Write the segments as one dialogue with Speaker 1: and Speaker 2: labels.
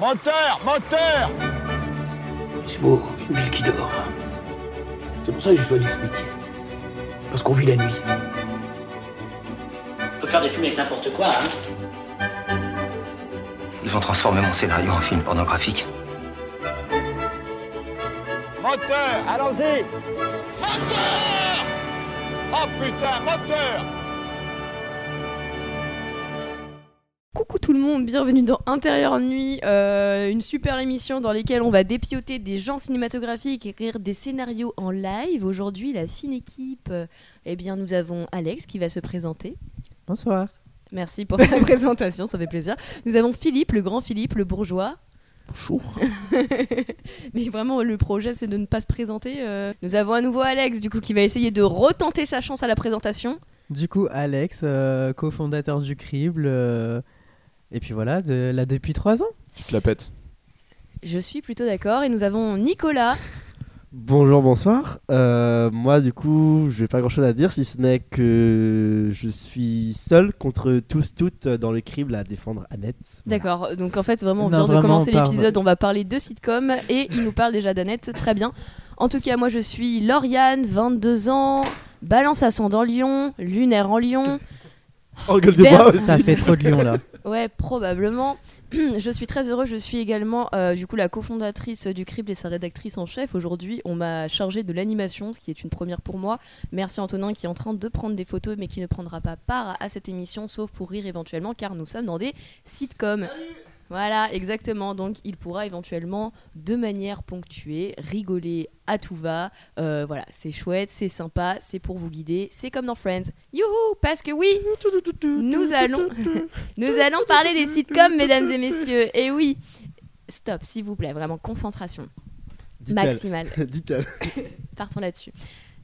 Speaker 1: Moteur Moteur
Speaker 2: C'est beau, une ville qui dort. C'est pour ça que j'ai choisi ce métier. Parce qu'on vit la nuit.
Speaker 3: On peut faire des films avec n'importe quoi, hein.
Speaker 4: Ils vont transformer mon scénario en film pornographique.
Speaker 1: Moteur
Speaker 2: Allons-y
Speaker 1: Moteur Oh putain, moteur
Speaker 5: Coucou tout le monde, bienvenue dans Intérieur Nuit, euh, une super émission dans laquelle on va dépioter des gens cinématographiques, écrire des scénarios en live. Aujourd'hui, la fine équipe, euh, eh bien nous avons Alex qui va se présenter.
Speaker 6: Bonsoir.
Speaker 5: Merci pour sa présentation, ça fait plaisir. Nous avons Philippe, le grand Philippe, le bourgeois.
Speaker 6: Bonjour.
Speaker 5: Mais vraiment, le projet, c'est de ne pas se présenter. euh. Nous avons à nouveau Alex, du coup, qui va essayer de retenter sa chance à la présentation.
Speaker 6: Du coup, Alex, euh, cofondateur du Crible, euh, et puis voilà, de, là depuis trois ans.
Speaker 7: Tu te la pètes.
Speaker 5: Je suis plutôt d'accord. Et nous avons Nicolas.
Speaker 8: Bonjour, bonsoir. Euh, moi, du coup, je n'ai pas grand-chose à dire, si ce n'est que je suis seul contre tous, toutes dans le crible à défendre Annette.
Speaker 5: D'accord, donc en fait vraiment on
Speaker 6: Non,
Speaker 5: vient de
Speaker 6: vraiment,
Speaker 5: commencer
Speaker 6: on parle-
Speaker 5: l'épisode, on va parler de sitcom et il nous parle déjà d'Annette, très bien. En tout cas moi je suis Lauriane, 22 ans, balance à son dans Lyon, lunaire en Lyon,
Speaker 8: Oh, gueule de bois
Speaker 5: Verse.
Speaker 8: aussi.
Speaker 6: Ça fait trop de lion là.
Speaker 5: ouais probablement. je suis très heureuse, je suis également euh, du coup la cofondatrice du Crible et sa rédactrice en chef. Aujourd'hui on m'a chargée de l'animation, ce qui est une première pour moi. Merci Antonin qui est en train de prendre des photos mais qui ne prendra pas part à cette émission sauf pour rire éventuellement car nous sommes dans des sitcoms. Voilà, exactement. Donc, il pourra éventuellement, de manière ponctuée, rigoler à tout va. Euh, voilà, c'est chouette, c'est sympa, c'est pour vous guider. C'est comme dans Friends. Youhou Parce que oui, nous allons, nous allons parler des sitcoms, mesdames et messieurs. Et oui Stop, s'il vous plaît, vraiment concentration
Speaker 8: Dit-elle.
Speaker 5: maximale.
Speaker 8: Dit-elle.
Speaker 5: Partons là-dessus.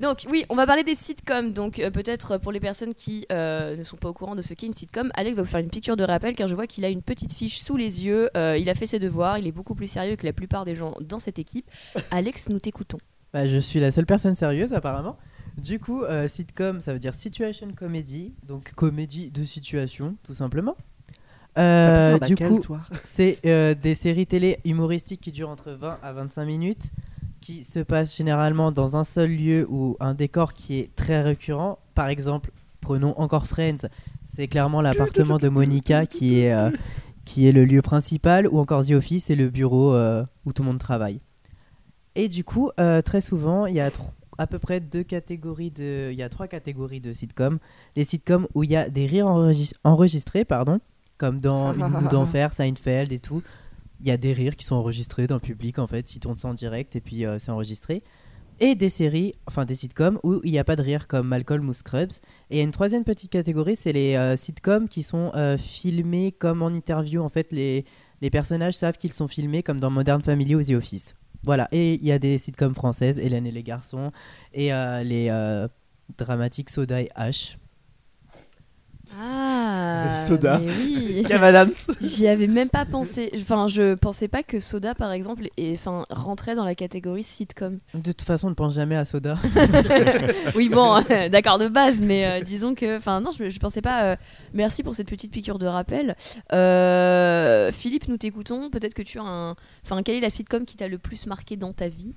Speaker 5: Donc oui, on va parler des sitcoms. Donc euh, peut-être euh, pour les personnes qui euh, ne sont pas au courant de ce qu'est une sitcom, Alex va vous faire une piqûre de rappel car je vois qu'il a une petite fiche sous les yeux. Euh, il a fait ses devoirs. Il est beaucoup plus sérieux que la plupart des gens dans cette équipe. Alex, nous t'écoutons.
Speaker 6: Bah, je suis la seule personne sérieuse apparemment. Du coup, euh, sitcom, ça veut dire situation comedy, donc comédie de situation, tout simplement. Euh, du coup, c'est euh, des séries télé humoristiques qui durent entre 20 à 25 minutes, qui se passent généralement dans un seul lieu ou un décor qui est très récurrent. Par exemple, prenons encore Friends, c'est clairement l'appartement de Monica qui est, euh, qui est le lieu principal, ou encore The Office, c'est le bureau euh, où tout le monde travaille. Et du coup, euh, très souvent, il y a tro- à peu près deux catégories de, il y a trois catégories de sitcoms. Les sitcoms où il y a des rires enregis- enregistrés, pardon, comme dans Une Nuit d'enfer, Seinfeld et tout. Il y a des rires qui sont enregistrés dans le public en fait, ils tournent ça en direct et puis euh, c'est enregistré. Et des séries, enfin des sitcoms où il n'y a pas de rire comme Malcolm ou Scrubs. Et il y a une troisième petite catégorie, c'est les euh, sitcoms qui sont euh, filmés comme en interview. En fait, les, les personnages savent qu'ils sont filmés comme dans Modern Family ou The Office. Voilà, et il y a des sitcoms françaises, Hélène et les garçons, et euh, les euh, dramatiques Soda et H.
Speaker 5: Ah.
Speaker 8: Soda.
Speaker 5: mais oui.
Speaker 8: Kev Adams.
Speaker 5: J'y avais même pas pensé. Enfin, je pensais pas que Soda, par exemple, et enfin rentrait dans la catégorie sitcom.
Speaker 6: De toute façon, on ne pense jamais à Soda.
Speaker 5: oui, bon, d'accord de base, mais euh, disons que. Enfin, non, je, je pensais pas. euh, merci pour cette petite piqûre de rappel. Euh, Philippe, nous t'écoutons. Peut-être que tu as un. Enfin, quelle est la sitcom qui t'a le plus marqué dans ta vie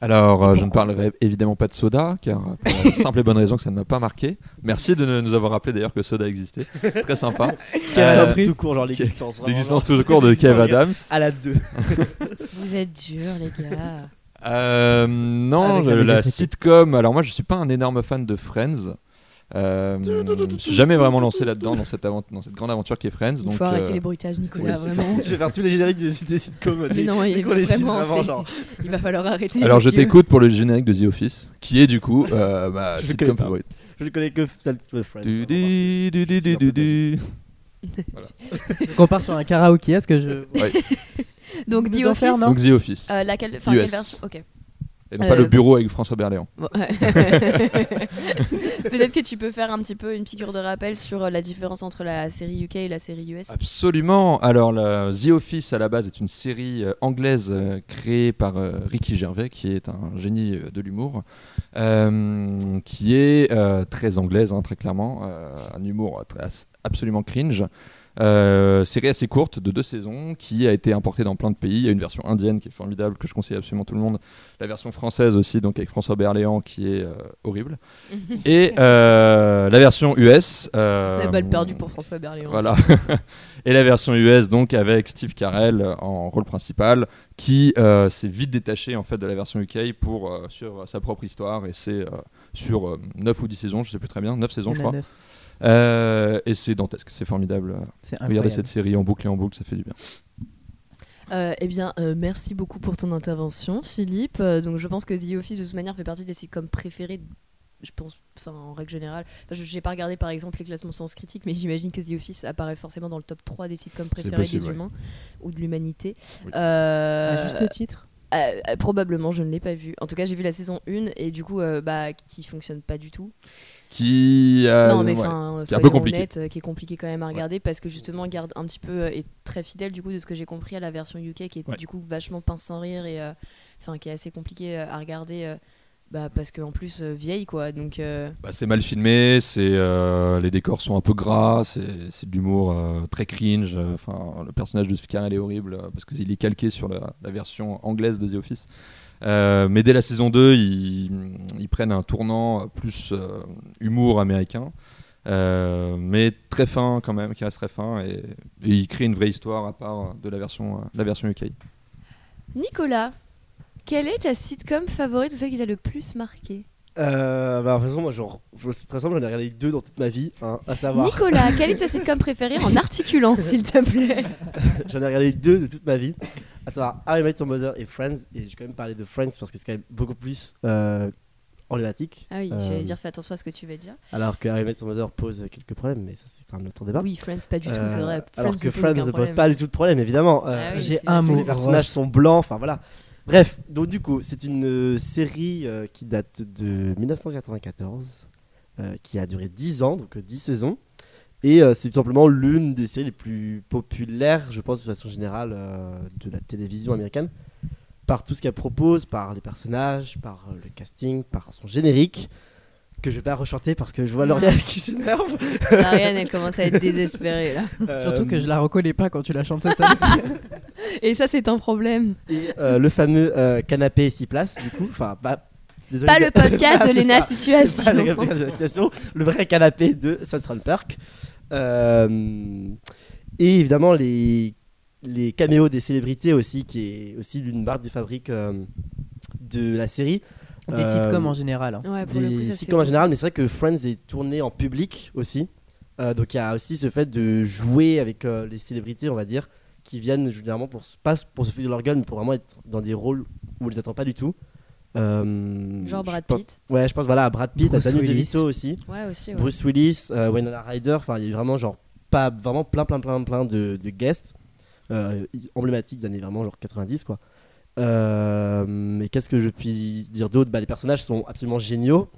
Speaker 7: Alors, euh, je ne
Speaker 5: Pourquoi
Speaker 7: parlerai évidemment pas de soda, car euh, pour la simple et bonne raison que ça ne m'a pas marqué. Merci de ne- nous avoir rappelé d'ailleurs que soda existait. Très sympa.
Speaker 8: Kev
Speaker 7: Euh,
Speaker 8: Adams tout court, genre l'existence. vraiment,
Speaker 7: L'existence
Speaker 8: genre,
Speaker 7: tout court de Kev
Speaker 8: l'existence,
Speaker 7: Adams.
Speaker 8: À la 2.
Speaker 5: Vous êtes durs, les gars.
Speaker 7: Euh, non,
Speaker 6: Avec
Speaker 7: je-
Speaker 6: la
Speaker 7: la
Speaker 6: médiocrité.
Speaker 7: sitcom. Alors moi, je suis pas un énorme fan de Friends. Euh, je me suis jamais vraiment lancé là-dedans dans cette, avent- dans cette grande aventure qui est Friends.
Speaker 5: Il
Speaker 7: donc,
Speaker 5: faut arrêter
Speaker 7: euh,
Speaker 5: les bruitages, Nicolas,
Speaker 7: oui, c'est
Speaker 5: vraiment.
Speaker 8: Je vais faire tous les génériques des, des sitcoms.
Speaker 5: Mais
Speaker 8: des-
Speaker 5: non, il-
Speaker 8: dès qu'on les cite
Speaker 5: vraiment,
Speaker 8: vraiment,
Speaker 5: c'est-
Speaker 8: genre.
Speaker 5: Il va falloir arrêter.
Speaker 7: Alors je
Speaker 5: messieurs.
Speaker 7: t'écoute pour le générique de The Office, qui est du coup euh, ma
Speaker 8: Je
Speaker 7: sitcom
Speaker 8: connais pas.
Speaker 7: favorite.
Speaker 8: Je ne connais que celle de Friends.
Speaker 7: Du-
Speaker 8: vraiment, c'est-
Speaker 7: du- du- du- du- du- du.
Speaker 6: Donc on part sur un karaoké, est-ce que je...
Speaker 5: Donc,
Speaker 6: Nous
Speaker 5: The
Speaker 6: d'en
Speaker 5: Office.
Speaker 6: faire, non
Speaker 7: Donc The Office.
Speaker 5: euh, laquelle. Enfin, quelle
Speaker 7: US.
Speaker 5: version Ok.
Speaker 7: Et non pas
Speaker 5: euh,
Speaker 7: le bureau avec François Berléand.
Speaker 5: Bon. Peut-être que tu peux faire un petit peu une piqûre de rappel sur euh, la différence entre la série UK et la série US.
Speaker 7: Absolument. Alors, la- The Office, à la base, est une série euh, anglaise euh, créée par euh, Ricky Gervais, qui est un génie euh, de l'humour, euh, qui est euh, très anglaise, hein, très clairement, euh, un humour euh, très- absolument cringe. Euh, série assez courte de deux saisons qui a été importée dans plein de pays. Il y a une version indienne qui est formidable, que je conseille absolument tout le monde. La version française aussi, donc avec François Berléand qui est euh, horrible. Et euh, la version US. euh,
Speaker 5: La balle perdue pour François Berléand.
Speaker 7: voilà. et la version US, donc avec Steve Carell euh, en rôle principal, qui euh, s'est vite détaché en fait de la version UK pour euh, sur euh, sa propre histoire. Et c'est euh, sur 9 ou 10 saisons, je sais plus très bien, 9 saisons,
Speaker 6: Il y
Speaker 7: je
Speaker 6: en a
Speaker 7: crois.
Speaker 6: neuf.
Speaker 7: Euh, et c'est dantesque, c'est formidable.
Speaker 6: C'est
Speaker 7: Regardez
Speaker 6: incroyable.
Speaker 7: cette série en boucle et en boucle, ça fait du bien.
Speaker 5: Euh, eh bien, euh, merci beaucoup pour ton intervention, Philippe. Euh, donc, je pense que The Office, de toute manière, fait partie des sitcoms préférés, je pense, enfin, en règle générale. Enfin, je n'ai pas regardé, par exemple, les classements sans critique, mais j'imagine que The Office apparaît forcément dans le top 3 des sitcoms préférés
Speaker 7: possible,
Speaker 5: des
Speaker 7: ouais.
Speaker 5: humains ou de l'humanité.
Speaker 7: Oui.
Speaker 5: Euh,
Speaker 6: À juste titre.
Speaker 5: euh, euh, probablement, je ne l'ai pas vu. En tout cas, j'ai vu la saison 1 et du coup, euh, bah, qui fonctionne pas du tout.
Speaker 7: Qui a-
Speaker 5: non, mais
Speaker 7: Euh, ouais.
Speaker 5: enfin,
Speaker 7: C'est un
Speaker 5: soyons
Speaker 7: peu compliqué.
Speaker 5: honnêtes, euh, qui est compliqué quand même à regarder parce que justement, il garde un petit peu euh, est très fidèle du coup de ce que j'ai compris à la version UK qui est
Speaker 7: Ouais.
Speaker 5: du coup vachement pince sans rire et euh, enfin qui est assez compliqué euh, à regarder. euh, bah, parce qu'en plus euh, vieille quoi donc euh,
Speaker 7: Bah, c'est mal filmé, c'est euh, les décors sont un peu gras, c'est c'est de l'humour euh, très cringe. euh, Enfin, le personnage de Steve Carell est horrible euh, parce qu'il est calqué sur la, la version anglaise de The Office. Euh, mais dès la saison 2, ils, ils prennent un tournant euh, plus euh, humour américain, euh, mais très fin quand même, qui reste très fin et, et ils créent une vraie histoire à part euh, de la version, euh, la version UK.
Speaker 5: Nicolas quelle est ta sitcom favorite ou celle qui t'a le plus marqué
Speaker 8: Euh, bah, en fait, moi, genre, je- c'est très simple, j'en ai regardé deux dans toute ma vie, hein, à
Speaker 5: Ah bah.
Speaker 8: savoir.
Speaker 5: Nicolas quelle est ta sitcom préférée en articulant s'il te plaît
Speaker 8: J'en ai regardé deux de toute ma vie, à savoir How I Met Your Mother et Friends. Et j'ai quand même parlé de Friends parce que c'est quand même beaucoup plus euh, emblématique.
Speaker 5: ah oui
Speaker 8: Euh,
Speaker 5: j'allais dire fais attention à ce que tu vas dire
Speaker 8: Alors que How I Met Your Mother pose quelques problèmes, mais ça, c'est un autre débat.
Speaker 5: Bah. oui Friends pas du tout c'est
Speaker 8: Euh,
Speaker 5: vrai
Speaker 8: alors
Speaker 5: Friends
Speaker 8: que
Speaker 5: ne pose
Speaker 8: Friends
Speaker 5: aucun
Speaker 8: ne pose
Speaker 5: problème.
Speaker 8: pas du tout de problème, évidemment. Euh,
Speaker 5: Ah oui,
Speaker 6: J'ai
Speaker 5: c'est-
Speaker 6: un
Speaker 8: tous
Speaker 6: mot.
Speaker 8: les personnages sont blancs, enfin voilà. Bref, donc du coup, c'est une euh, série euh, qui date de 1994, euh, qui a duré 10 ans, donc euh, 10 saisons. Et euh, c'est tout simplement l'une des séries les plus populaires, je pense, de façon générale, euh, de la télévision américaine. Par tout ce qu'elle propose, par les personnages, par euh, le casting, par son générique, que je vais pas rechanter parce que je vois Lauriane qui s'énerve.
Speaker 5: Bah, Ariane elle commence à être désespérée là
Speaker 6: Surtout que
Speaker 8: Euh,
Speaker 6: je la reconnais pas quand tu la chantes, c'est ça.
Speaker 5: et ça c'est un problème
Speaker 8: Et, euh, le fameux euh, canapé 6 places, du coup. Enfin, pas. désolé
Speaker 5: Pas
Speaker 8: de-
Speaker 5: le podcast
Speaker 8: Ah,
Speaker 5: de
Speaker 8: c'est
Speaker 5: Léna
Speaker 8: ça.
Speaker 5: Situation.
Speaker 8: Pas le canapé de la situation, le vrai canapé de Central Park. Euh, et évidemment, les, les caméos des célébrités aussi, qui est aussi l'une marque de fabrique euh, de la série.
Speaker 6: Des
Speaker 8: Euh,
Speaker 6: sitcoms en général. hein.
Speaker 5: Ouais, pour le coup,
Speaker 8: des
Speaker 5: ça, c'est
Speaker 8: sitcoms en
Speaker 5: cool.
Speaker 8: général, mais c'est vrai que Friends est tourné en public aussi. Euh, donc il y a aussi ce fait de jouer avec euh, les célébrités, on va dire, qui viennent généralement pour se- pas pour se foutre de leur gueule, mais pour vraiment être dans des rôles où on les attend pas du tout. Euh,
Speaker 5: Genre
Speaker 8: je
Speaker 5: Brad
Speaker 8: pense-
Speaker 5: Pitt.
Speaker 8: Ouais, je pense voilà à Brad Pitt,
Speaker 6: Bruce
Speaker 8: à Danny
Speaker 6: Willis.
Speaker 8: DeVito aussi,
Speaker 5: Ouais, aussi. ouais.
Speaker 8: Bruce Willis, euh, Winona Ryder. Enfin, il y a eu vraiment genre pas vraiment plein plein plein plein de, de guests euh, emblématiques des années vraiment genre 90 quoi. Euh, mais qu'est-ce que je puis dire d'autre Bah, Les personnages sont absolument géniaux.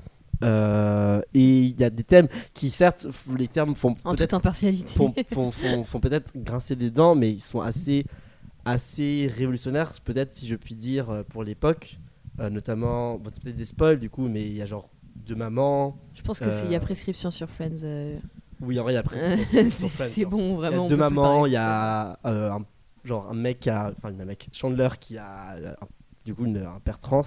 Speaker 8: Euh, et il y a des thèmes qui, certes, f- les termes font
Speaker 5: En
Speaker 8: peut-être
Speaker 5: toute impartialité.
Speaker 8: font, font- font- font peut-être grincer des dents, mais ils sont assez, assez révolutionnaires, peut-être si je puis dire, euh, pour l'époque. Euh, notamment, bon, c'est peut-être des spoils du coup, mais il y a genre deux mamans.
Speaker 5: Je pense que c'est il y
Speaker 8: Euh,
Speaker 5: a prescription sur Friends. euh.
Speaker 8: Oui, en vrai, il y a presque-
Speaker 5: C'est-
Speaker 8: sur Friends,
Speaker 5: c'est
Speaker 8: genre.
Speaker 5: bon,
Speaker 8: Il y
Speaker 5: vraiment.
Speaker 8: a
Speaker 5: on peut
Speaker 8: deux
Speaker 5: plus
Speaker 8: mamans,
Speaker 5: parler.
Speaker 8: il y a euh, un, genre un mec qui a, enfin un mec, Chandler qui a euh, un- du coup une- un père trans.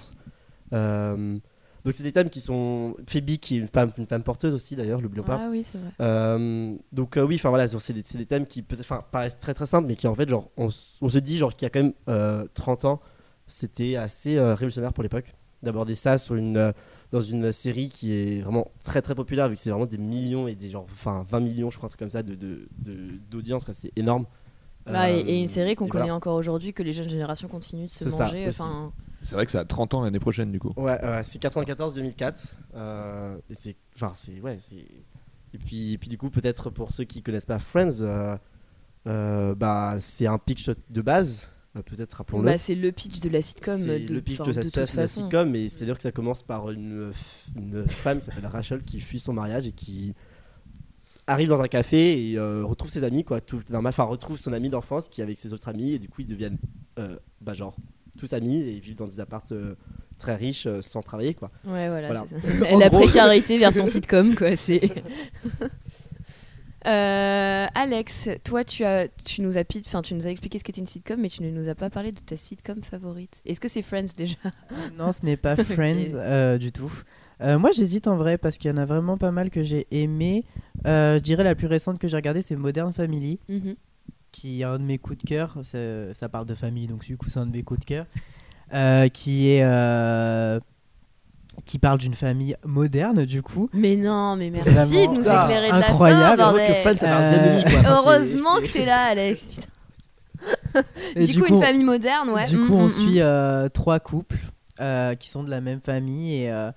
Speaker 8: Euh, donc c'est des thèmes qui sont Phoebe qui est une femme, une femme porteuse aussi d'ailleurs, l'oublions pas.
Speaker 5: Ah oui, c'est vrai.
Speaker 8: Euh, donc euh, oui, enfin voilà, genre, c'est des, c'est des thèmes qui peut-être, enfin, paraissent très très simples, mais qui en fait genre on, s- on se dit genre qu'il y a quand même euh, 30 ans, c'était assez euh, révolutionnaire pour l'époque d'aborder ça sur une euh, dans une série qui est vraiment très très populaire vu que c'est vraiment des millions et des genre enfin 20 millions je crois un truc comme ça de de- de- d'audience quoi, c'est énorme.
Speaker 5: Bah, et, et une
Speaker 8: Euh,
Speaker 5: série qu'on
Speaker 8: et
Speaker 5: connaît
Speaker 8: voilà.
Speaker 5: encore aujourd'hui, que les jeunes générations continuent de se
Speaker 8: C'est ça,
Speaker 5: manger.
Speaker 8: aussi.
Speaker 5: Enfin,
Speaker 7: C'est vrai que ça a 30 ans l'année prochaine du coup.
Speaker 8: Ouais, ouais, c'est 94 2004 euh, et c'est enfin c'est ouais, c'est et puis et puis du coup peut-être pour ceux qui connaissent pas Friends euh, euh, bah c'est un pitch de base, euh, peut-être rappelons-le.
Speaker 5: bah, c'est le pitch de la sitcom.
Speaker 8: c'est
Speaker 5: euh, de,
Speaker 8: le pitch
Speaker 5: enfin,
Speaker 8: de,
Speaker 5: de
Speaker 8: cette
Speaker 5: toute façon.
Speaker 8: sitcom et c'est-à-dire que ça commence par une, une femme qui s'appelle Rachel qui fuit son mariage et qui arrive dans un café et euh, retrouve ses amis quoi tout est normal enfin retrouve son ami d'enfance qui est avec ses autres amis et du coup ils deviennent euh, bah genre tous amis et ils vivent dans des appartes euh, très riches euh, sans travailler quoi
Speaker 5: Ouais, voilà.
Speaker 8: Voilà.
Speaker 5: c'est ça. la
Speaker 8: gros.
Speaker 5: précarité version sitcom, quoi. C'est. Euh, Alex, toi, tu, as, tu, nous as, pit- enfin, tu nous as expliqué ce qu'était une sitcom, mais tu ne nous as pas parlé de ta sitcom favorite. Est-ce que c'est Friends déjà
Speaker 6: Non, ce n'est pas
Speaker 5: Ok.
Speaker 6: Friends euh, du tout. Euh, moi, j'hésite en vrai parce qu'il y en a vraiment pas mal que j'ai aimé. Euh, je dirais la plus récente que j'ai regardée, c'est Modern Family, qui est un de mes coups de cœur. C'est- Ça parle de famille, donc du coup, c'est un de mes coups de cœur. Euh, qui est euh, qui parle d'une famille moderne, du coup.
Speaker 5: Mais non, mais merci
Speaker 6: Vraiment.
Speaker 5: de nous
Speaker 8: Ah,
Speaker 5: éclairer de
Speaker 6: incroyable.
Speaker 5: la fin,
Speaker 8: Heureusement que
Speaker 5: bordel.
Speaker 8: Friends, ça parle
Speaker 6: Euh,
Speaker 8: d'ennemi, quoi. Enfin, c'est-
Speaker 5: Heureusement
Speaker 8: c'est-
Speaker 5: que t'es là, Alex. Putain.
Speaker 6: Et
Speaker 5: Du, coup, une famille moderne, ouais.
Speaker 6: Du
Speaker 5: Mm,
Speaker 6: coup,
Speaker 5: mm,
Speaker 6: on
Speaker 5: mm.
Speaker 6: suit euh, trois couples euh, qui sont de la même famille et, euh,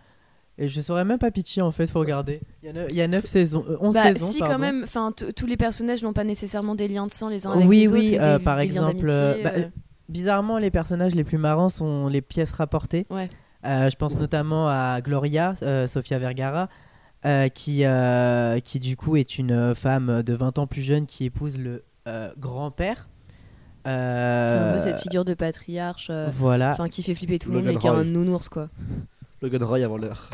Speaker 6: et je saurais même pas pitcher en fait, faut regarder. Il y a neuf- Il y a 9 saisons, 11
Speaker 5: Bah,
Speaker 6: saisons.
Speaker 5: si, quand
Speaker 6: pardon.
Speaker 5: même. Enfin, t- tous les personnages n'ont pas nécessairement des liens de sang les uns avec
Speaker 6: Oui,
Speaker 5: les autres.
Speaker 6: oui,
Speaker 5: ou des-
Speaker 6: euh, par
Speaker 5: des liens
Speaker 6: exemple,
Speaker 5: d'amitié,
Speaker 6: euh, bah,
Speaker 5: euh.
Speaker 6: Bizarrement, les personnages les plus marrants sont les pièces rapportées.
Speaker 5: Ouais.
Speaker 6: Euh, je pense notamment à Gloria, euh, Sofia Vergara, euh, qui, euh, qui du coup est une euh, femme de 20 ans plus jeune qui épouse le euh, grand-père.
Speaker 5: C'est un peu
Speaker 6: Euh,
Speaker 5: cette figure de patriarche. euh,
Speaker 6: Voilà.
Speaker 5: Enfin, qui fait flipper tout le monde,
Speaker 8: Logan
Speaker 5: mais qui est un
Speaker 8: Roy.
Speaker 5: nounours, quoi.
Speaker 8: Logan Roy avant l'heure.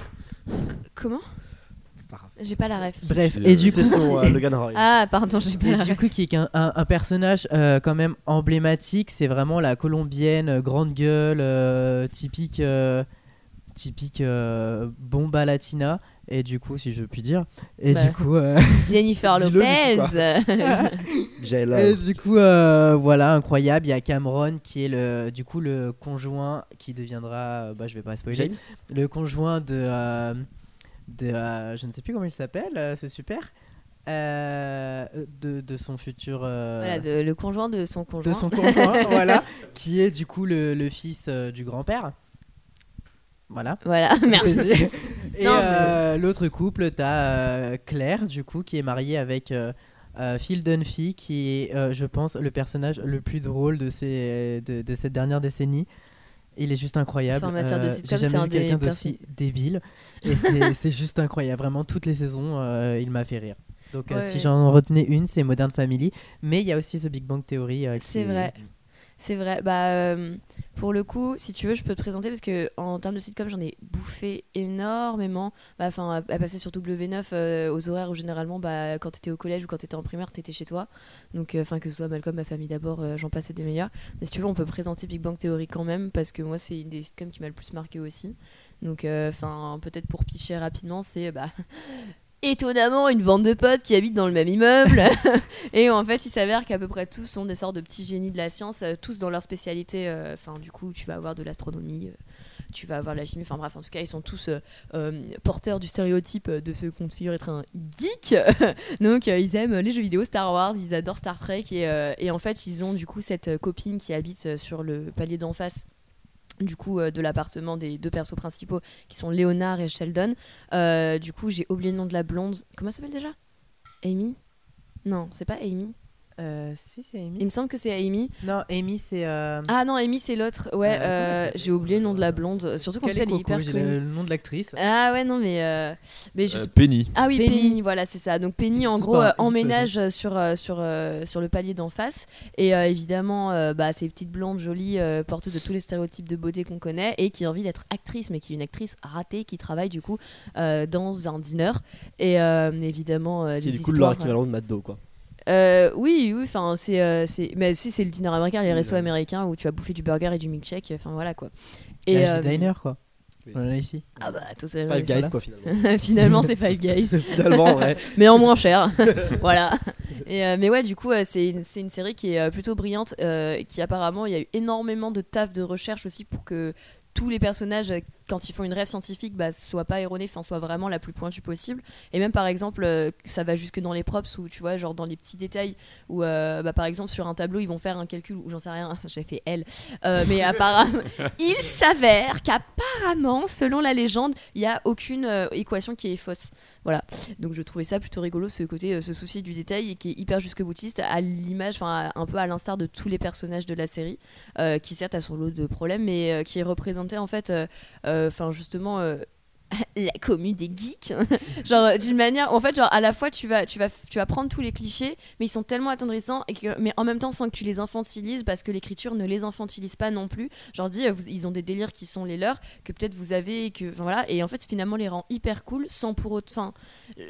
Speaker 5: Comment
Speaker 8: C'est pas grave.
Speaker 5: J'ai pas la ref.
Speaker 6: Bref,
Speaker 7: qui,
Speaker 6: et
Speaker 7: euh,
Speaker 6: du coup,
Speaker 8: C'est son euh, Logan Roy.
Speaker 5: Ah, pardon, j'ai pas
Speaker 6: Et
Speaker 5: la
Speaker 6: du
Speaker 5: ref.
Speaker 6: coup, qui est un, un- un personnage euh, quand même emblématique, c'est vraiment la colombienne, euh, grande gueule, euh, typique, euh, typique euh, bomba latina. Et du coup, si je puis dire. Et
Speaker 5: Bah.
Speaker 6: du coup, euh,
Speaker 5: Jennifer
Speaker 8: Dis-le,
Speaker 5: Lopez
Speaker 8: du coup, J'ai là.
Speaker 6: et du coup euh, voilà, incroyable. Il y a Cameron qui est le, du coup, le conjoint qui deviendra. euh, Bah, je vais pas spoiler.
Speaker 8: James
Speaker 6: Le conjoint de. euh, de euh, je ne sais plus comment il s'appelle, euh, c'est super. Euh, de, de son futur. euh,
Speaker 5: Voilà, de- le conjoint de son conjoint.
Speaker 6: de son conjoint, voilà, qui est du coup le, le fils euh, du grand-père. Voilà.
Speaker 5: Voilà, merci.
Speaker 6: Et
Speaker 5: Non, mais-
Speaker 6: euh, l'autre couple, t'as euh, Claire, du coup, qui est mariée avec euh, euh, Phil Dunphy, qui est, euh, je pense, le personnage le plus drôle de, ces, de, de cette dernière décennie. Il est juste incroyable.
Speaker 5: Enfin, en matière de
Speaker 6: Euh,
Speaker 5: sitcom,
Speaker 6: J'ai
Speaker 5: c'est
Speaker 6: jamais
Speaker 5: un
Speaker 6: vu
Speaker 5: des
Speaker 6: quelqu'un d'aussi débile. Et c'est c'est juste incroyable. Vraiment, toutes les saisons, euh, il m'a fait rire. Donc, euh,
Speaker 5: Ouais,
Speaker 6: si
Speaker 5: ouais.
Speaker 6: j'en retenais une, c'est Modern Family. Mais il y a aussi The Big Bang Theory. euh, qui-
Speaker 5: C'est vrai. C'est vrai. Bah, euh, pour le coup, si tu veux, je peux te présenter parce que en termes de sitcom, j'en ai bouffé énormément. Bah, Enfin, à, à passer sur W9 euh, aux horaires où généralement, bah, quand t'étais au collège ou quand t'étais en primaire, t'étais chez toi. Donc, euh, enfin, que ce soit Malcolm, ma famille d'abord, euh, j'en passais des meilleurs. Mais si tu veux, on peut présenter Big Bang Theory quand même parce que moi, c'est une des sitcoms qui m'a le plus marqué aussi. Donc, euh, enfin, peut-être pour pitcher rapidement, c'est bah. Étonnamment, une bande de potes qui habitent dans le même immeuble. Et en fait, il s'avère qu'à peu près tous sont des sortes de petits génies de la science, euh, tous dans leur spécialité. euh, Enfin, du coup, tu vas avoir de l'astronomie, euh, tu vas avoir de la chimie. Enfin bref, en tout cas, ils sont tous euh, euh, porteurs du stéréotype euh, de ce qu'on figure être un geek. Donc, euh, ils aiment les jeux vidéo, Star Wars, ils adorent Star Trek. Et, euh, et en fait, ils ont du coup cette euh, copine qui habite euh, sur le palier d'en face. Du coup, euh, de l'appartement des deux persos principaux qui sont Léonard et Sheldon. Euh, du coup, j'ai oublié le nom de la blonde. Comment elle s'appelle déjà Amy Non, c'est pas Amy.
Speaker 6: Euh, si, c'est Amy.
Speaker 5: Il me semble que c'est Amy.
Speaker 6: Non, Amy, c'est. euh,
Speaker 5: Ah non, Amy c'est l'autre. Ouais,
Speaker 6: Euh, comment elle
Speaker 5: euh,
Speaker 6: s'appelle
Speaker 5: j'ai oublié le nom de la blonde. euh, Surtout qu'en
Speaker 6: Quel
Speaker 5: plus elle est
Speaker 6: est
Speaker 5: hyper
Speaker 6: Coco J'ai le,
Speaker 5: connue.
Speaker 6: le nom de l'actrice.
Speaker 5: Ah ouais, non mais. euh, mais je
Speaker 7: Euh,
Speaker 5: sais-
Speaker 7: Penny.
Speaker 5: Ah oui, Penny.
Speaker 6: Penny.
Speaker 5: voilà, c'est ça. Donc Penny, en
Speaker 6: Tout
Speaker 5: gros,
Speaker 6: par-
Speaker 5: euh,
Speaker 6: tout
Speaker 5: emménage euh, sur, euh, sur, euh, sur le palier d'en face. Et euh, évidemment, euh, bah, c'est une petite blonde jolie, euh, porteuse de tous les stéréotypes de beauté qu'on connaît et qui a envie d'être actrice, mais qui est une actrice ratée qui travaille du coup euh, dans un dîner. Et euh, évidemment, euh,
Speaker 8: Qui est
Speaker 5: des
Speaker 8: du coup
Speaker 5: histoires,
Speaker 8: leur équivalent de Maddo, quoi.
Speaker 5: euh, oui, oui, enfin, c'est, euh, c'est- mais si c'est le dîner américain, les
Speaker 8: Oui, bah.
Speaker 5: restos
Speaker 8: là.
Speaker 5: américains où tu vas bouffer du burger et du milkshake, enfin voilà quoi.
Speaker 6: Et
Speaker 5: Et
Speaker 6: la
Speaker 5: euh,
Speaker 6: Diner, quoi.
Speaker 8: Oui.
Speaker 6: On en a ici.
Speaker 5: ah bah totalement.
Speaker 8: Five
Speaker 6: voilà.
Speaker 8: Guys, quoi, finalement.
Speaker 5: Finalement, c'est Five Guys,
Speaker 8: finalement, en vrai.
Speaker 5: mais en moins cher, voilà. Et, euh, mais ouais, du coup, euh, c'est une, c'est une série qui est euh, plutôt brillante, euh, qui apparemment il y a eu énormément de taf de recherche aussi pour que tous les personnages, euh, quand ils font une rêve scientifique, bah, soient pas erronés, enfin soient vraiment la plus pointue possible. Et même par exemple, euh, ça va jusque dans les props ou tu vois, genre dans les petits détails où euh, bah, par exemple sur un tableau ils vont faire un calcul ou j'en sais rien, j'ai fait elle, Euh, mais apparemment il s'avère qu'apparemment selon la légende il y a aucune euh, équation qui est fausse. Voilà, donc je trouvais ça plutôt rigolo ce côté, euh, ce souci du détail et qui est hyper jusque boutiste à l'image, enfin à- un peu à l'instar de tous les personnages de la série, euh, qui certes a son lot de problèmes, mais euh, qui est représenté en fait, enfin euh, justement. euh, la commu des geeks. genre euh, d'une manière, en fait, genre à la fois tu vas, tu vas, tu vas prendre tous les clichés, mais ils sont tellement attendrissants et que, mais en même temps sans que tu les infantilises parce que l'écriture ne les infantilise pas non plus. Genre dis, euh, vous- ils ont des délires qui sont les leurs que peut-être vous avez et que, enfin, voilà. Et en fait, finalement, les rend hyper cool sans pour autant. Enfin,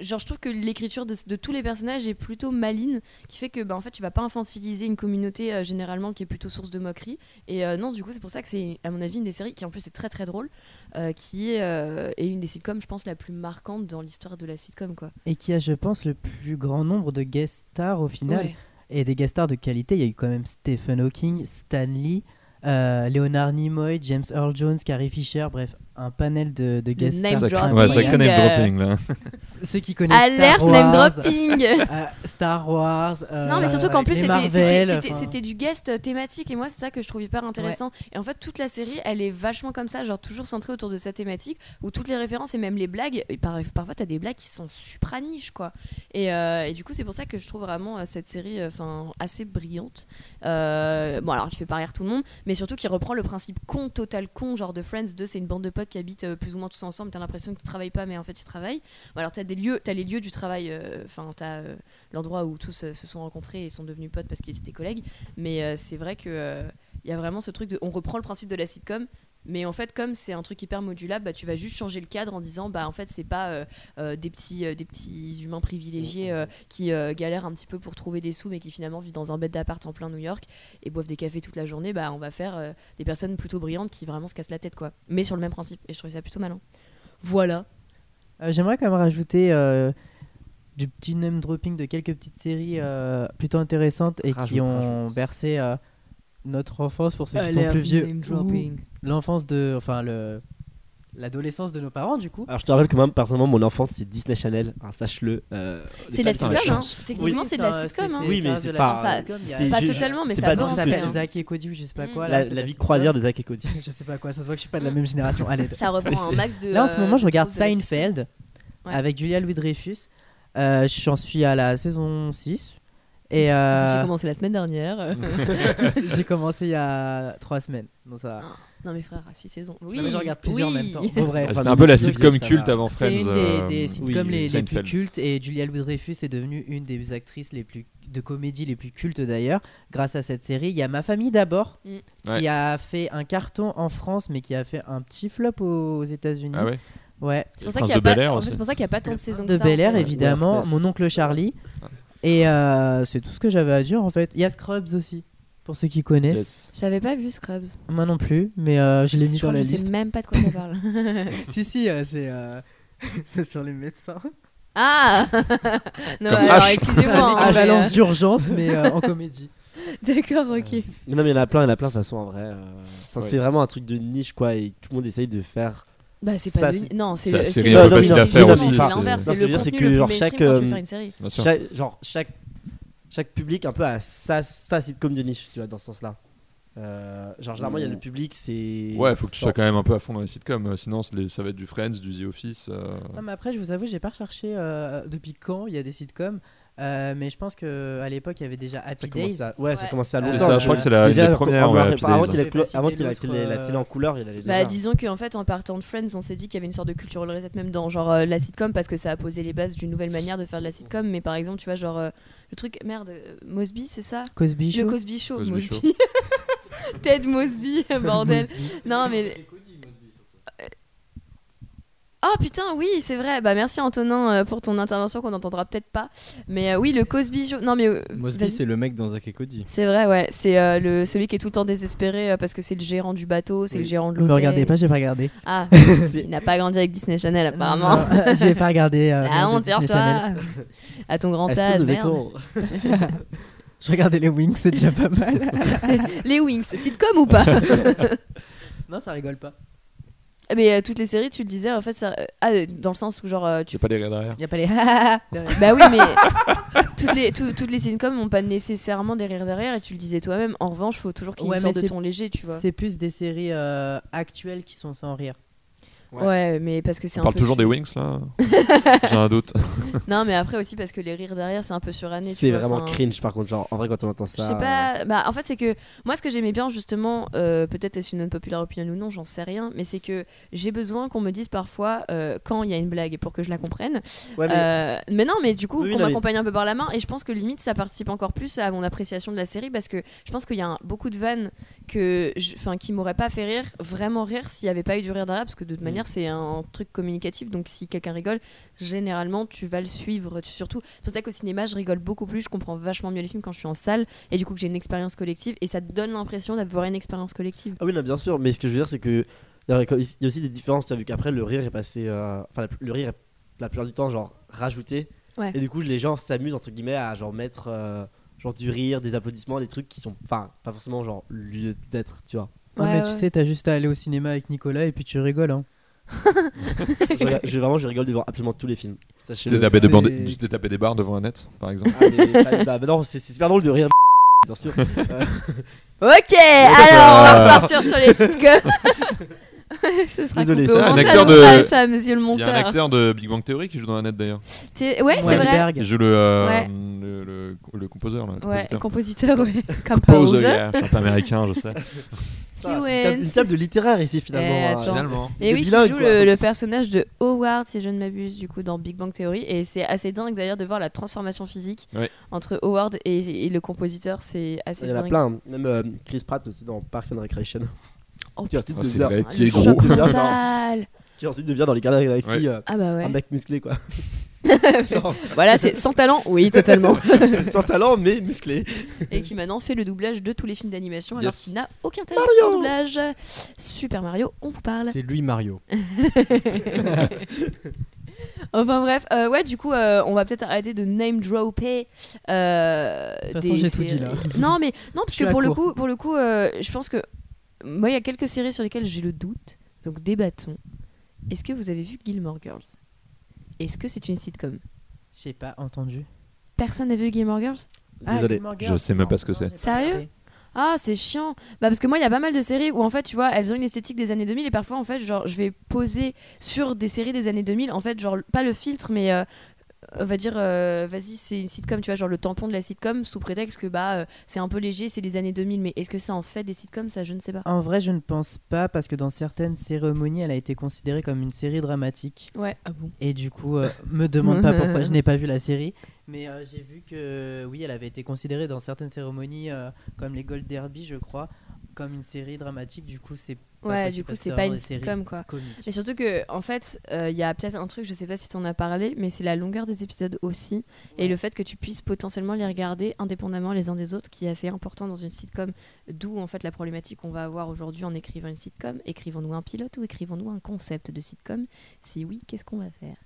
Speaker 5: genre je trouve que l'écriture de, de tous les personnages est plutôt maline, qui fait que, bah, en fait, tu vas pas infantiliser une communauté euh, généralement qui est plutôt source de moquerie. Et euh, non, du coup, c'est pour ça que c'est, à mon avis, une des séries qui en plus est très très drôle euh, qui est, euh, est une des sitcoms, je pense, la plus marquante dans l'histoire de la sitcom. Quoi.
Speaker 6: Et qui a, je pense, le plus grand nombre de guest stars au final. Et des guest stars de qualité, il y a eu quand même Stephen Hawking, Stan Lee, euh, Leonard Nimoy, James Earl Jones, Carrie Fisher, bref, un panel de, de guest
Speaker 5: name
Speaker 6: stars.
Speaker 5: Sacré-
Speaker 7: Sacré,
Speaker 5: dropping,
Speaker 7: ouais,
Speaker 6: incroyables.
Speaker 7: sacré name
Speaker 5: euh,
Speaker 7: dropping là.
Speaker 6: Ceux qui connaissent
Speaker 5: Alerte
Speaker 6: Star
Speaker 5: name
Speaker 6: Wars,
Speaker 5: dropping
Speaker 6: euh, Star Wars. euh,
Speaker 5: Non, mais surtout qu'en plus, c'était- c'était- c'était
Speaker 6: c'était
Speaker 5: c'était du guest euh, thématique. Et moi, c'est ça que je trouve hyper intéressant. Et en fait, toute la série, elle est vachement comme ça, genre toujours centrée autour de sa thématique, où toutes les références et même les blagues, et par- parfois, t'as des blagues qui sont supra niches, quoi. Et, euh, et du coup, c'est pour ça que je trouve vraiment euh, cette série enfin assez brillante. Euh, bon, alors, qui fait pas rire tout le monde, mais surtout qui reprend le principe con, total con, genre de Friends 2, c'est une bande de potes qui habitent euh, plus ou moins tous ensemble. T'as l'impression qu'ils travaillent pas, mais en fait, ils travaillent. Bon, alors, t'as des lieux, t'as les lieux du travail, enfin, t'as. euh, l'endroit où tous euh, se sont rencontrés et sont devenus potes parce qu'ils étaient collègues. Mais euh, c'est vrai que euh, il y a vraiment ce truc de, on reprend le principe de la sitcom. Mais en fait, comme c'est un truc hyper modulable, bah, tu vas juste changer le cadre en disant, bah en fait, c'est pas euh, euh, des petits, euh, des petits humains privilégiés euh, qui euh, galèrent un petit peu pour trouver des sous, mais qui finalement vivent dans un bed d'appart en plein New York et boivent des cafés toute la journée. Bah, on va faire euh, des personnes plutôt brillantes qui vraiment se cassent la tête, quoi. Mais sur le même principe. Et je trouvais ça plutôt malin. Voilà.
Speaker 6: Euh, J'aimerais quand même rajouter euh, du petit name dropping de quelques petites séries euh, plutôt intéressantes et
Speaker 8: Rajoute,
Speaker 6: qui ont
Speaker 8: rajoute.
Speaker 6: bercé euh, notre enfance pour ceux qui sont plus vieux. Ou L'enfance de, enfin le, l'adolescence de nos parents du coup.
Speaker 8: Alors je te rappelle que moi, personnellement, mon enfance, c'est Disney Channel, hein, sache-le. euh,
Speaker 5: C'est de la
Speaker 8: pas-
Speaker 5: sitcom, hein. Techniquement, c'est de la
Speaker 6: ça,
Speaker 5: sitcom,
Speaker 6: c'est-
Speaker 5: hein.
Speaker 6: c'est-
Speaker 8: Oui,
Speaker 6: ça
Speaker 8: mais
Speaker 6: reste de
Speaker 8: c'est
Speaker 6: la
Speaker 8: pas-
Speaker 6: sitcom, il y a-
Speaker 8: c'est-
Speaker 5: Pas
Speaker 8: je-
Speaker 5: totalement, mais
Speaker 8: c'est
Speaker 5: ça
Speaker 8: pas
Speaker 5: peut
Speaker 8: du
Speaker 5: en
Speaker 6: Comment
Speaker 8: tout
Speaker 6: ça
Speaker 8: ce que
Speaker 5: s'appelle
Speaker 6: s'appelle
Speaker 8: tu-
Speaker 6: Zach et Cody, je sais pas quoi. là,
Speaker 8: La
Speaker 6: c'est de
Speaker 8: la
Speaker 6: la
Speaker 8: vie
Speaker 6: sitcom.
Speaker 8: croisière des Zach et Cody.
Speaker 6: Je sais pas quoi, ça se voit que je suis pas de la même génération. Allez.
Speaker 5: Ça reprend un max de.
Speaker 6: Là en ce
Speaker 5: euh,
Speaker 6: moment, je
Speaker 5: de
Speaker 6: regarde
Speaker 5: choses de la sitcom.
Speaker 6: Seinfeld
Speaker 5: Ouais.
Speaker 6: avec Julia Louis Dreyfus. J'en suis à la saison 6 et euh,
Speaker 5: J'ai commencé la semaine dernière.
Speaker 6: j'ai commencé il y a 3 semaines. Donc ça. va.
Speaker 5: non mais frère, à six saisons. Oui,
Speaker 6: Ah Oui, je regarde plusieurs
Speaker 5: oui.
Speaker 6: en même temps. Bon, bref.
Speaker 7: Ah,
Speaker 8: Enfin,
Speaker 7: C'était un peu la
Speaker 8: deux
Speaker 7: sitcom
Speaker 8: épisodes, ça
Speaker 7: culte
Speaker 8: va.
Speaker 7: avant Friends.
Speaker 6: C'est une des,
Speaker 7: euh,
Speaker 6: des sitcoms
Speaker 8: oui,
Speaker 6: les, les plus
Speaker 7: Seinfeld.
Speaker 6: cultes et Julia Louis-Dreyfus est devenue une des actrices les plus de comédie les plus cultes d'ailleurs grâce à cette série. Il y a Ma famille d'abord
Speaker 5: Mm.
Speaker 6: qui
Speaker 7: Ouais.
Speaker 6: a fait un carton en France mais qui a fait un petit flop aux, aux États-Unis.
Speaker 7: Ah ouais.
Speaker 6: ouais.
Speaker 5: C'est pour ça
Speaker 7: Prince
Speaker 5: qu'il y a
Speaker 7: de
Speaker 5: pas.
Speaker 7: Bel-Air
Speaker 5: en fait,
Speaker 7: aussi.
Speaker 5: c'est pour ça qu'il y a pas tant de saisons.
Speaker 6: De
Speaker 5: que ça, en
Speaker 6: Bel Air
Speaker 5: fait.
Speaker 6: évidemment,
Speaker 8: Ouais,
Speaker 6: Mon oncle Charlie et euh, c'est tout ce que j'avais à dire en fait. Il y a Scrubs aussi pour ceux qui connaissent.
Speaker 7: Yes.
Speaker 5: J'avais pas vu Scrubs.
Speaker 6: Moi non plus mais euh, je l'ai mis
Speaker 5: crois
Speaker 6: dans
Speaker 5: que
Speaker 6: la
Speaker 5: je
Speaker 6: liste.
Speaker 5: sais même pas de quoi ça parle.
Speaker 6: si si euh, c'est euh, c'est sur les médecins.
Speaker 5: ah Non,
Speaker 7: Comme
Speaker 5: alors
Speaker 7: H.
Speaker 5: excusez-moi. hein, mais,
Speaker 6: Balance d'urgence mais euh, en comédie.
Speaker 5: euh, D'accord, ok.
Speaker 8: Mais non, mais il y en a plein, il y en a plein de toute façon en vrai. euh, ça,
Speaker 7: Ouais.
Speaker 8: C'est vraiment un truc de niche quoi, et tout le monde essaye de faire.
Speaker 5: Bah c'est
Speaker 8: Ça,
Speaker 5: pas.
Speaker 8: c'est-
Speaker 5: devenu- Non, c'est
Speaker 7: Ça,
Speaker 5: le.
Speaker 7: c'est
Speaker 5: C'est
Speaker 7: rien,
Speaker 5: le-
Speaker 8: c'est facile à
Speaker 5: c'est
Speaker 8: faire
Speaker 5: non,
Speaker 8: aussi,
Speaker 5: c'est
Speaker 8: c'est-
Speaker 5: l'inverse.
Speaker 8: Non,
Speaker 5: C'est
Speaker 8: ce que je
Speaker 5: le
Speaker 8: veux dire, c'est
Speaker 5: contenu le
Speaker 8: que
Speaker 5: plus
Speaker 8: genre
Speaker 5: mainstream quand
Speaker 8: chaque,
Speaker 5: tu veux
Speaker 8: euh,
Speaker 5: faire une série.
Speaker 7: Bien sûr.
Speaker 8: Chaque, genre, chaque, chaque public un peu à sa, sa sitcom de niche, tu vois, dans ce sens-là. Euh, genre, généralement, il y a le public, c'est.
Speaker 7: Ouais, faut que tu sois
Speaker 8: Genre,
Speaker 7: quand même un peu à fond dans les sitcoms. euh, Sinon, c'est les- ça va être du Friends, du The Office. euh,
Speaker 6: Non, mais après, je vous avoue, j'ai pas recherché euh, depuis quand il y a des sitcoms, euh, mais je pense que à l'époque, il y avait déjà
Speaker 8: Ça
Speaker 6: Happy Days.
Speaker 8: commence à... Ouais, ça
Speaker 5: Ouais.
Speaker 8: commence à
Speaker 6: C'est
Speaker 8: longtemps.
Speaker 6: ça, je crois
Speaker 8: euh,
Speaker 6: que c'est
Speaker 7: la- une
Speaker 8: déjà,
Speaker 7: des premières,
Speaker 8: avant-
Speaker 7: ouais,
Speaker 8: avant
Speaker 7: Happy
Speaker 8: qu'il
Speaker 7: Days.
Speaker 8: ait la
Speaker 6: Je vais
Speaker 8: couleur-
Speaker 6: pas
Speaker 8: Avant
Speaker 6: citer
Speaker 8: qu'il ait
Speaker 6: l'autre,
Speaker 8: la, la télé en couleur, il avait
Speaker 5: Bah,
Speaker 8: déjà.
Speaker 5: disons qu'en fait, en partant de Friends, on s'est dit qu'il y avait une sorte de culture reset même dans genre euh, la sitcom parce que ça a posé les bases d'une nouvelle manière de faire de la sitcom. Mais par exemple, tu vois, genre euh, le truc, merde, euh, Mosby, c'est ça
Speaker 6: Cosby
Speaker 5: Le Cosby Show.
Speaker 7: Cosby
Speaker 5: Mosby.
Speaker 7: Show.
Speaker 5: Ted Mosby, bordel. Non, mais. Ah putain, oui, c'est vrai. Bah merci Antonin euh, pour ton intervention qu'on n'entendra peut-être pas. Mais euh, oui, le Cosby Show. Non, mais. euh,
Speaker 9: Mosby,
Speaker 5: vas-y.
Speaker 9: c'est le mec dans Zack et Cody.
Speaker 5: C'est vrai, ouais. C'est euh, le celui qui est tout le temps désespéré euh, parce que c'est le gérant du bateau, c'est le
Speaker 8: Oui.
Speaker 5: gérant de
Speaker 6: Ne
Speaker 5: l'hôtel.
Speaker 6: me regardez pas, j'ai pas regardé.
Speaker 5: Ah, il n'a pas grandi avec Disney Channel apparemment.
Speaker 6: Non, j'ai pas regardé. euh,
Speaker 5: Ah,
Speaker 6: de
Speaker 5: on
Speaker 6: Disney
Speaker 5: tire
Speaker 6: Channel.
Speaker 5: toi À ton grand
Speaker 8: Est-ce que
Speaker 5: âge,
Speaker 8: nos
Speaker 5: merde.
Speaker 8: échos-
Speaker 6: Je regardais les Wings, c'est déjà pas mal.
Speaker 5: Les Wings, sitcom ou pas
Speaker 6: non, ça rigole pas.
Speaker 5: Mais euh, toutes les séries, tu le disais, en fait, ça... euh, ah, euh, dans le sens où genre euh,
Speaker 7: J'ai
Speaker 5: tu...
Speaker 7: pas les rires derrière.
Speaker 6: Y a pas
Speaker 5: ah,
Speaker 6: les. Derrière.
Speaker 5: Bah oui, mais toutes les, tout- toutes les sitcoms n'ont pas nécessairement des rires derrière, et tu le disais toi-même, en revanche, faut toujours qu'il y ait
Speaker 6: Ouais,
Speaker 5: une
Speaker 6: mais
Speaker 5: sorte de
Speaker 6: c'est-
Speaker 5: ton léger, tu vois.
Speaker 6: c'est plus des séries euh, actuelles qui sont sans rire.
Speaker 5: Ouais. mais parce que c'est un
Speaker 7: On parle
Speaker 5: peu
Speaker 7: toujours des
Speaker 5: sur-
Speaker 7: Wings là J'ai un doute.
Speaker 5: Non, mais après aussi parce que les rires derrière, c'est un peu suranné. tu
Speaker 8: C'est
Speaker 5: vois,
Speaker 8: vraiment
Speaker 5: enfin,
Speaker 8: cringe par contre, genre en vrai quand on entend
Speaker 5: Je
Speaker 8: ça. euh,
Speaker 5: sais pas. Bah, en fait, c'est que moi, ce que j'aimais bien, justement, euh, peut-être est-ce une unpopular opinion ou non, j'en sais rien, mais c'est que j'ai besoin qu'on me dise parfois euh, quand il y a une blague pour que je la comprenne.
Speaker 8: euh, ouais, mais-
Speaker 5: Euh, mais non, mais du coup,
Speaker 8: Oui,
Speaker 5: qu'on
Speaker 8: non, mais-
Speaker 5: m'accompagne un peu par la main. Et je pense que limite, ça participe encore plus à mon appréciation de la série parce que je pense qu'il y a un- beaucoup de vannes que je- enfin, qui m'auraient pas fait rire, vraiment rire, s'il n'y avait pas eu du rire derrière. Parce que
Speaker 8: Mm.
Speaker 5: de toute manière, c'est un truc communicatif. Donc si quelqu'un rigole, généralement, tu vas le suivre. Tu- surtout, c'est pour ça qu'au cinéma, je rigole beaucoup plus. Je comprends vachement mieux les films quand je suis en salle. Et du coup, que j'ai une expérience collective. Et ça te donne l'impression d'avoir une expérience collective.
Speaker 8: Ah oui, non, bien sûr, mais ce que je veux dire, c'est que il y a il y a aussi des différences. Tu as vu qu'après, le rire est passé. euh, Enfin, le rire est la plupart du temps, genre, rajouté.
Speaker 5: Ouais.
Speaker 8: Et du coup, les gens s'amusent, entre guillemets, à genre mettre euh, genre du rire, des applaudissements, des trucs qui sont. Enfin, pas forcément genre lieu d'être, tu vois.
Speaker 6: Non,
Speaker 5: Ouais,
Speaker 6: mais tu
Speaker 5: ouais.
Speaker 6: sais, t'as juste à aller au cinéma avec Nicolas et puis tu rigoles. Hein.
Speaker 8: je, regarde- je- vraiment, je rigole devant absolument tous les films.
Speaker 7: Tu
Speaker 8: Sachez-le.
Speaker 7: t'es tapé, des
Speaker 6: c'est-
Speaker 7: bandes- tu t'es tapé des barres devant un net par exemple
Speaker 8: Ah, mais- ah, bah, bah non, c'est c'est super drôle de rire. Bien sûr. Euh,
Speaker 5: Ok, alors on va repartir sur les sitcoms. Ce sera
Speaker 8: Désolé,
Speaker 5: coupé au
Speaker 8: c'est un
Speaker 5: montage,
Speaker 7: acteur
Speaker 5: on
Speaker 7: de-
Speaker 5: passe à monsieur le
Speaker 7: Il y a un
Speaker 5: monteur.
Speaker 7: acteur de Big Bang Theory qui joue dans un net d'ailleurs.
Speaker 5: T'es- Ouais, c'est vrai.
Speaker 6: Wahlberg.
Speaker 7: Il joue le, euh,
Speaker 5: Ouais.
Speaker 7: le, le- le composeur. Là, le
Speaker 5: Ouais,
Speaker 7: compositeur.
Speaker 5: compositeur, ouais.
Speaker 7: Composer,
Speaker 5: Composer.
Speaker 7: yeah, chanteur américain, je sais.
Speaker 8: Ah, c'est une table- une table de littéraire ici,
Speaker 5: Eh,
Speaker 8: finalement.
Speaker 5: attends.
Speaker 8: euh,
Speaker 7: Finalement.
Speaker 5: Et
Speaker 8: de
Speaker 5: oui, qui
Speaker 8: bilingue,
Speaker 5: joue
Speaker 8: quoi.
Speaker 5: le, le personnage de Howard, si je ne m'abuse, du coup, dans Big Bang Theory. Et c'est assez dingue d'ailleurs de voir la transformation physique
Speaker 7: Ouais.
Speaker 5: entre Howard et, et le compositeur. C'est assez
Speaker 8: Il y en a
Speaker 5: dingue.
Speaker 8: plein. Même euh, Chris Pratt aussi dans Parks and Recreation.
Speaker 5: Oh,
Speaker 8: qui ensuite
Speaker 7: Ah, c'est
Speaker 8: devient-
Speaker 7: vrai,
Speaker 5: Ah,
Speaker 7: qui est
Speaker 5: le
Speaker 7: gros.
Speaker 5: choc
Speaker 8: Devient, genre,
Speaker 5: mental.
Speaker 8: qui ensuite devient dans les Gardiens de la Galaxie
Speaker 7: Ouais.
Speaker 8: euh,
Speaker 5: Ah bah ouais.
Speaker 8: un mec musclé quoi. Genre,
Speaker 5: Voilà, c'est sans talent, oui, totalement.
Speaker 8: sans talent mais musclé.
Speaker 5: et qui maintenant fait le doublage de tous les films d'animation alors
Speaker 7: Yes.
Speaker 5: qu'il n'a aucun talent en
Speaker 8: Mario
Speaker 5: doublage. Super Mario, on vous parle.
Speaker 9: C'est lui Mario.
Speaker 5: Enfin bref, euh, ouais, du coup, euh, on va peut-être arrêter de name dropper. Euh,
Speaker 6: De
Speaker 5: des
Speaker 6: toute façon, j'ai tout
Speaker 5: séries.
Speaker 6: dit, là.
Speaker 5: Non, mais non,
Speaker 6: Je
Speaker 5: parce
Speaker 6: suis
Speaker 5: que
Speaker 6: à
Speaker 5: pour le,
Speaker 6: court.
Speaker 5: coup, pour le coup, euh, je pense que moi, il y a quelques séries sur lesquelles j'ai le doute. Donc débattons. Est-ce que vous avez vu Gilmore Girls Est-ce que c'est une sitcom
Speaker 6: J'ai pas entendu.
Speaker 5: Personne n'a vu Gilmore Girls
Speaker 6: Ah,
Speaker 7: Désolé, je sais même pas ce que c'est.
Speaker 5: Sérieux Ah, c'est chiant. Bah parce que moi, il y a pas mal de séries où en fait, tu vois, elles ont une esthétique des années 2000 et parfois, en fait, genre, je vais poser sur des séries des années 2000, en fait, genre, pas le filtre, mais euh, on va dire, euh, vas-y, c'est une sitcom, tu vois, genre le tampon de la sitcom sous prétexte que bah euh, c'est un peu léger, c'est les années 2000, mais est-ce que ça en fait des sitcoms Ça, je ne sais pas.
Speaker 6: En vrai, je ne pense pas parce que dans certaines cérémonies, elle a été considérée comme une série dramatique.
Speaker 5: Ouais, ah bon.
Speaker 6: Et du coup, euh, me demande pas pourquoi je n'ai pas vu la série. Mais euh, j'ai vu que, oui, elle avait été considérée dans certaines cérémonies, euh, comme les Gold Derby, je crois, comme une série dramatique. Du coup, c'est. pas
Speaker 5: Ouais,
Speaker 6: possible
Speaker 5: du coup,
Speaker 6: Bah, parce que
Speaker 5: c'est
Speaker 6: ça
Speaker 5: pas
Speaker 6: rend
Speaker 5: une
Speaker 6: des séries
Speaker 5: sitcom, quoi.
Speaker 6: comiques.
Speaker 5: Mais surtout que, en fait, euh, il y a peut-être un truc, je sais pas si t'en as parlé, mais c'est la longueur des épisodes aussi, et le fait que tu puisses potentiellement les regarder indépendamment les uns des autres, qui est assez important dans une sitcom, d'où en fait la problématique qu'on va avoir aujourd'hui en écrivant une sitcom. Écrivons-nous un pilote ou écrivons-nous un concept de sitcom Si oui, qu'est-ce qu'on va faire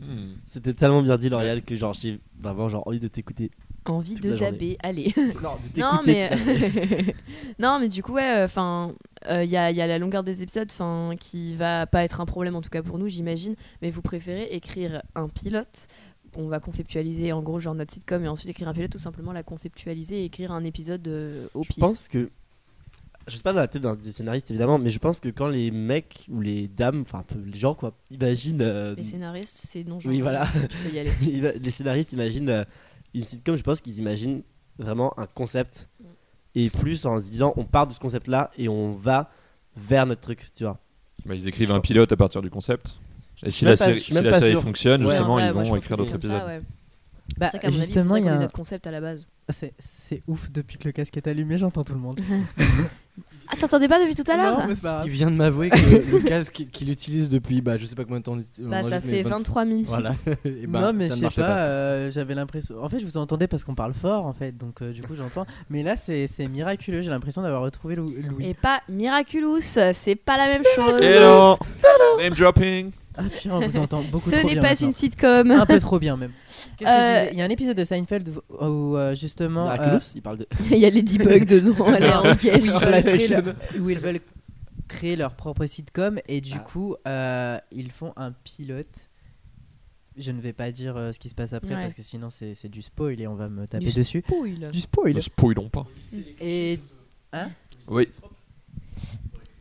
Speaker 7: Hmm.
Speaker 8: C'était tellement bien dit L'Oréal que genre j'ai vraiment genre envie de t'écouter.
Speaker 5: Envie
Speaker 8: Toute
Speaker 5: de
Speaker 8: la journée.
Speaker 5: daber, allez
Speaker 8: Non, de
Speaker 5: Non
Speaker 8: t'écouter.
Speaker 5: mais, euh, non mais du coup ouais euh, enfin il y, a, y a la longueur des épisodes enfin qui va pas être un problème en tout cas pour nous j'imagine mais vous préférez écrire un pilote on va conceptualiser en gros genre notre sitcom et ensuite écrire un pilote tout simplement la conceptualiser et écrire un épisode euh, au
Speaker 8: Je
Speaker 5: pif
Speaker 8: pense que je sais pas dans la tête d'un- des scénaristes évidemment, mais je pense que quand les mecs ou les dames, enfin un peu les gens quoi, imaginent euh,
Speaker 5: les scénaristes c'est non
Speaker 8: Oui, voilà.
Speaker 5: tu peux y aller
Speaker 8: Il va- les scénaristes imaginent euh, une sitcom, je pense qu'ils imaginent vraiment un concept. Et plus en se disant, on part de ce concept-là et on va vers notre truc, tu vois.
Speaker 7: Bah, ils écrivent un pilote à partir du concept. Et si
Speaker 8: suis
Speaker 7: la
Speaker 8: même pas-
Speaker 7: série,
Speaker 8: je suis
Speaker 7: si
Speaker 8: même
Speaker 7: la
Speaker 8: pas
Speaker 7: série
Speaker 8: sûr.
Speaker 7: fonctionne,
Speaker 8: Ouais,
Speaker 7: justement,
Speaker 5: Ouais,
Speaker 7: ils
Speaker 5: moi, je
Speaker 7: vont
Speaker 5: pense que
Speaker 7: écrire
Speaker 5: c'est
Speaker 7: d'autres
Speaker 5: comme ça,
Speaker 7: épisodes.
Speaker 5: ouais.
Speaker 6: Bah,
Speaker 5: C'est ça qu'à mon avis,
Speaker 6: justement,
Speaker 5: faudrait
Speaker 6: il y a.
Speaker 5: qu'on ait notre concept à la base
Speaker 6: C'est- C'est ouf depuis que le casque est allumé, j'entends tout le monde.
Speaker 5: ah t'entendais pas depuis tout à l'heure
Speaker 6: Non, mais c'est pas grave.
Speaker 9: Il vient de m'avouer que le casque qu'il utilise depuis, bah, je sais pas combien de temps. on
Speaker 5: bah ça
Speaker 9: enregistre, mais
Speaker 5: fait
Speaker 9: 25
Speaker 5: 23 minutes
Speaker 9: Voilà. Et bah,
Speaker 6: non mais
Speaker 9: ça
Speaker 6: je
Speaker 9: ne
Speaker 6: sais pas,
Speaker 9: marchait pas.
Speaker 6: euh, j'avais l'impression en fait je vous entendais parce qu'on parle fort en fait donc euh, du coup j'entends mais là c'est c'est miraculeux j'ai l'impression d'avoir retrouvé Lou- Louis
Speaker 5: et pas Miraculous c'est pas la même chose
Speaker 7: Hello Name dropping
Speaker 6: ah putain on vous entend beaucoup
Speaker 5: ce
Speaker 6: trop
Speaker 5: n'est
Speaker 6: bien Ah,
Speaker 5: pas
Speaker 6: maintenant.
Speaker 5: une sitcom
Speaker 6: un peu trop bien même Qu'est-ce que je
Speaker 5: Euh,
Speaker 6: disais il y a un épisode de Seinfeld où, où, euh, justement euh,
Speaker 8: Miraculous, il parle de.
Speaker 5: Il y a les bugs dedans, elle est en caisse.
Speaker 6: où, ils veulent créer
Speaker 5: Ils
Speaker 6: leur- où ils veulent créer leur propre sitcom et du
Speaker 8: Ah.
Speaker 6: coup euh, ils font un pilote je ne vais pas dire euh, ce qui se passe après
Speaker 5: Ouais.
Speaker 6: parce que sinon c'est c'est du spoil et on va me taper
Speaker 5: Du
Speaker 6: dessus
Speaker 5: spoil.
Speaker 6: du spoil
Speaker 7: Ne spoilons pas.
Speaker 6: et
Speaker 7: Oui.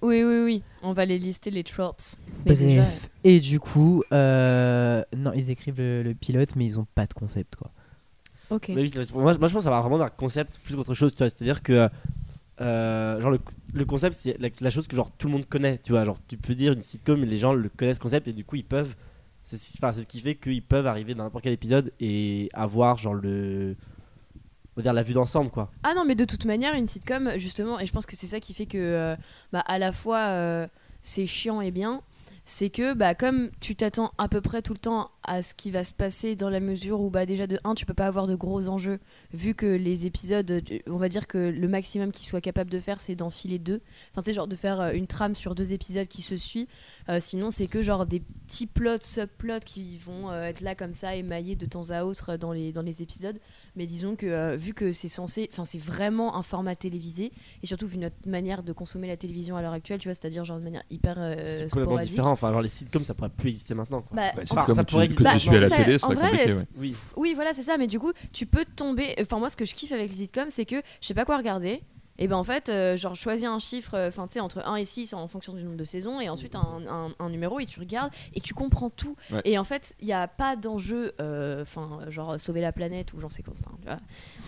Speaker 5: Oui, oui, oui. On va les lister, les tropes. Mais
Speaker 6: Bref.
Speaker 5: déjà,
Speaker 6: Et du coup, euh, non, ils écrivent le, le pilote, mais ils ont pas de concept, quoi.
Speaker 5: ok.
Speaker 8: Mais oui, c'est- moi, moi, je pense que ça va vraiment d'un concept plus qu'autre chose, tu vois. C'est-à-dire que, euh, genre, le, le concept, c'est la, la chose que, genre, tout le monde connaît, tu vois. Genre, tu peux dire une sitcom, les gens le connaissent, ce concept, et du coup, ils peuvent. C'est enfin, c'est ce qui fait qu'ils peuvent arriver dans n'importe quel épisode et avoir, genre, le. On va dire la vue d'ensemble, quoi.
Speaker 5: Ah non, mais de toute manière, une sitcom, justement, et je pense que c'est ça qui fait que, euh, bah, à la fois, euh, c'est chiant et bien, c'est que, bah, comme tu t'attends à peu près tout le temps à ce qui va se passer dans la mesure où, bah, déjà, de 1, tu peux pas avoir de gros enjeux, vu que les épisodes, tu- on va dire que le maximum qu'ils soient capables de faire, c'est d'enfiler deux. Enfin, c'est genre de faire euh, une trame sur deux épisodes qui se suit. Euh, sinon, c'est que, genre, des petits plots, subplots qui vont euh, être là comme ça, émaillés de temps à autre euh, dans les, dans les épisodes. Mais disons que euh, vu que c'est censé, enfin c'est vraiment un format télévisé et surtout vu notre manière de consommer la télévision à l'heure actuelle, tu vois, c'est-à-dire genre de manière hyper euh,
Speaker 8: c'est complètement
Speaker 5: sporadique.
Speaker 8: différent. Enfin, genre, les sitcoms, ça pourrait plus exister maintenant, quoi.
Speaker 5: Bah,
Speaker 7: Bah,
Speaker 5: en-
Speaker 7: c'est
Speaker 8: Enfin, ça
Speaker 7: comme tu,
Speaker 8: pourrait
Speaker 7: que
Speaker 8: exister.
Speaker 7: tu suis à la
Speaker 5: Bah,
Speaker 7: télé, ce
Speaker 5: en
Speaker 7: serait
Speaker 5: vrai,
Speaker 7: compliqué. ouais.
Speaker 8: Oui.
Speaker 5: oui, voilà, c'est ça. Mais du coup, tu peux tomber. euh, Enfin, moi, ce que je kiffe avec les sitcoms, c'est que je sais pas quoi regarder. Et ben en fait, euh, genre, choisis un chiffre, euh, enfin, tu sais, entre 1 et 6 en fonction du nombre de saisons, et ensuite un, un- un numéro, et tu regardes, et tu comprends tout.
Speaker 7: Ouais.
Speaker 5: Et en fait, il n'y a pas d'enjeu, euh, enfin, genre, sauver la planète, ou j'en sais quoi, enfin, tu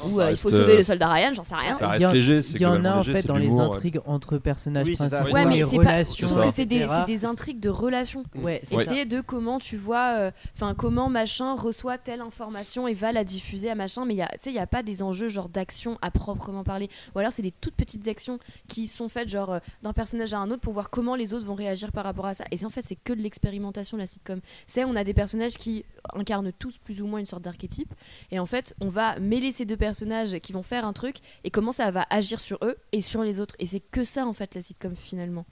Speaker 5: vois. ou
Speaker 7: ça
Speaker 5: euh, il faut
Speaker 7: reste,
Speaker 5: sauver
Speaker 7: euh,
Speaker 5: le soldat Ryan, j'en sais rien.
Speaker 7: Ça
Speaker 6: Il y
Speaker 7: reste
Speaker 6: en-
Speaker 7: léger, c'est
Speaker 6: Il y en a
Speaker 7: globalement
Speaker 6: en
Speaker 7: léger,
Speaker 6: fait
Speaker 7: c'est
Speaker 6: dans
Speaker 7: de
Speaker 6: les
Speaker 7: l'humour, ouais.
Speaker 6: intrigues entre personnages
Speaker 8: Oui, c'est ça,
Speaker 6: principaux,
Speaker 8: ouais, mais
Speaker 6: les
Speaker 5: c'est pas.
Speaker 6: relations.
Speaker 5: Sauf que c'est des,
Speaker 6: etc..
Speaker 5: c'est des intrigues de relations.
Speaker 6: Ouais, c'est ça.
Speaker 5: Essayer de comment tu vois, euh, enfin comment machin reçoit telle information et va la diffuser à machin, mais il y a- tu sais, il n'y a pas des enjeux genre d'action à proprement parler. Ou alors c'est des toutes petites actions qui sont faites genre euh, d'un personnage à un autre pour voir comment les autres vont réagir par rapport à ça. Et c'est en fait c'est que de l'expérimentation la sitcom. C'est on a des personnages qui incarnent tous plus ou moins une sorte d'archétype et en fait on va mêler ces deux personnages qui vont faire un truc et comment ça va agir sur eux et sur les autres. Et c'est que ça en fait la sitcom finalement.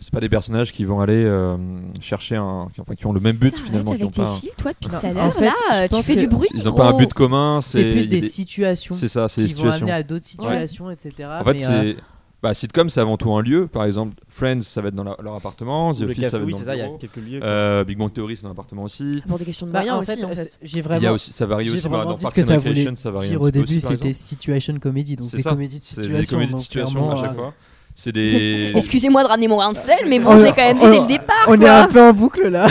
Speaker 7: C'est pas des personnages qui vont aller euh, chercher un. Qui, enfin, qui ont le même but
Speaker 5: Putain,
Speaker 7: finalement.
Speaker 5: arrête
Speaker 7: qui
Speaker 5: avec tes
Speaker 7: ont pas un-
Speaker 5: fils, toi, depuis
Speaker 6: Non,
Speaker 5: tout à
Speaker 6: en
Speaker 5: l'heure,
Speaker 6: fait, je
Speaker 5: là, tu
Speaker 6: pense
Speaker 5: fais
Speaker 6: que
Speaker 5: du bruit.
Speaker 7: Ils ont pas un
Speaker 5: gros.
Speaker 7: but commun, c'est.
Speaker 6: Oh. C'est plus
Speaker 7: il y a
Speaker 6: des situations
Speaker 7: C'est ça, c'est
Speaker 6: qui
Speaker 7: des
Speaker 6: vont
Speaker 7: situations.
Speaker 6: amener à d'autres situations, etc.
Speaker 7: En fait,
Speaker 6: mais, euh,
Speaker 7: c'est. Bah, sitcom, c'est avant tout un lieu. Par exemple, Friends, ça va être dans la- leur appartement. The
Speaker 8: Ou le
Speaker 7: Office,
Speaker 8: café,
Speaker 7: ça va être
Speaker 8: oui,
Speaker 7: dans
Speaker 8: c'est
Speaker 7: le
Speaker 8: ça, il y a
Speaker 7: bureau.
Speaker 8: quelques lieux.
Speaker 7: Euh, Big Bang Theory, c'est dans l'appartement aussi.
Speaker 5: Pour des questions de
Speaker 6: bah,
Speaker 5: moyens
Speaker 6: en
Speaker 5: aussi,
Speaker 6: fait,
Speaker 5: en
Speaker 6: euh,
Speaker 5: fait.
Speaker 6: j'ai
Speaker 7: Il y a
Speaker 6: vraiment
Speaker 7: aussi, ça varie
Speaker 6: J'ai
Speaker 7: aussi.
Speaker 6: vraiment
Speaker 7: dans
Speaker 6: dit
Speaker 7: Parks
Speaker 6: ce que
Speaker 7: and
Speaker 6: ça
Speaker 7: Recreation,
Speaker 6: voulait
Speaker 7: ça varie un
Speaker 6: dire
Speaker 7: petit
Speaker 6: au
Speaker 7: peu
Speaker 6: début,
Speaker 7: aussi, par
Speaker 6: c'était
Speaker 7: exemple.
Speaker 6: situation comédie, donc
Speaker 7: C'est
Speaker 6: des
Speaker 7: ça,
Speaker 6: comédies de
Speaker 7: C'est
Speaker 6: situation.
Speaker 7: des comédies de
Speaker 6: donc
Speaker 7: situation à
Speaker 6: clairement,
Speaker 7: chaque
Speaker 6: euh,
Speaker 7: fois. C'est des.
Speaker 5: Excusez-moi de ramener mon grain de sel, mais
Speaker 6: Oh
Speaker 5: bon, c'est
Speaker 6: là-
Speaker 5: quand même
Speaker 6: oh
Speaker 5: dit dès
Speaker 6: là-
Speaker 5: le départ,
Speaker 6: On est
Speaker 5: quoi.
Speaker 6: un peu en boucle là.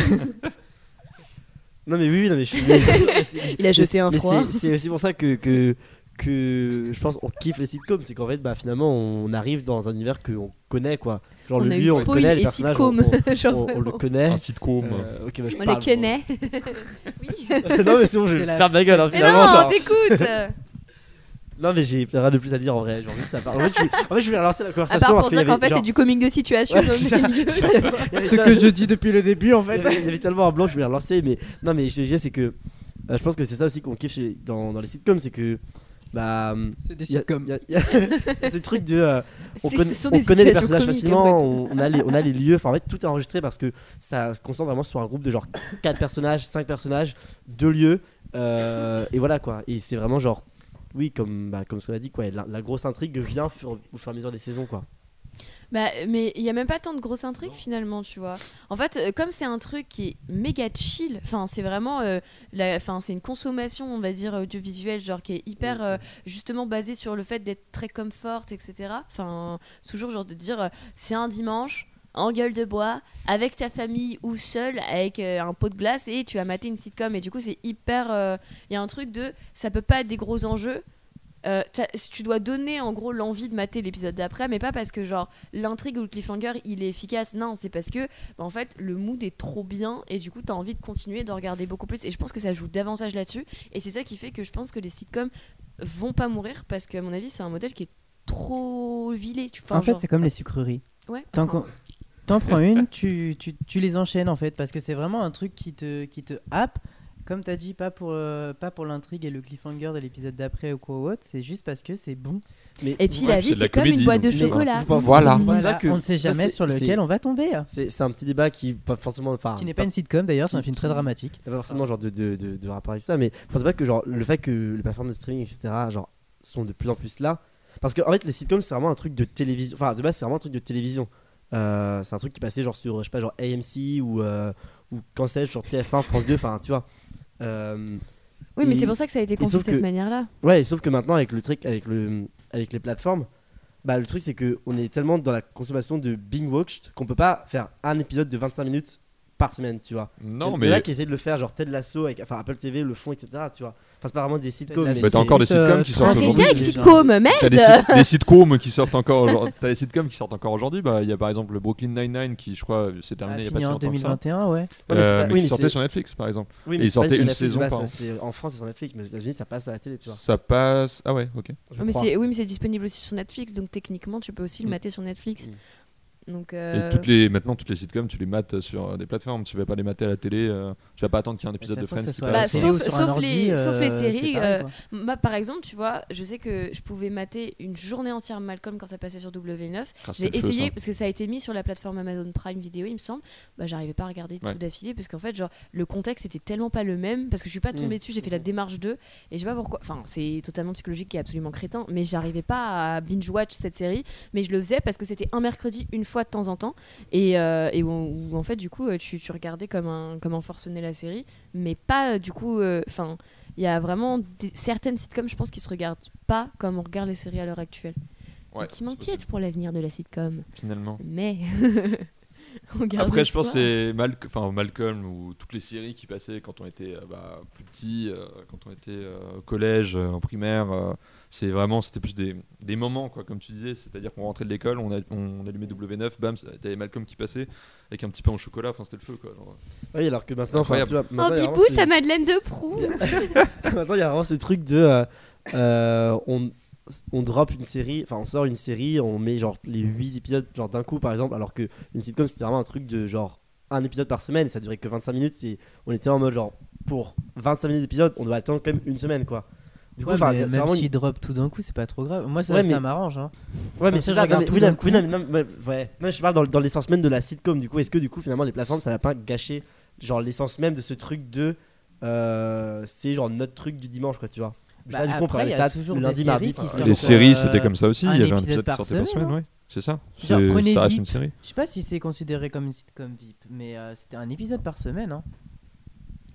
Speaker 8: Non mais oui, oui, non mais je suis.
Speaker 5: Il a jeté
Speaker 8: Mais-
Speaker 5: un
Speaker 8: mais
Speaker 5: froid.
Speaker 8: c'est- C'est aussi pour ça que que que je pense on kiffe les sitcoms, c'est qu'en fait bah finalement on arrive dans un univers que on connaît quoi. Genre
Speaker 5: On
Speaker 8: le
Speaker 5: a
Speaker 8: lieu
Speaker 5: eu
Speaker 8: on le
Speaker 5: spoil
Speaker 8: connaît, les
Speaker 5: et
Speaker 8: personnages on,
Speaker 5: sitcom.
Speaker 8: on-
Speaker 5: Genre
Speaker 8: on- on le
Speaker 5: vraiment.
Speaker 8: connaît.
Speaker 7: Un sitcom.
Speaker 8: Euh, ok, bah, je
Speaker 5: On les
Speaker 8: parle,
Speaker 5: connaît.
Speaker 8: bon. non mais c'est bon, je
Speaker 6: C'est
Speaker 8: vais
Speaker 6: la
Speaker 8: faire ma gueule hein,
Speaker 5: Mais
Speaker 8: finalement.
Speaker 5: non,
Speaker 8: genre.
Speaker 5: t'écoutes
Speaker 8: Non mais j'ai rien de plus à dire en vrai, genre juste à part. En fait, je, en fait, je voulais relancer la
Speaker 5: À
Speaker 8: conversation
Speaker 5: part
Speaker 8: parce
Speaker 5: pour
Speaker 8: qu'il y
Speaker 5: dire qu'en
Speaker 8: avait
Speaker 5: fait, c'est
Speaker 8: genre-
Speaker 5: du comique de situation.
Speaker 8: Ouais, c'est ça, c'est ça. Il y avait
Speaker 6: Ce
Speaker 8: ça-
Speaker 6: que je dis depuis le début, en
Speaker 8: Il
Speaker 6: fait.
Speaker 8: y avait- il y avait tellement un blanc, je vais la relancer. Mais non, mais je te disais, c'est que euh, je pense que c'est ça aussi qu'on kiffe chez- dans, dans les sitcoms, c'est que bah
Speaker 6: C'est des
Speaker 8: il y a-
Speaker 6: sitcoms.
Speaker 8: il y a- il y a ce truc de euh, on,
Speaker 5: C'est-
Speaker 8: conna-
Speaker 5: ce sont
Speaker 8: on
Speaker 5: des
Speaker 8: connaît les
Speaker 5: situations comiques,
Speaker 8: personnages facilement,
Speaker 5: en fait.
Speaker 8: on, on a les, on a les lieux, enfin en fait tout est enregistré parce que ça se concentre vraiment sur un groupe de genre 4 personnages, 5 personnages, 2 lieux, euh, et voilà quoi. Et c'est vraiment genre, oui, comme, bah, comme ce qu'on a dit, quoi, la, la grosse intrigue vient fur- au fur et à mesure des saisons quoi.
Speaker 5: Bah, mais il y a même pas tant de grosses intrigues finalement, tu vois. En fait, euh, comme c'est un truc qui est méga chill, enfin c'est vraiment, euh, la- enfin c'est une consommation, on va dire audiovisuelle, genre qui est hyper euh, justement basée sur le fait d'être très comfort, etc. Enfin toujours genre de dire euh, c'est un dimanche en gueule de bois avec ta famille ou seul avec euh, un pot de glace et tu as maté une sitcom et du coup c'est hyper, euh, il y a un truc de ça peut pas être des gros enjeux. Euh, t'as- tu dois donner en gros l'envie de mater l'épisode d'après, mais pas parce que genre l'intrigue ou le cliffhanger il est efficace. Non, c'est parce que bah, en fait le mood est trop bien et du coup t'as envie de continuer d'en regarder beaucoup plus. Et je pense que ça joue davantage là-dessus. Et c'est ça qui fait que je pense que les sitcoms vont pas mourir parce qu'à mon avis c'est un modèle qui est trop huilé. Tu, enfin,
Speaker 6: En fait,
Speaker 5: genre-
Speaker 6: c'est comme les sucreries.
Speaker 5: ouais,
Speaker 6: Tant
Speaker 5: enfin,
Speaker 6: qu'on- T'en prends une, tu, tu, tu les enchaînes en fait, parce que c'est vraiment un truc qui te, qui te happe. Comme t'as dit, pas pour, euh, pas pour l'intrigue et le cliffhanger de l'épisode d'après ou quoi ou autre, c'est juste parce que c'est bon.
Speaker 8: Mais
Speaker 5: Et puis
Speaker 7: Ouais,
Speaker 5: la
Speaker 7: c'est
Speaker 5: vie
Speaker 7: de la
Speaker 5: c'est comme une
Speaker 7: comédie,
Speaker 5: boîte de
Speaker 7: donc, euh,
Speaker 5: chocolat.
Speaker 8: faut pas-
Speaker 7: Voilà.
Speaker 8: faut pas-
Speaker 6: Voilà,
Speaker 8: c'est vrai que
Speaker 6: on ne sait
Speaker 8: ça,
Speaker 6: jamais
Speaker 8: c'est-
Speaker 6: sur lequel
Speaker 8: c'est-
Speaker 6: on va tomber.
Speaker 8: c'est c'est un petit débat qui Ah, pas forcément enfin
Speaker 6: Qui n'est pas une sitcom d'ailleurs, c'est un
Speaker 8: qui-
Speaker 6: film très
Speaker 8: qui-
Speaker 6: dramatique.
Speaker 8: Il n'y a pas forcément genre de, de, de, de rapport avec ça, mais je pense pas que genre, le fait que les plateformes de streaming, etc., genre, sont de plus en plus là. Parce que en fait, les sitcoms, c'est vraiment un truc de télévision. Enfin, de base, c'est vraiment un truc de télévision. Euh, c'est un truc qui passait genre sur, je sais pas, genre AMC ou, euh, ou quand sais-je, sur TF1, France 2, enfin, tu vois. Euh,
Speaker 5: Oui, mais
Speaker 8: Et-
Speaker 5: c'est pour ça que ça a été
Speaker 8: sauf
Speaker 5: conçu de cette
Speaker 8: que-
Speaker 5: manière-là.
Speaker 8: ouais, sauf que maintenant, avec le truc, avec, le, avec les plateformes, Bah, le truc, c'est que on est tellement dans la consommation de Bing Watched qu'on peut pas faire un épisode de 25 minutes par semaine, tu vois.
Speaker 7: Non,
Speaker 8: Il y en a
Speaker 7: mais.
Speaker 8: qui essaient de le faire, genre Ted Lasso, avec, enfin Apple TV, le fond, etc. Tu vois. Enfin, c'est pas vraiment des sitcoms.
Speaker 6: Lasso.
Speaker 8: mais
Speaker 7: Bah,
Speaker 8: c'est-
Speaker 7: t'as encore des
Speaker 6: Plus, euh,
Speaker 7: sitcoms hein. qui sortent
Speaker 6: Arrêtez
Speaker 5: Arrêtez
Speaker 7: aujourd'hui.
Speaker 5: avec
Speaker 6: déjà.
Speaker 5: sitcom,
Speaker 7: T'as des,
Speaker 5: merde
Speaker 7: sit- des sitcoms qui sortent encore aujourd'hui. T'as des sitcoms qui sortent encore aujourd'hui. Bah, il y a par exemple le Brooklyn Nine-Nine qui, je crois, s'est
Speaker 6: Ah,
Speaker 7: terminé il y a pas
Speaker 6: fini
Speaker 7: si
Speaker 6: en
Speaker 7: longtemps que ça.
Speaker 6: 2021, ouais.
Speaker 8: Ouais, mais c'est
Speaker 7: Euh,
Speaker 8: pas-
Speaker 7: mais
Speaker 8: oui,
Speaker 7: qui
Speaker 8: mais
Speaker 7: sortait
Speaker 8: c'est-
Speaker 7: sur Netflix, par exemple.
Speaker 8: Oui,
Speaker 7: Et ils
Speaker 8: c'est pas
Speaker 7: sortaient
Speaker 8: sur
Speaker 7: une
Speaker 8: Netflix de
Speaker 7: saison
Speaker 8: base,
Speaker 7: par
Speaker 8: ça,
Speaker 7: an.
Speaker 8: c'est- En France, c'est sur Netflix, mais aux États-Unis, ça passe à la télé, tu vois.
Speaker 7: Ça passe. Ah ouais, ok.
Speaker 8: je
Speaker 5: mais
Speaker 8: crois.
Speaker 5: c'est- Oui, mais c'est disponible aussi sur Netflix, donc techniquement, tu peux aussi le
Speaker 7: Mm.
Speaker 5: mater sur Netflix. Donc, euh,
Speaker 7: Et toutes les, maintenant, toutes les sitcoms, tu les mates sur euh, des plateformes. Tu vas pas les mater à la télé. euh, tu vas pas attendre qu'il y ait un épisode de
Speaker 6: Façon que ça
Speaker 7: Friends qui
Speaker 6: soit à
Speaker 5: Bah,
Speaker 6: la
Speaker 7: passe.
Speaker 5: sauf-
Speaker 6: télé ou sur un
Speaker 5: sauf
Speaker 6: ordi,
Speaker 5: les- sauf les
Speaker 6: euh,
Speaker 5: séries,
Speaker 6: c'est pareil,
Speaker 5: euh,
Speaker 6: quoi.
Speaker 5: Moi, par exemple, tu vois, je sais que je pouvais mater une journée entière Malcolm quand ça passait sur W9.
Speaker 7: Ah, c'était
Speaker 5: J'ai
Speaker 7: le feu,
Speaker 5: essayé,
Speaker 7: ça.
Speaker 5: parce que ça a été mis sur la plateforme Amazon Prime Video, il me semble. Bah, j'arrivais pas à regarder
Speaker 7: Ouais.
Speaker 5: tout d'affilée, parce qu'en fait, genre, le contexte était tellement pas le même, parce que je suis pas tombée
Speaker 8: Mm.
Speaker 5: dessus, j'ai fait
Speaker 7: Mm-hmm.
Speaker 5: la démarche d'eux, et je sais pas pourquoi. Enfin, c'est totalement psychologique et absolument crétin, mais j'arrivais pas à binge-watch cette série, mais je le faisais parce que c'était un mercredi, une fois de temps en temps, et, euh, et où, où, en fait, du coup, euh, tu, tu regardais comme un, comme un forcené la série, mais pas, euh, du coup, enfin. il y a vraiment des- certaines sitcoms, je pense, qui se regardent pas comme on regarde les séries à l'heure actuelle.
Speaker 7: Ouais,
Speaker 5: qui
Speaker 7: c'est
Speaker 5: m'inquiète pour l'avenir de la sitcom.
Speaker 7: possible, Finalement.
Speaker 5: Mais. on garde
Speaker 7: Après, je pense que
Speaker 5: espoir.
Speaker 7: c'est Mal- enfin, Malcolm ou toutes les séries qui passaient quand on était euh, bah, plus petit, euh, quand on était euh, au collège, euh, en primaire. euh, c'est vraiment, c'était plus des, des moments, quoi, comme tu disais. C'est-à-dire qu'on rentrait de l'école, on, a- on allumait W9, bam, ça- t'avais Malcolm qui passait avec un petit pain au chocolat. Enfin, c'était le feu, quoi. genre.
Speaker 8: Oui, alors que maintenant, enfin,
Speaker 7: Incroyable.
Speaker 8: tu vois,
Speaker 5: Oh,
Speaker 8: maintenant, il y a
Speaker 5: Bibou,
Speaker 8: vraiment ce-
Speaker 5: sa Madeleine de Proust
Speaker 8: maintenant, il y a vraiment ce truc de. euh, euh, on, on drop une série, enfin, on sort une série, on met genre les 8 épisodes genre d'un coup, par exemple, alors que une sitcom, c'était vraiment un truc de genre un épisode par semaine, ça durait que 25 minutes, et on était en mode genre pour 25 minutes d'épisode, on doit attendre quand même une semaine, quoi. Du coup,
Speaker 6: Ouais,
Speaker 8: enfin,
Speaker 6: mais
Speaker 8: c'est
Speaker 6: même
Speaker 8: vraiment une-
Speaker 6: s'ils drop tout d'un coup, c'est pas trop grave. Moi, ça,
Speaker 8: Ouais,
Speaker 6: ça
Speaker 8: mais-
Speaker 6: m'arrange. Hein.
Speaker 8: Ouais,
Speaker 6: Comme
Speaker 8: mais
Speaker 6: ça,
Speaker 8: c'est
Speaker 6: je
Speaker 8: ça, non,
Speaker 6: regarde
Speaker 8: mais-
Speaker 6: tout
Speaker 8: oui,
Speaker 6: d'un
Speaker 8: non,
Speaker 6: coup.
Speaker 8: oui, non, mais- non, mais- ouais. Non, je parle dans, dans l'essence même de la sitcom, du coup, est-ce que du coup, finalement, les plateformes, ça n'a pas gâché genre l'essence même de ce truc de. euh, c'est genre notre truc du dimanche, quoi, tu vois.
Speaker 6: Bah,
Speaker 8: Là, du coup, on peut
Speaker 6: après, il y
Speaker 8: regarder
Speaker 6: a
Speaker 8: ça
Speaker 6: toujours
Speaker 8: le
Speaker 6: des
Speaker 8: lundi,
Speaker 6: séries
Speaker 8: mardi.
Speaker 6: qui
Speaker 8: quoi.
Speaker 6: sortent.
Speaker 7: Et
Speaker 6: Ouais,
Speaker 7: les
Speaker 6: donc,
Speaker 7: séries,
Speaker 6: euh,
Speaker 7: c'était comme ça aussi.
Speaker 6: un
Speaker 7: Il y avait un
Speaker 6: épisode
Speaker 7: épisode qui
Speaker 6: par
Speaker 7: sortait par
Speaker 6: semaine,
Speaker 7: semaine, ouais. C'est ça.
Speaker 6: Genre,
Speaker 7: C'est-
Speaker 6: prenez
Speaker 7: Ça reste
Speaker 6: Vip.
Speaker 7: une série.
Speaker 6: Je sais pas si c'est considéré comme une sitcom VIP, mais euh, c'était un épisode par semaine. Hein.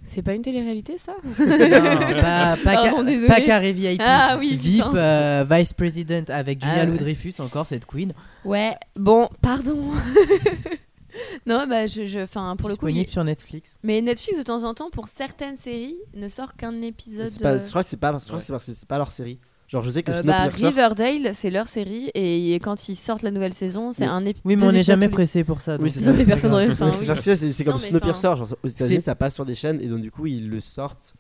Speaker 5: C'est pas une télé-réalité, ça
Speaker 6: Non, pas, pas, ca-
Speaker 5: Pardon, désolée.
Speaker 6: pas carré VIP.
Speaker 5: Ah oui,
Speaker 6: VIP,
Speaker 5: putain.
Speaker 6: euh, Vice President avec Julia
Speaker 5: Ah.
Speaker 6: Lou Dreyfus, encore cette queen.
Speaker 5: Ouais, bon, pardon Non, bah, je. je- Enfin, pour le coup.
Speaker 6: disponible
Speaker 5: il-
Speaker 6: sur Netflix.
Speaker 5: Mais Netflix, de temps en temps, pour certaines séries, ne sort qu'un épisode.
Speaker 8: C'est pas-
Speaker 5: euh,
Speaker 8: Je crois que c'est pas, parce- je crois que c'est parce que c'est pas leur série. Genre, je sais que
Speaker 5: euh,
Speaker 8: Snowpiercer
Speaker 5: bah, Riverdale, c'est leur série, et quand ils sortent la nouvelle saison, c'est
Speaker 8: Mais-
Speaker 5: un épisode.
Speaker 6: Oui, mais on n'est jamais pressé pour ça.
Speaker 8: Oui,
Speaker 6: donc euh,
Speaker 8: c'est
Speaker 6: c'est
Speaker 8: ça.
Speaker 5: Non, mais
Speaker 6: pas
Speaker 5: personne
Speaker 6: grave.
Speaker 5: n'aurait. Enfin,
Speaker 8: Mais c'est
Speaker 5: oui.
Speaker 8: parce que c'est- c'est comme
Speaker 5: Non, mais
Speaker 8: Snowpiercer, genre aux États-Unis
Speaker 6: C'est-
Speaker 8: ça passe sur des chaînes et donc du coup ils le sortent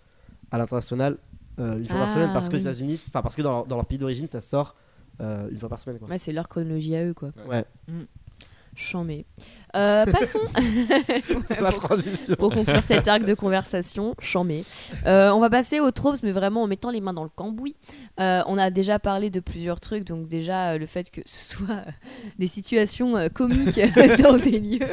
Speaker 8: à l'international euh, une fois par
Speaker 5: Ah,
Speaker 8: semaine parce que
Speaker 5: oui.
Speaker 8: aux États-Unis, enfin parce que dans leur, dans leur pays d'origine ça sort euh, une fois par semaine quoi.
Speaker 5: Ouais, c'est leur chronologie à eux, quoi. Mmh.
Speaker 8: Ouais.
Speaker 5: Chambé. Euh, passons. Ouais,
Speaker 8: La
Speaker 5: bon.
Speaker 8: transition.
Speaker 5: pour conclure cet arc de conversation, chamé. Euh, on va passer aux tropes, mais vraiment en mettant les mains dans le cambouis. Euh, on a déjà parlé de plusieurs trucs, donc déjà euh, le fait que ce soit euh, des situations euh, comiques dans des lieux,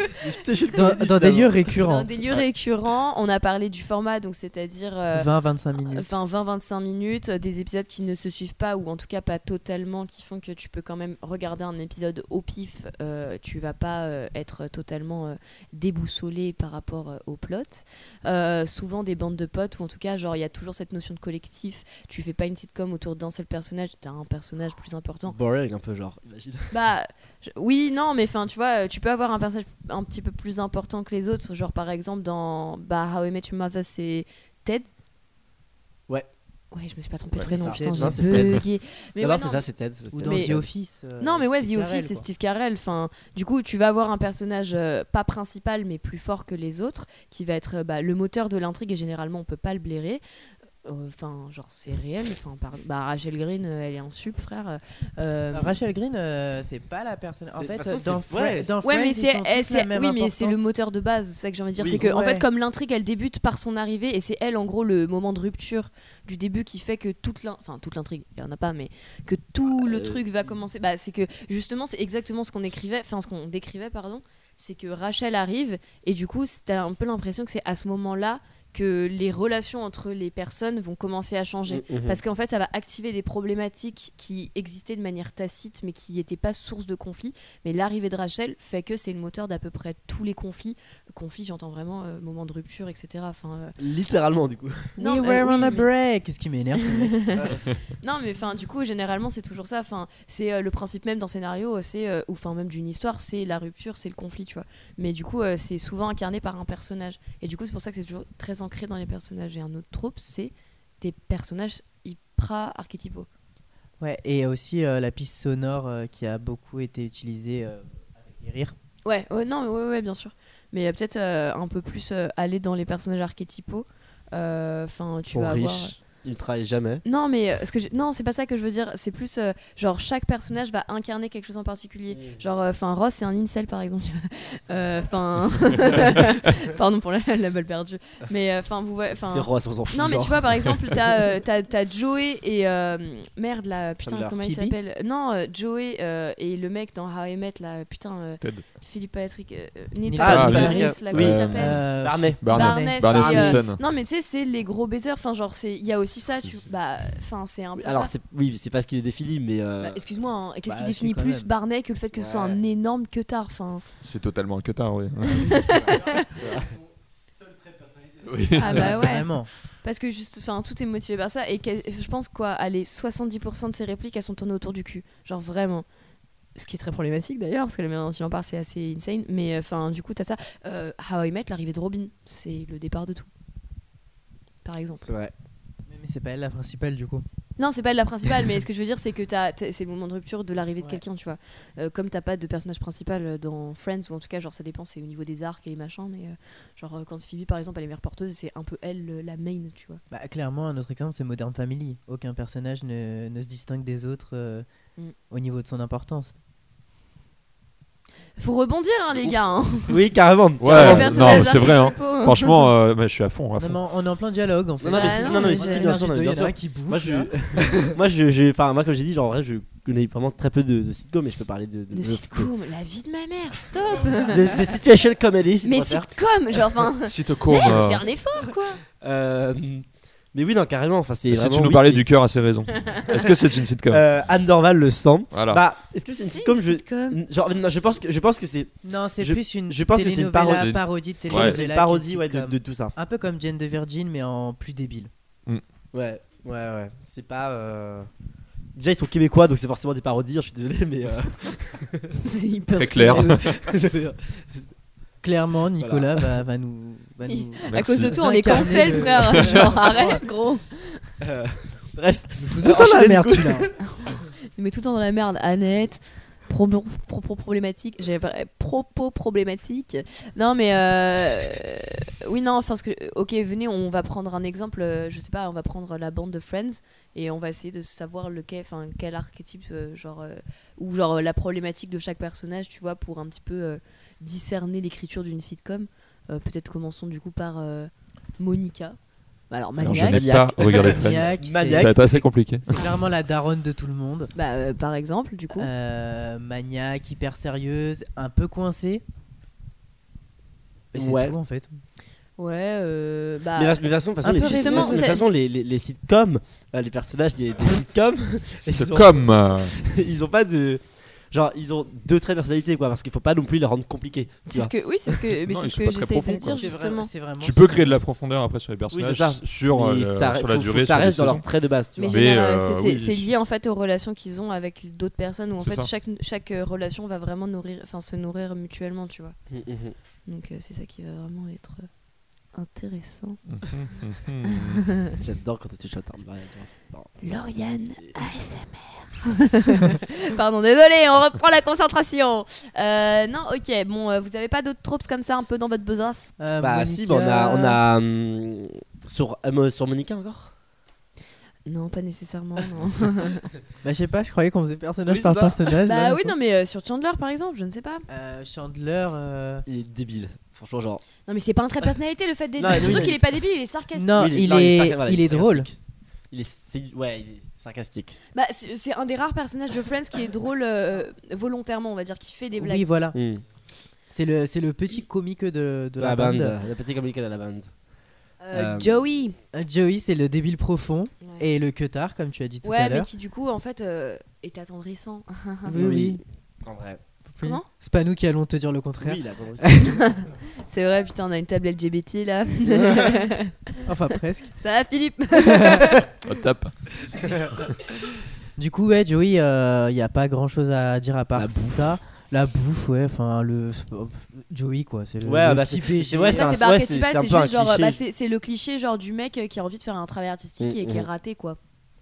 Speaker 6: Dans, dans des lieux récurrents.
Speaker 5: dans des lieux récurrents. On a parlé du format, donc c'est-à-dire euh,
Speaker 6: 20-25 minutes.
Speaker 5: Enfin, 20-25 minutes, euh, des épisodes qui ne se suivent pas, ou en tout cas pas totalement, qui font que tu peux quand même regarder un épisode au pif. euh, tu vas pas euh, être totalement euh, déboussolé par rapport euh, au plot. Euh, souvent des bandes de potes, ou en tout cas, genre, il y a toujours cette notion de collectif. Tu fais pas une sitcom autour d'un seul personnage, t'as un personnage plus important.
Speaker 8: Boring un peu genre. Imagine.
Speaker 5: Bah je- oui, non, mais enfin, tu vois, euh, tu peux avoir un personnage un petit peu plus important que les autres. Genre, par exemple, dans bah, How I Met Your Mother, c'est Ted.
Speaker 8: Ouais.
Speaker 5: Ouais, je me suis pas trompée
Speaker 8: Ouais,
Speaker 5: de
Speaker 8: c'est
Speaker 5: prénom,
Speaker 8: ça.
Speaker 5: putain,
Speaker 8: Ted, non,
Speaker 5: j'ai
Speaker 8: c'est Ted.
Speaker 5: bugué. Mais
Speaker 8: non,
Speaker 5: ouais,
Speaker 8: non, c'est
Speaker 5: non,
Speaker 8: ça, c'est Ted. c'est
Speaker 6: Ou
Speaker 8: Ted.
Speaker 6: dans
Speaker 5: mais-
Speaker 6: The Office. euh,
Speaker 5: non, mais ouais, The
Speaker 6: Steve Carell,
Speaker 5: Office, c'est
Speaker 6: quoi.
Speaker 5: Steve Carell. Enfin, du coup, tu vas avoir un personnage euh, pas principal, mais plus fort que les autres, qui va être euh, bah, le moteur de l'intrigue. Et généralement, on peut pas le blairer. Euh, Enfin, genre, c'est réel. Enfin, par- bah, Rachel Green, euh, elle est en sup, frère. Euh,
Speaker 8: Ah,
Speaker 6: Rachel Green, euh, c'est pas la personne. En
Speaker 8: C'est- de
Speaker 6: fait,
Speaker 8: toute façon,
Speaker 6: dans,
Speaker 8: c'est-
Speaker 6: Fri-
Speaker 8: ouais,
Speaker 6: dans
Speaker 5: Ouais, mais
Speaker 6: Friends, ils
Speaker 5: c'est
Speaker 6: sont
Speaker 5: elle,
Speaker 6: tous la
Speaker 5: c'est-
Speaker 6: même
Speaker 5: oui, mais c'est le
Speaker 6: importance.
Speaker 5: moteur de base, c'est ça que j'ai envie de dire.
Speaker 8: Oui.
Speaker 5: c'est que, en
Speaker 6: Ouais.
Speaker 5: fait, comme l'intrigue, elle débute par son arrivée, et c'est elle, en gros, le moment de rupture du début qui fait que toute l'in- enfin, toute l'intrigue, il y en a pas, mais que tout
Speaker 6: euh,
Speaker 5: le truc va commencer. Bah, c'est que justement, c'est exactement ce qu'on écrivait, enfin, ce qu'on décrivait, pardon, c'est que Rachel arrive, et du coup, c'est- t'as un peu l'impression que c'est à ce moment-là que les relations entre les personnes vont commencer à
Speaker 6: Mm.
Speaker 5: changer.
Speaker 8: Mm.
Speaker 5: Parce qu'en fait, ça va activer des problématiques qui existaient de manière tacite, mais qui n'étaient pas source de conflit. Mais l'arrivée de Rachel fait que c'est le moteur d'à peu près tous les conflits. Conflits, j'entends vraiment euh, moment de rupture, etc. Enfin, euh,
Speaker 8: Littéralement, du coup.
Speaker 5: non, euh,
Speaker 6: We were
Speaker 5: oui,
Speaker 6: on a
Speaker 5: mais-
Speaker 6: break. Qu'est-ce qui m'énerve ce mec
Speaker 5: non, mais enfin, du coup, généralement, c'est toujours ça. Enfin, c'est euh, le principe même d'un scénario, euh, c'est euh, ou enfin même d'une histoire, c'est la rupture, c'est le conflit, tu vois. Mais du coup, euh, c'est souvent incarné par un personnage. Et du coup, c'est pour ça que c'est toujours très ancré dans les personnages. Et un autre trope, c'est des personnages hyper archétypaux.
Speaker 6: Ouais, et aussi euh, la piste sonore euh, qui a beaucoup été utilisée euh, avec les rires.
Speaker 5: Ouais, ouais, non, mais ouais, ouais, bien sûr. Mais euh, peut-être euh, un peu plus euh, aller dans les personnages archétypaux. euh, Enfin, tu vas avoir.
Speaker 8: Il ne travaille jamais.
Speaker 5: Non, mais euh, ce que je- non, c'est pas ça que je veux dire. C'est plus euh, genre chaque personnage va incarner quelque chose en particulier. Genre, euh, enfin Ross c'est un incel par exemple. Euh, Enfin, pardon pour la, la balle perdue. Mais euh, enfin vous voyez. 'fin-
Speaker 8: C'est roi sans enfant.
Speaker 5: Non mais tu vois par exemple t'as euh, t'as- t'as Joey et euh, merde là putain
Speaker 8: Chandler.
Speaker 5: comment il
Speaker 6: Phoebe
Speaker 5: s'appelle Non euh, Joey euh, et le mec dans How I Met là putain euh,
Speaker 7: Ted.
Speaker 5: Philippe Patrick euh, Neil
Speaker 6: Neil
Speaker 5: Patrick
Speaker 7: Patrick
Speaker 5: Harris,
Speaker 8: Harris.
Speaker 5: là comment il
Speaker 7: Oui.
Speaker 5: s'appelle
Speaker 6: Euh,
Speaker 8: Barney.
Speaker 5: Barney,
Speaker 7: Barney
Speaker 5: c'est, euh,
Speaker 7: Simpson.
Speaker 5: Non mais tu sais c'est les gros baisers. Enfin genre c'est il y a aussi ça tu
Speaker 7: Si, si.
Speaker 5: bah enfin c'est un peu
Speaker 8: Alors,
Speaker 5: ça.
Speaker 8: c'est- oui, c'est parce qu'il est défilé, mais. euh,
Speaker 5: Bah, Excuse-moi, hein, qu'est-ce
Speaker 6: bah,
Speaker 5: qui
Speaker 6: si,
Speaker 5: définit
Speaker 6: quand
Speaker 5: plus
Speaker 6: même.
Speaker 5: Barney que le fait que ce soit
Speaker 8: Ouais.
Speaker 5: un énorme que tard enfin,
Speaker 7: C'est totalement un cutard, oui. oui.
Speaker 5: Ah bah ouais.
Speaker 6: Vraiment.
Speaker 5: Parce que juste, enfin, tout est motivé par ça. Et que- je pense quoi, allez, 70% de ses répliques, elles sont tournées autour du cul. Genre vraiment. Ce qui est très problématique d'ailleurs, parce que la manière dont il en parle, c'est assez insane. Mais enfin, du coup, t'as ça. Euh, How I Met, l'arrivée de Robin, c'est le départ de tout. Par exemple.
Speaker 8: C'est vrai.
Speaker 6: Mais, mais c'est pas elle la principale du coup.
Speaker 5: Non, c'est pas la principale, mais ce que je veux dire, c'est que t'as- t'as- c'est le moment de rupture de l'arrivée de
Speaker 6: Ouais.
Speaker 5: quelqu'un, tu vois. Euh, comme t'as pas de personnage principal euh, dans Friends, ou en tout cas, genre ça dépend, c'est au niveau des arcs et les machins, mais euh, genre euh, quand Phoebe par exemple, elle est mère porteuse, c'est un peu elle euh, la main, tu vois.
Speaker 6: Bah, clairement, un autre exemple, c'est Modern Family. Aucun personnage ne, ne se distingue des autres euh,
Speaker 5: Mm.
Speaker 6: au niveau de son importance.
Speaker 5: Faut rebondir, hein, les gars. hein.
Speaker 8: Oui, carrément.
Speaker 5: Les
Speaker 7: Ouais,
Speaker 8: Carrément.
Speaker 7: non,
Speaker 5: personnages
Speaker 7: mais c'est vrai, hein.
Speaker 5: archétypaux, hein.
Speaker 7: Franchement, euh, mais je suis à fond. À
Speaker 6: Non,
Speaker 7: fond.
Speaker 6: mais on est en plein dialogue en fait.
Speaker 8: non,
Speaker 5: mais Bah si, non, non, mais mais si,
Speaker 8: si, bien sûr,
Speaker 6: Il
Speaker 8: bien
Speaker 6: y en
Speaker 8: sûr.
Speaker 6: a qui bougent.
Speaker 8: Moi, je,
Speaker 6: là.
Speaker 8: moi, je, je- enfin, moi, comme j'ai dit, genre, en vrai, je connais vraiment très peu de, de sitcoms, mais je peux parler de.
Speaker 5: De sitcom, la vie de ma mère, stop.
Speaker 8: De, de situation comedy, si tu
Speaker 5: mais
Speaker 8: préfères.
Speaker 5: sitcom, genre, enfin,
Speaker 7: Si te cours,
Speaker 5: merde,
Speaker 7: euh,
Speaker 5: fais un effort, quoi.
Speaker 8: Euh, mais oui, non, carrément. Enfin, c'est
Speaker 7: si
Speaker 8: vraiment,
Speaker 7: tu nous
Speaker 8: oui,
Speaker 7: parlais
Speaker 8: c'est-
Speaker 7: du cœur à ses raisons. Est-ce que c'est une sitcom
Speaker 8: Euh, Anne Dorval le sent.
Speaker 7: Voilà.
Speaker 8: Bah, est-ce que c'est une
Speaker 5: C'est
Speaker 8: sitcom
Speaker 5: une
Speaker 8: je...
Speaker 5: sitcom.
Speaker 8: Genre, non, je pense que je pense que c'est
Speaker 6: Non, c'est
Speaker 8: Je-
Speaker 6: plus une
Speaker 8: je pense que c'est une
Speaker 6: telenovela,
Speaker 7: parodie.
Speaker 6: parodie de
Speaker 7: Ouais.
Speaker 8: c'est une
Speaker 6: telenovela
Speaker 8: parodie
Speaker 6: qu'une
Speaker 8: ouais, de,
Speaker 6: sitcom.
Speaker 8: de tout ça.
Speaker 6: Un peu comme Jane de Virgin, mais en plus débile.
Speaker 8: Ouais, ouais, ouais. C'est pas. euh, Déjà, ils sont québécois, donc c'est forcément des parodies. Je suis désolé, mais. euh,
Speaker 5: C'est hyper.
Speaker 7: Très clair.
Speaker 8: désolé. hein.
Speaker 6: Clairement, Nicolas va, va nous. va
Speaker 5: Il-
Speaker 6: nous-
Speaker 5: À
Speaker 7: Merci.
Speaker 5: cause de toi, on est
Speaker 6: Incarner
Speaker 5: cancel,
Speaker 6: le-
Speaker 5: frère. Genre, arrête, gros.
Speaker 8: Euh, Bref,
Speaker 6: nous foutre dans la
Speaker 8: Enchaîne,
Speaker 6: merde,
Speaker 8: Nico.
Speaker 6: celui-là.
Speaker 5: Il met tout le temps dans la merde. Annette, propos problématique. J'avais pas- propos problématique. Non, mais euh, euh, oui, non. Enfin, ce que ok, venez, on va prendre un exemple. euh, Je sais pas, on va prendre la bande de Friends et on va essayer de savoir lequel, enfin, quel archétype, euh, genre euh, ou genre euh, la problématique de chaque personnage, tu vois, pour un petit peu euh, discerner l'écriture d'une sitcom. Euh, Peut-être commençons du coup par euh, Monica. Bah, Alors,
Speaker 7: Alors,
Speaker 5: Maniac.
Speaker 7: je n'ai pas
Speaker 8: Maniac.
Speaker 7: regardé Friends.
Speaker 6: Maniac, c'est-
Speaker 7: Ça
Speaker 8: Maniac.
Speaker 7: va être assez compliqué.
Speaker 6: C'est clairement la daronne de tout le monde.
Speaker 5: Bah, euh, par exemple, du coup.
Speaker 6: Euh, maniaque, hyper sérieuse, un peu coincée. Et c'est
Speaker 8: Ouais.
Speaker 6: tout en fait.
Speaker 5: Ouais. euh, bah.
Speaker 8: mais vers- mais de toute façon, de toute façon,
Speaker 6: Un
Speaker 8: les,
Speaker 6: peu
Speaker 8: sitcoms-
Speaker 5: raison,
Speaker 8: de toute
Speaker 5: c'est-
Speaker 8: façon, les, les- les sitcoms, euh, les personnages des, des sitcoms, ils ont,
Speaker 7: Sitcom. euh,
Speaker 8: ils ont pas de. Genre, ils ont deux traits de personnalité, quoi, parce qu'il faut pas non plus les rendre compliqués. tu
Speaker 5: C'est
Speaker 8: vois.
Speaker 5: ce que oui, c'est ce que mais
Speaker 7: Non,
Speaker 5: c'est
Speaker 7: ils
Speaker 5: ce
Speaker 7: sont
Speaker 5: que
Speaker 7: pas très
Speaker 5: j'essaie de
Speaker 7: profonds, quoi.
Speaker 5: dire justement.
Speaker 7: Tu peux créer de la profondeur après sur les personnages,
Speaker 8: ça.
Speaker 7: sur, euh,
Speaker 8: Mais
Speaker 7: le-
Speaker 8: ça
Speaker 7: sur
Speaker 8: faut-
Speaker 7: la
Speaker 8: faut
Speaker 7: durée,
Speaker 8: que
Speaker 7: sur
Speaker 8: ça
Speaker 7: les
Speaker 8: reste dans leur
Speaker 7: saisons.
Speaker 8: trait de base. Tu
Speaker 5: Mais
Speaker 8: vois.
Speaker 7: Mais,
Speaker 5: général,
Speaker 7: euh,
Speaker 5: c'est-
Speaker 7: oui,
Speaker 5: c'est c'est
Speaker 7: je-
Speaker 5: lié en fait aux relations qu'ils ont avec d'autres personnes où en
Speaker 7: C'est
Speaker 5: fait
Speaker 7: ça.
Speaker 5: chaque chaque euh, relation va vraiment nourrir enfin se nourrir mutuellement, tu vois.
Speaker 8: Mhm, mhm.
Speaker 5: Donc euh, c'est ça qui va vraiment être euh, intéressant.
Speaker 7: Mhm, mhm.
Speaker 8: J'adore quand tu chantes un bail, tu vois. Non.
Speaker 5: Lauriane ASMR. Pardon, désolé, on reprend la concentration. Euh, non, OK, bon, euh, vous avez pas d'autres tropes comme ça un peu dans votre besace
Speaker 6: Euh,
Speaker 8: Bah si, bah, on a, on a hum, sur, hum, sur Monica encore.
Speaker 5: Non, pas nécessairement, non.
Speaker 6: Bah je sais pas, je croyais qu'on faisait personnage
Speaker 8: Oui,
Speaker 6: par
Speaker 8: c'est ça.
Speaker 6: personnage. là,
Speaker 5: bah oui,
Speaker 6: quoi.
Speaker 5: non mais euh, sur Chandler par exemple, je ne sais pas.
Speaker 6: Euh, Chandler. euh,
Speaker 8: Il est débile, franchement genre.
Speaker 5: Non mais c'est pas un trait de personnalité le fait d'être
Speaker 8: Non, oui,
Speaker 5: surtout
Speaker 8: mais-
Speaker 5: qu'il est pas débile, il est sarcastique.
Speaker 6: Non,
Speaker 8: Oui,
Speaker 6: il,
Speaker 8: non,
Speaker 6: est,
Speaker 8: sarca- voilà,
Speaker 6: il est drôle.
Speaker 8: sarcastique. Il est, sédu- ouais, il est sarcastique.
Speaker 5: Bah, c'est c'est un des rares personnages de Friends qui est drôle euh, volontairement, on va dire, qui fait des blagues.
Speaker 6: Oui, voilà.
Speaker 8: Hum.
Speaker 6: C'est le, c'est le petit comique de, de
Speaker 8: De
Speaker 6: la,
Speaker 8: la bande,
Speaker 6: bande. Ah
Speaker 8: la petite comique de la bande.
Speaker 5: Euh, Euh,
Speaker 9: Euh,
Speaker 5: Joey.
Speaker 6: Joey, c'est le débile profond et le queutard, comme tu as dit tout à
Speaker 5: Ouais, mais
Speaker 6: l'heure.
Speaker 5: qui du coup, en fait, euh, est attendrissant.
Speaker 6: Oui, oui.
Speaker 8: En vrai.
Speaker 5: Comment
Speaker 6: C'est pas nous qui allons te dire le contraire.
Speaker 8: Oui, il a tendance.
Speaker 5: C'est vrai, putain, on a une table LGBT là.
Speaker 6: Enfin, presque.
Speaker 5: Ça va, Philippe
Speaker 7: Hop, tape.
Speaker 6: Du coup, ouais, Joey, euh, il n'y a pas grand chose à dire à part
Speaker 9: La bouffe.
Speaker 6: ça. La bouffe, ouais, enfin, le. Joey, quoi, c'est le.
Speaker 8: Ouais,
Speaker 6: le
Speaker 8: bah,
Speaker 6: petit
Speaker 8: c'est-
Speaker 6: PJ.
Speaker 8: c'est vrai,
Speaker 5: Ça,
Speaker 8: un-
Speaker 5: c'est pas
Speaker 8: ouais,
Speaker 5: un
Speaker 8: c'est-
Speaker 5: principal,
Speaker 8: c'est un
Speaker 5: c'est
Speaker 8: peu un
Speaker 5: juste genre,
Speaker 8: cliché.
Speaker 5: bah, c'est c'est le cliché genre du mec euh, qui a envie de faire un travail artistique et qui est
Speaker 8: Mm, mm.
Speaker 5: raté quoi.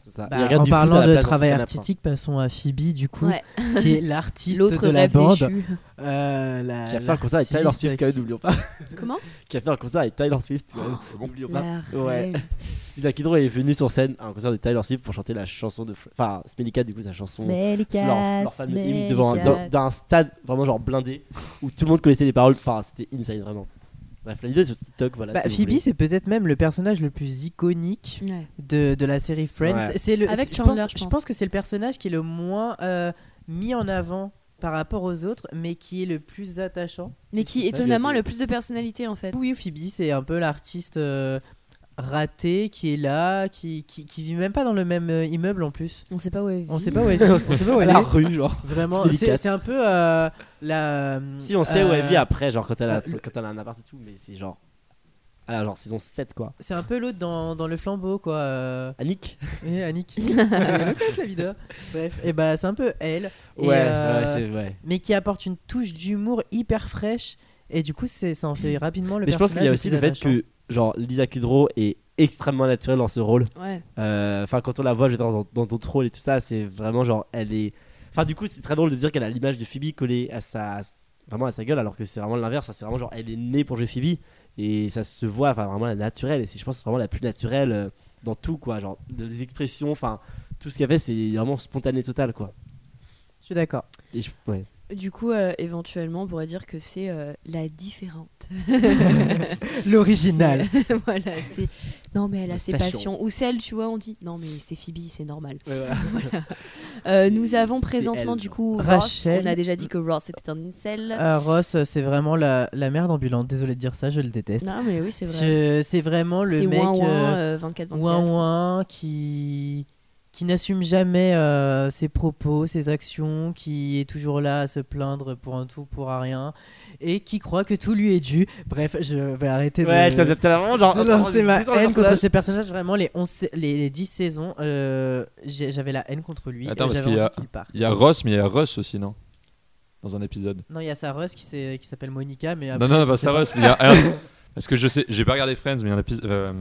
Speaker 8: C'est ça.
Speaker 6: Bah,
Speaker 8: Il regarde
Speaker 6: en
Speaker 8: du foot à
Speaker 6: parlant
Speaker 8: la
Speaker 6: de
Speaker 8: place, on
Speaker 6: travail
Speaker 8: s'en fout, on a pas.
Speaker 6: artistique, passons à Phoebe, du coup,
Speaker 5: Ouais.
Speaker 6: qui est l'artiste
Speaker 5: L'autre
Speaker 6: de la
Speaker 5: rêve
Speaker 6: bande.
Speaker 5: déchu.
Speaker 6: Euh, la-
Speaker 8: Qui a fait un concert avec Tyler
Speaker 6: l'artiste
Speaker 8: Swift, quand même, n'oublions pas. Ah,
Speaker 5: Comment
Speaker 8: Qui a fait un concert avec Tyler Swift, quand même.
Speaker 7: bon
Speaker 8: N'oublions pas.
Speaker 5: La
Speaker 8: Bah, Ouais.
Speaker 5: reine.
Speaker 8: Isaac Hidro est venu sur scène à un concert de Tyler Swift pour chanter la chanson de. Fr- Enfin, Smelly Cat, du coup, sa chanson.
Speaker 10: Smelly
Speaker 8: leur,
Speaker 10: cat,
Speaker 8: leur fameux hymne
Speaker 10: smelly
Speaker 8: devant
Speaker 10: cat.
Speaker 8: d'un- d'un stade vraiment genre blindé où tout le monde connaissait les paroles. Enfin, c'était insane vraiment. Bref, la vidéo est sur TikTok, voilà.
Speaker 6: Bah,
Speaker 8: si vous
Speaker 6: Phoebe,
Speaker 8: voulez.
Speaker 6: c'est peut-être même le personnage le plus iconique
Speaker 5: Ouais.
Speaker 6: de, de la série Friends.
Speaker 8: Ouais.
Speaker 6: C'est le,
Speaker 5: Avec
Speaker 6: c'est-
Speaker 5: Chandler,
Speaker 6: je pense,
Speaker 5: je pense.
Speaker 6: je pense que c'est le personnage qui est le moins euh, mis en avant par rapport aux autres, mais qui est le plus attachant.
Speaker 5: Mais qui
Speaker 6: Ça, j'ai
Speaker 5: étonnamment a
Speaker 6: oublié.
Speaker 5: le plus de personnalité en fait.
Speaker 6: Oui, Phoebe, c'est un peu l'artiste euh, raté qui est là, qui, qui, qui vit même pas dans le même euh, immeuble en plus.
Speaker 5: On sait pas où elle
Speaker 6: On
Speaker 5: vit.
Speaker 6: sait pas où elle, on sait pas où elle
Speaker 8: la
Speaker 6: est.
Speaker 8: rue, genre.
Speaker 6: Vraiment,
Speaker 8: C'est délicat.
Speaker 6: c'est c'est un peu euh, la.
Speaker 8: Si on sait où elle
Speaker 6: euh,
Speaker 8: vit après, genre quand elle a,
Speaker 6: euh, le-
Speaker 8: quand elle a un appart et tout, mais c'est genre. Ah, genre saison 7, quoi.
Speaker 6: C'est un peu l'autre dans, dans le flambeau, quoi. euh,
Speaker 8: Annick
Speaker 6: Et Annick. Elle est loquace, la vidéo. Bref, et bah c'est un peu elle. Et,
Speaker 8: Ouais,
Speaker 6: euh,
Speaker 8: ouais, c'est vrai.
Speaker 6: mais qui apporte une touche d'humour hyper fraîche. Et du coup, c'est ça en fait rapidement le
Speaker 8: Mais je pense qu'il y a
Speaker 6: personnage
Speaker 8: aussi
Speaker 6: plus
Speaker 8: le fait
Speaker 6: attachant.
Speaker 8: que, genre, Lisa Kudrow est extrêmement naturelle dans ce rôle.
Speaker 5: Ouais.
Speaker 8: Euh, Enfin, quand on la voit, je veux dire, dans dans d'autres rôles et tout ça, c'est vraiment genre, elle est. Enfin, du coup, c'est très drôle de dire qu'elle a l'image de Phoebe collée à sa. Vraiment à sa gueule, alors que c'est vraiment l'inverse. Enfin, c'est vraiment genre, elle est née pour jouer Phoebe. Et ça se voit, enfin, vraiment la naturelle. Et c'est, je pense, vraiment la plus naturelle euh, dans tout, quoi. Genre, de- les expressions, enfin, tout ce qu'elle fait, c'est vraiment spontané total, quoi.
Speaker 6: Je suis d'accord.
Speaker 8: Et je- ouais.
Speaker 5: Du coup, euh, éventuellement, on pourrait dire que c'est euh, la différente.
Speaker 6: L'original.
Speaker 5: voilà, c'est. Non, mais elle a
Speaker 8: Le
Speaker 5: ses
Speaker 8: passion.
Speaker 5: passions. Ou celle, tu vois, on dit non, mais c'est Phoebe, c'est normal.
Speaker 8: Voilà.
Speaker 5: Euh,
Speaker 8: C'est-
Speaker 5: nous avons
Speaker 8: c'est
Speaker 5: présentement,
Speaker 8: elle,
Speaker 5: du
Speaker 8: genre.
Speaker 5: coup, Ross.
Speaker 6: Rachel.
Speaker 5: On a déjà dit que Ross était un incel.
Speaker 6: Euh, Ross, c'est vraiment la, la merde ambulante. Désolé de dire ça, je le déteste.
Speaker 5: Non, mais oui, c'est vrai.
Speaker 6: Je- C'est vraiment le
Speaker 5: C'est
Speaker 6: mec.
Speaker 5: ouin
Speaker 6: euh,
Speaker 5: ouin, euh, 24-24.
Speaker 6: ouin ouin qui qui n'assume jamais euh, ses propos, ses actions, qui est toujours là à se plaindre pour un tout, pour un rien, et qui croit que tout lui est dû. Bref, je vais arrêter
Speaker 8: Ouais,
Speaker 6: de,
Speaker 8: t'as t'as vraiment genre.
Speaker 6: de lancer ma
Speaker 8: tout sur le
Speaker 6: haine contre
Speaker 8: personnage.
Speaker 6: ce personnage. Vraiment, les, 11 sa- les, les 10 saisons, euh, j'ai- j'avais la haine contre lui.
Speaker 7: Attends,
Speaker 6: et
Speaker 7: parce
Speaker 6: j'avais
Speaker 7: qu'il y a-
Speaker 6: envie qu'il parte.
Speaker 7: Il y a Ross, mais il y a Russ aussi, non Dans un épisode.
Speaker 6: Non, il y a sa Russ qui s'est- qui s'appelle Monica, mais
Speaker 7: Non,
Speaker 6: après,
Speaker 7: non, bah,
Speaker 6: je
Speaker 7: non, pas
Speaker 6: sais pas.
Speaker 7: Saros, mais il y a un- Parce que je sais, j'ai pas regardé Friends, mais il y a un épisode. euh,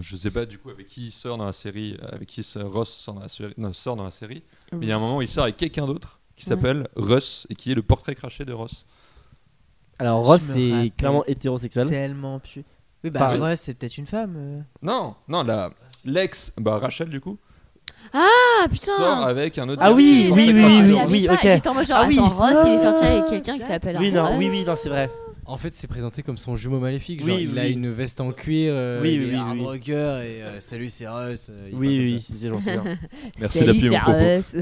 Speaker 7: je sais pas du coup avec qui il sort dans la série, avec qui ce- Ross sort dans la série. non, sort dans la série. Mais il y a un moment où il sort avec quelqu'un d'autre qui
Speaker 5: Ouais.
Speaker 7: s'appelle Russ et qui est le portrait craché de Ross.
Speaker 8: Alors,
Speaker 6: Je
Speaker 8: Ross,
Speaker 6: me
Speaker 8: c'est
Speaker 6: rappelle.
Speaker 8: clairement hétérosexuel.
Speaker 6: tellement pu. Oui, bah,
Speaker 8: Enfin,
Speaker 6: Russ, c'est peut-être une femme. euh.
Speaker 7: Non, non, la l'ex, bah Rachel du coup,
Speaker 5: Ah
Speaker 7: sort
Speaker 5: putain
Speaker 7: avec un autre.
Speaker 8: Ah
Speaker 7: gars.
Speaker 8: oui,
Speaker 7: Le
Speaker 8: oui,
Speaker 7: portrait
Speaker 8: oui, oui,
Speaker 7: craché de
Speaker 5: j'avais
Speaker 8: oui, oui,
Speaker 7: Ross.
Speaker 5: pas-
Speaker 8: ok.
Speaker 5: J'étais en mode genre,
Speaker 8: Ah oui,
Speaker 5: attends, Ross, il est
Speaker 8: ça.
Speaker 5: sorti avec quelqu'un qui s'appelle
Speaker 8: Oui, non,
Speaker 5: Ross.
Speaker 8: oui, oui, non, c'est vrai.
Speaker 9: En fait, c'est présenté comme son jumeau maléfique.
Speaker 8: Oui,
Speaker 9: genre, il a
Speaker 8: oui.
Speaker 9: une veste en cuir, euh,
Speaker 8: Oui,
Speaker 9: il
Speaker 8: oui,
Speaker 9: est
Speaker 8: oui,
Speaker 9: un
Speaker 8: oui.
Speaker 9: drogueur et euh, salut, c'est Russ. euh, il
Speaker 8: Oui,
Speaker 9: parle
Speaker 8: oui,
Speaker 9: comme ça.
Speaker 8: si, si, j'en sais bien.
Speaker 7: Merci
Speaker 5: Salut,
Speaker 7: d'appuyer mon
Speaker 5: c'est
Speaker 7: propos.
Speaker 5: Ross.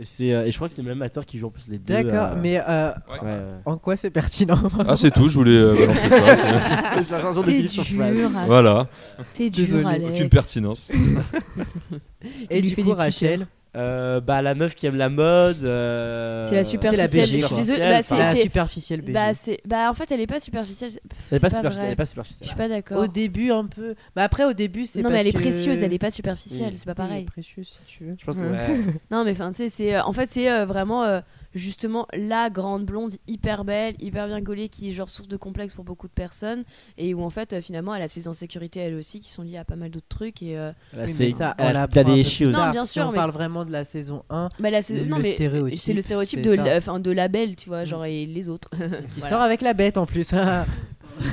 Speaker 8: Et, c'est, euh, et je crois que c'est le même acteur qui joue en plus les deux.
Speaker 6: D'accord,
Speaker 8: euh,
Speaker 7: bah.
Speaker 6: mais euh,
Speaker 8: Ouais, ouais.
Speaker 6: en quoi c'est pertinent
Speaker 7: Ah c'est tout, je voulais euh, balancer ça. c'est-
Speaker 8: C'est un genre de
Speaker 5: T'es
Speaker 8: Philippe sur Flash.
Speaker 5: dur, Alex.
Speaker 7: Voilà,
Speaker 5: T'es dur,
Speaker 6: Désolé,
Speaker 5: Alex.
Speaker 7: aucune pertinence.
Speaker 5: Il
Speaker 6: Et
Speaker 5: lui
Speaker 6: du
Speaker 5: fait
Speaker 6: coup,
Speaker 5: des petits
Speaker 6: Rachel,
Speaker 8: Euh, bah, la meuf qui aime la mode. euh,
Speaker 5: C'est la superficielle.
Speaker 6: BG,
Speaker 5: je suis
Speaker 6: quoi.
Speaker 5: désolée,
Speaker 8: Superficielle,
Speaker 5: bah, c'est-
Speaker 8: enfin,
Speaker 6: la
Speaker 5: c'est-
Speaker 6: superficielle BG.
Speaker 5: bah, c'est- bah, en fait, elle est pas superficielle. c'est-
Speaker 8: Elle est pas
Speaker 5: c'est
Speaker 8: superficielle.
Speaker 5: vrai.
Speaker 8: Elle est pas
Speaker 5: Je suis
Speaker 8: superficielle.
Speaker 5: pas
Speaker 6: au
Speaker 5: d'accord.
Speaker 6: début un peu. Bah après au début c'est
Speaker 5: Non, mais
Speaker 6: parce
Speaker 5: elle est
Speaker 6: que-
Speaker 5: précieuse, elle est pas
Speaker 6: Oui, Mmh.
Speaker 5: superficielle, c'est pas
Speaker 6: elle est
Speaker 5: pareil.
Speaker 6: précieuse, si tu veux.
Speaker 8: Je pense que
Speaker 5: Ouais.
Speaker 8: ouais.
Speaker 5: Non, mais enfin, tu sais, c'est euh, en fait, c'est euh, vraiment euh, justement la grande blonde hyper belle, hyper bien gaulée, qui est genre source de complexe pour beaucoup de personnes, et où en fait, euh, finalement, elle a ses insécurités elle aussi, qui sont liées à pas mal d'autres trucs. Et euh,
Speaker 8: Là,
Speaker 6: Oui,
Speaker 8: c'est
Speaker 6: mais ça,
Speaker 8: elle
Speaker 6: on
Speaker 8: a c'est- t'as
Speaker 6: l'apprend un
Speaker 8: des
Speaker 6: peu
Speaker 8: issues
Speaker 6: plus
Speaker 5: Non,
Speaker 6: tard,
Speaker 5: bien
Speaker 6: si
Speaker 5: sûr,
Speaker 6: on
Speaker 5: mais-
Speaker 6: parle vraiment de la saison 1
Speaker 5: bah, là, c'est
Speaker 6: Le
Speaker 5: non, mais
Speaker 6: stéréotype,
Speaker 5: c'est le stéréotype
Speaker 6: c'est
Speaker 5: de,
Speaker 6: ça. Mmh.
Speaker 5: la- enfin, de la belle, tu vois, genre et les autres.
Speaker 6: qui sort avec la bête en plus. hein.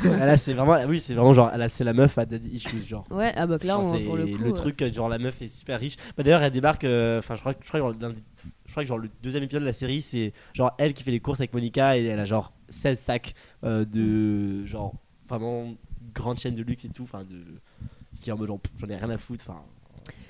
Speaker 8: Là, c'est vraiment. Oui, c'est vraiment genre. Là, c'est la meuf à Daddy Issues, genre.
Speaker 5: ouais, ah bah là,
Speaker 8: Enfin,
Speaker 5: on-
Speaker 8: c'est
Speaker 5: pour le coup. euh,
Speaker 8: truc, euh, genre la meuf est super riche. Bah, D'ailleurs, elle débarque. euh, Enfin, je crois que je crois que dans l'un des- je crois que genre le deuxième épisode de la série, c'est genre elle qui fait les courses avec Monica et elle a genre 16 sacs euh, de genre vraiment grande chaîne de luxe et tout. Enfin, de qui est en mode genre pff, j'en ai rien à foutre. Enfin,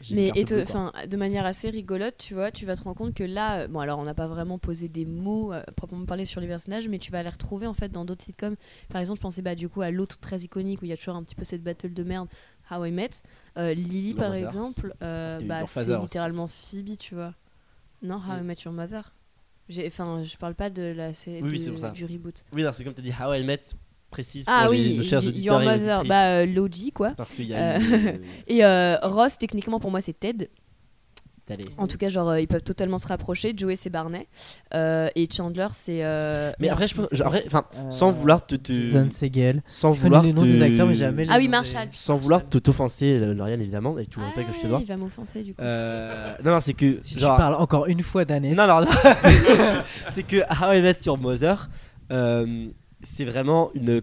Speaker 8: j'y
Speaker 5: Mais
Speaker 8: perds un
Speaker 5: et
Speaker 8: peu
Speaker 5: te-
Speaker 8: plus, quoi.
Speaker 5: enfin, de manière assez rigolote, tu vois, tu vas te rendre compte que là, euh, bon alors on n'a pas vraiment posé des mots euh, proprement parlé sur les personnages, mais tu vas les retrouver en fait dans d'autres sitcoms. Par exemple, je pensais bah du coup à l'autre très iconique où il y a toujours un petit peu cette battle de merde, How I Met. Euh, Lily
Speaker 9: Le
Speaker 5: par
Speaker 9: hasard.
Speaker 5: exemple, euh,
Speaker 9: Parce qu'il y a eu
Speaker 5: bah,
Speaker 9: Your
Speaker 5: c'est
Speaker 9: Father,
Speaker 5: littéralement Phoebe, tu vois. Non, How I
Speaker 8: Mm.
Speaker 5: Met Your Mother. J'ai- Enfin, je parle pas de la sé-
Speaker 8: Oui,
Speaker 5: de-
Speaker 8: oui, c'est pour ça.
Speaker 5: du reboot.
Speaker 8: Oui, non, c'est comme tu as dit, How I Met précise
Speaker 5: Ah
Speaker 8: pour les-
Speaker 5: oui,
Speaker 8: nos chers
Speaker 5: y- Your
Speaker 8: auditeurs et
Speaker 5: Mother,
Speaker 8: auditrices,
Speaker 5: bah euh, Lodi quoi.
Speaker 8: parce qu'il y a
Speaker 5: euh,
Speaker 8: une-
Speaker 5: Et euh, Ross, techniquement pour moi c'est Ted.
Speaker 8: t'as les-
Speaker 5: En tout cas, genre, euh, ils peuvent totalement se rapprocher. Joey, c'est Barney. Euh, et Chandler, c'est. euh,
Speaker 8: Mais
Speaker 5: merde,
Speaker 8: après, je pense, je- après, enfin,
Speaker 6: Euh,
Speaker 8: sans vouloir te, te-
Speaker 6: Zan Segel.
Speaker 8: sans
Speaker 6: Je connais
Speaker 8: vouloir
Speaker 6: les noms
Speaker 8: te-
Speaker 6: des acteurs, mais jamais. les
Speaker 5: Ah oui,
Speaker 6: noms des-
Speaker 5: Marshall.
Speaker 8: sans vouloir te t'offenser, euh, Lauriane évidemment, et tout le respect que je te
Speaker 5: Ah,
Speaker 8: dois.
Speaker 5: Il va m'offenser du coup.
Speaker 8: Euh, non, non, c'est que
Speaker 6: Si
Speaker 8: genre,
Speaker 6: tu parles encore une fois d'Annette.
Speaker 8: Non, non, non. c'est que How I Met Your Mother, euh, c'est vraiment une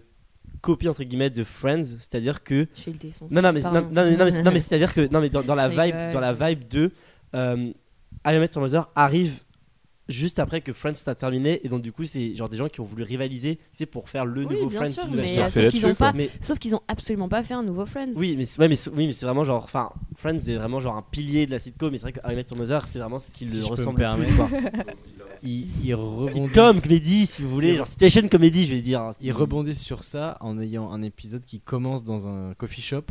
Speaker 8: copie entre guillemets de Friends, c'est-à-dire que
Speaker 5: Je vais le défoncer.
Speaker 8: non, non, mais non,
Speaker 5: pardon.
Speaker 8: non, mais- non, mais- non, mais c'est-à-dire que non, mais dans, dans la
Speaker 5: Oh, Je
Speaker 8: vibe,
Speaker 5: rigole.
Speaker 8: dans la vibe de euh, How I Met Your Mother arrive juste après que Friends soit terminé, et donc du coup, c'est genre des gens qui ont voulu rivaliser, c'est pour faire le
Speaker 5: Oui,
Speaker 8: nouveau
Speaker 5: bien
Speaker 8: Friends.
Speaker 5: sûr,
Speaker 8: tout nouvel
Speaker 5: mais
Speaker 8: Friends.
Speaker 5: euh,
Speaker 7: surfer
Speaker 5: sauf qu'ils
Speaker 7: là-dessus,
Speaker 5: ont pas.
Speaker 8: Mais-
Speaker 5: Sauf qu'ils ont absolument pas fait un nouveau Friends.
Speaker 8: Oui, mais c'est ouais, mais c'est- oui, mais c'est vraiment genre, enfin, Friends est vraiment genre un pilier de la sitcom, mais c'est vrai que How I Met Your Mother, c'est vraiment ce qui
Speaker 9: Si
Speaker 8: le
Speaker 9: je peux
Speaker 8: ressemble
Speaker 9: me
Speaker 8: le plus,
Speaker 9: permettre.
Speaker 8: quoi.
Speaker 9: Ils, ils rebondissent.
Speaker 8: Sitcom, comédie, si vous voulez, genre situation comédie, je vais dire. hein.
Speaker 9: Ils rebondissent sur ça en ayant un épisode qui commence dans un coffee shop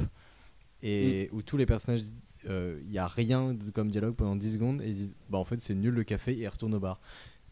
Speaker 9: et
Speaker 8: Mm.
Speaker 9: où tous les personnages, euh, il n'y a rien de- comme dialogue pendant 10 secondes et ils disent bah en fait c'est nul le café et ils retournent au bar.